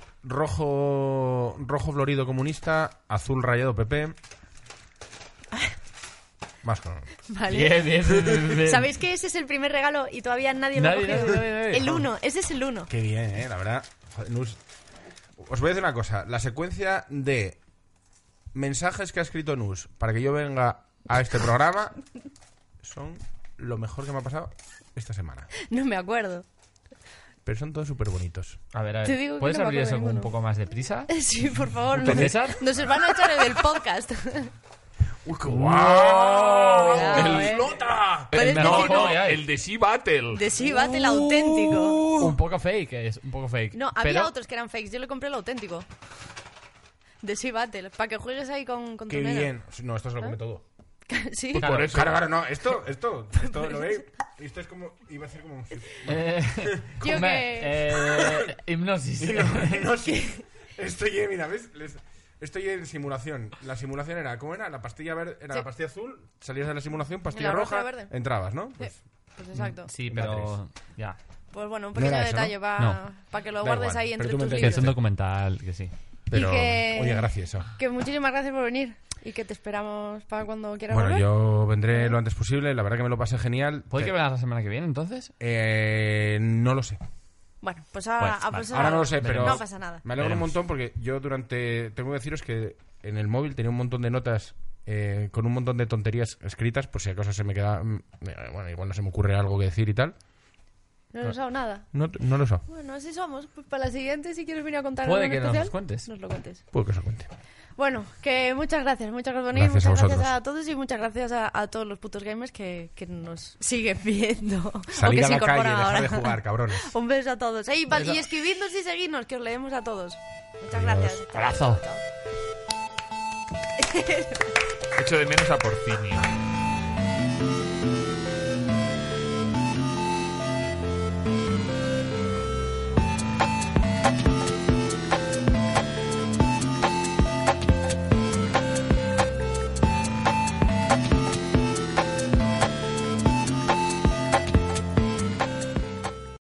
[SPEAKER 4] rojo, rojo florido comunista, azul rayado PP. Más con...
[SPEAKER 1] Vale.
[SPEAKER 2] Bien, bien, bien, bien, bien.
[SPEAKER 1] ¿Sabéis que ese es el primer regalo y todavía nadie lo ha
[SPEAKER 2] Nadie,
[SPEAKER 1] cogido?
[SPEAKER 2] nadie, nadie, nadie.
[SPEAKER 1] El uno, ese es el uno.
[SPEAKER 4] Qué bien, eh, la verdad. Joder, Nus. Os voy a decir una cosa. La secuencia de mensajes que ha escrito Nus para que yo venga a este programa son lo mejor que me ha pasado esta semana.
[SPEAKER 1] No me acuerdo.
[SPEAKER 4] Pero son todos súper bonitos.
[SPEAKER 2] A ver, a
[SPEAKER 1] Te digo que
[SPEAKER 2] ver. ¿Puedes
[SPEAKER 1] no me
[SPEAKER 2] abrir
[SPEAKER 1] acuerdo
[SPEAKER 2] eso un
[SPEAKER 1] ninguno.
[SPEAKER 2] poco más deprisa?
[SPEAKER 1] Sí, por favor.
[SPEAKER 2] ¿Con
[SPEAKER 1] nos-
[SPEAKER 2] César?
[SPEAKER 1] Nos van a echar del podcast.
[SPEAKER 4] ¡Wow!
[SPEAKER 1] Cuidado, eh.
[SPEAKER 4] ¡Explota!
[SPEAKER 1] Pero
[SPEAKER 2] El
[SPEAKER 1] es que
[SPEAKER 2] mejor
[SPEAKER 1] si no-
[SPEAKER 2] que hay.
[SPEAKER 3] El de Sea Battle.
[SPEAKER 1] De sí, bate el auténtico.
[SPEAKER 2] Un poco fake, es un poco fake.
[SPEAKER 1] No, había
[SPEAKER 2] Uh. Pero-
[SPEAKER 1] otros que eran fakes. Yo le compré el auténtico. De sí, Battle. Para que juegues ahí con, con tu
[SPEAKER 4] ¡Qué
[SPEAKER 1] nena.
[SPEAKER 4] bien! No, esto se lo come todo.
[SPEAKER 1] Sí.
[SPEAKER 2] Claro,
[SPEAKER 4] Por eso. Claro, claro, no. Esto, esto, esto, ¿lo veis? Esto es como. Iba a ser como.
[SPEAKER 2] Eh,
[SPEAKER 1] Tío,
[SPEAKER 2] come,
[SPEAKER 1] que-
[SPEAKER 2] eh, hipnosis.
[SPEAKER 4] no sé. Estoy en, mira, ¿ves? Les- estoy en simulación. La simulación era, ¿cómo era? La pastilla verde, era
[SPEAKER 1] Sí.
[SPEAKER 4] la pastilla azul, salías de la simulación, pastilla
[SPEAKER 1] La roja,
[SPEAKER 4] roja,
[SPEAKER 1] la verde.
[SPEAKER 4] entrabas, ¿no? Pues,
[SPEAKER 1] Pues exacto.
[SPEAKER 2] Sí, pero ya.
[SPEAKER 1] Pues bueno, un
[SPEAKER 4] No era
[SPEAKER 1] pequeño
[SPEAKER 4] eso,
[SPEAKER 1] detalle
[SPEAKER 4] ¿no?
[SPEAKER 1] para
[SPEAKER 2] No.
[SPEAKER 1] que lo
[SPEAKER 4] Da
[SPEAKER 1] guardes
[SPEAKER 4] igual,
[SPEAKER 1] ahí
[SPEAKER 4] pero
[SPEAKER 1] entre
[SPEAKER 4] tú me
[SPEAKER 1] tus
[SPEAKER 2] Que
[SPEAKER 4] entendías.
[SPEAKER 1] libros.
[SPEAKER 2] es un documental, que sí.
[SPEAKER 4] pero,
[SPEAKER 1] que-
[SPEAKER 4] oye, gracias. ah. eso.
[SPEAKER 1] Que muchísimas gracias por venir y que te esperamos para cuando quieras
[SPEAKER 4] Bueno,
[SPEAKER 1] volver.
[SPEAKER 4] yo vendré lo antes posible. La verdad que me lo pasé genial.
[SPEAKER 2] ¿Puede que
[SPEAKER 4] Eh,
[SPEAKER 2] vengas la semana que viene, entonces?
[SPEAKER 4] eh, no lo sé.
[SPEAKER 1] Bueno, pues ahora,
[SPEAKER 2] Pues,
[SPEAKER 1] ah,
[SPEAKER 2] vale.
[SPEAKER 1] pues
[SPEAKER 4] Ahora no lo sé, pero.
[SPEAKER 1] No pasa nada.
[SPEAKER 4] Me alegro un
[SPEAKER 2] Veremos.
[SPEAKER 4] montón porque yo durante. Tengo que deciros que en el móvil tenía un montón de notas eh, con un montón de tonterías escritas, por si acaso se me queda. mm, eh, Bueno, igual no se me ocurre algo que decir y tal.
[SPEAKER 1] No nos ha dado nada.
[SPEAKER 4] No, no lo sé.
[SPEAKER 1] Bueno, así somos. Pues para la siguiente, si quieres venir a contar
[SPEAKER 2] Puede
[SPEAKER 1] algo en
[SPEAKER 2] que nos
[SPEAKER 1] especial,
[SPEAKER 2] los cuentes.
[SPEAKER 1] nos lo cuentes.
[SPEAKER 4] Puedo Pues que os lo cuente.
[SPEAKER 1] Bueno, que muchas gracias, muchas gracias por venir,
[SPEAKER 4] Gracias a
[SPEAKER 1] muchas gracias
[SPEAKER 4] vosotros.
[SPEAKER 1] a todos y muchas gracias a, a todos los putos gamers que, que nos siguen viendo. o
[SPEAKER 4] Salid
[SPEAKER 1] que
[SPEAKER 4] a
[SPEAKER 1] se
[SPEAKER 4] la calle,
[SPEAKER 1] incorporan ahora.
[SPEAKER 4] dejad de jugar, cabrones.
[SPEAKER 1] Un beso a todos. Ey, va- y escribidnos y seguidnos, que os leemos a todos. Muchas gracias. Chao,
[SPEAKER 2] Abrazo.
[SPEAKER 1] chao.
[SPEAKER 3] Echo de menos a Porcinio.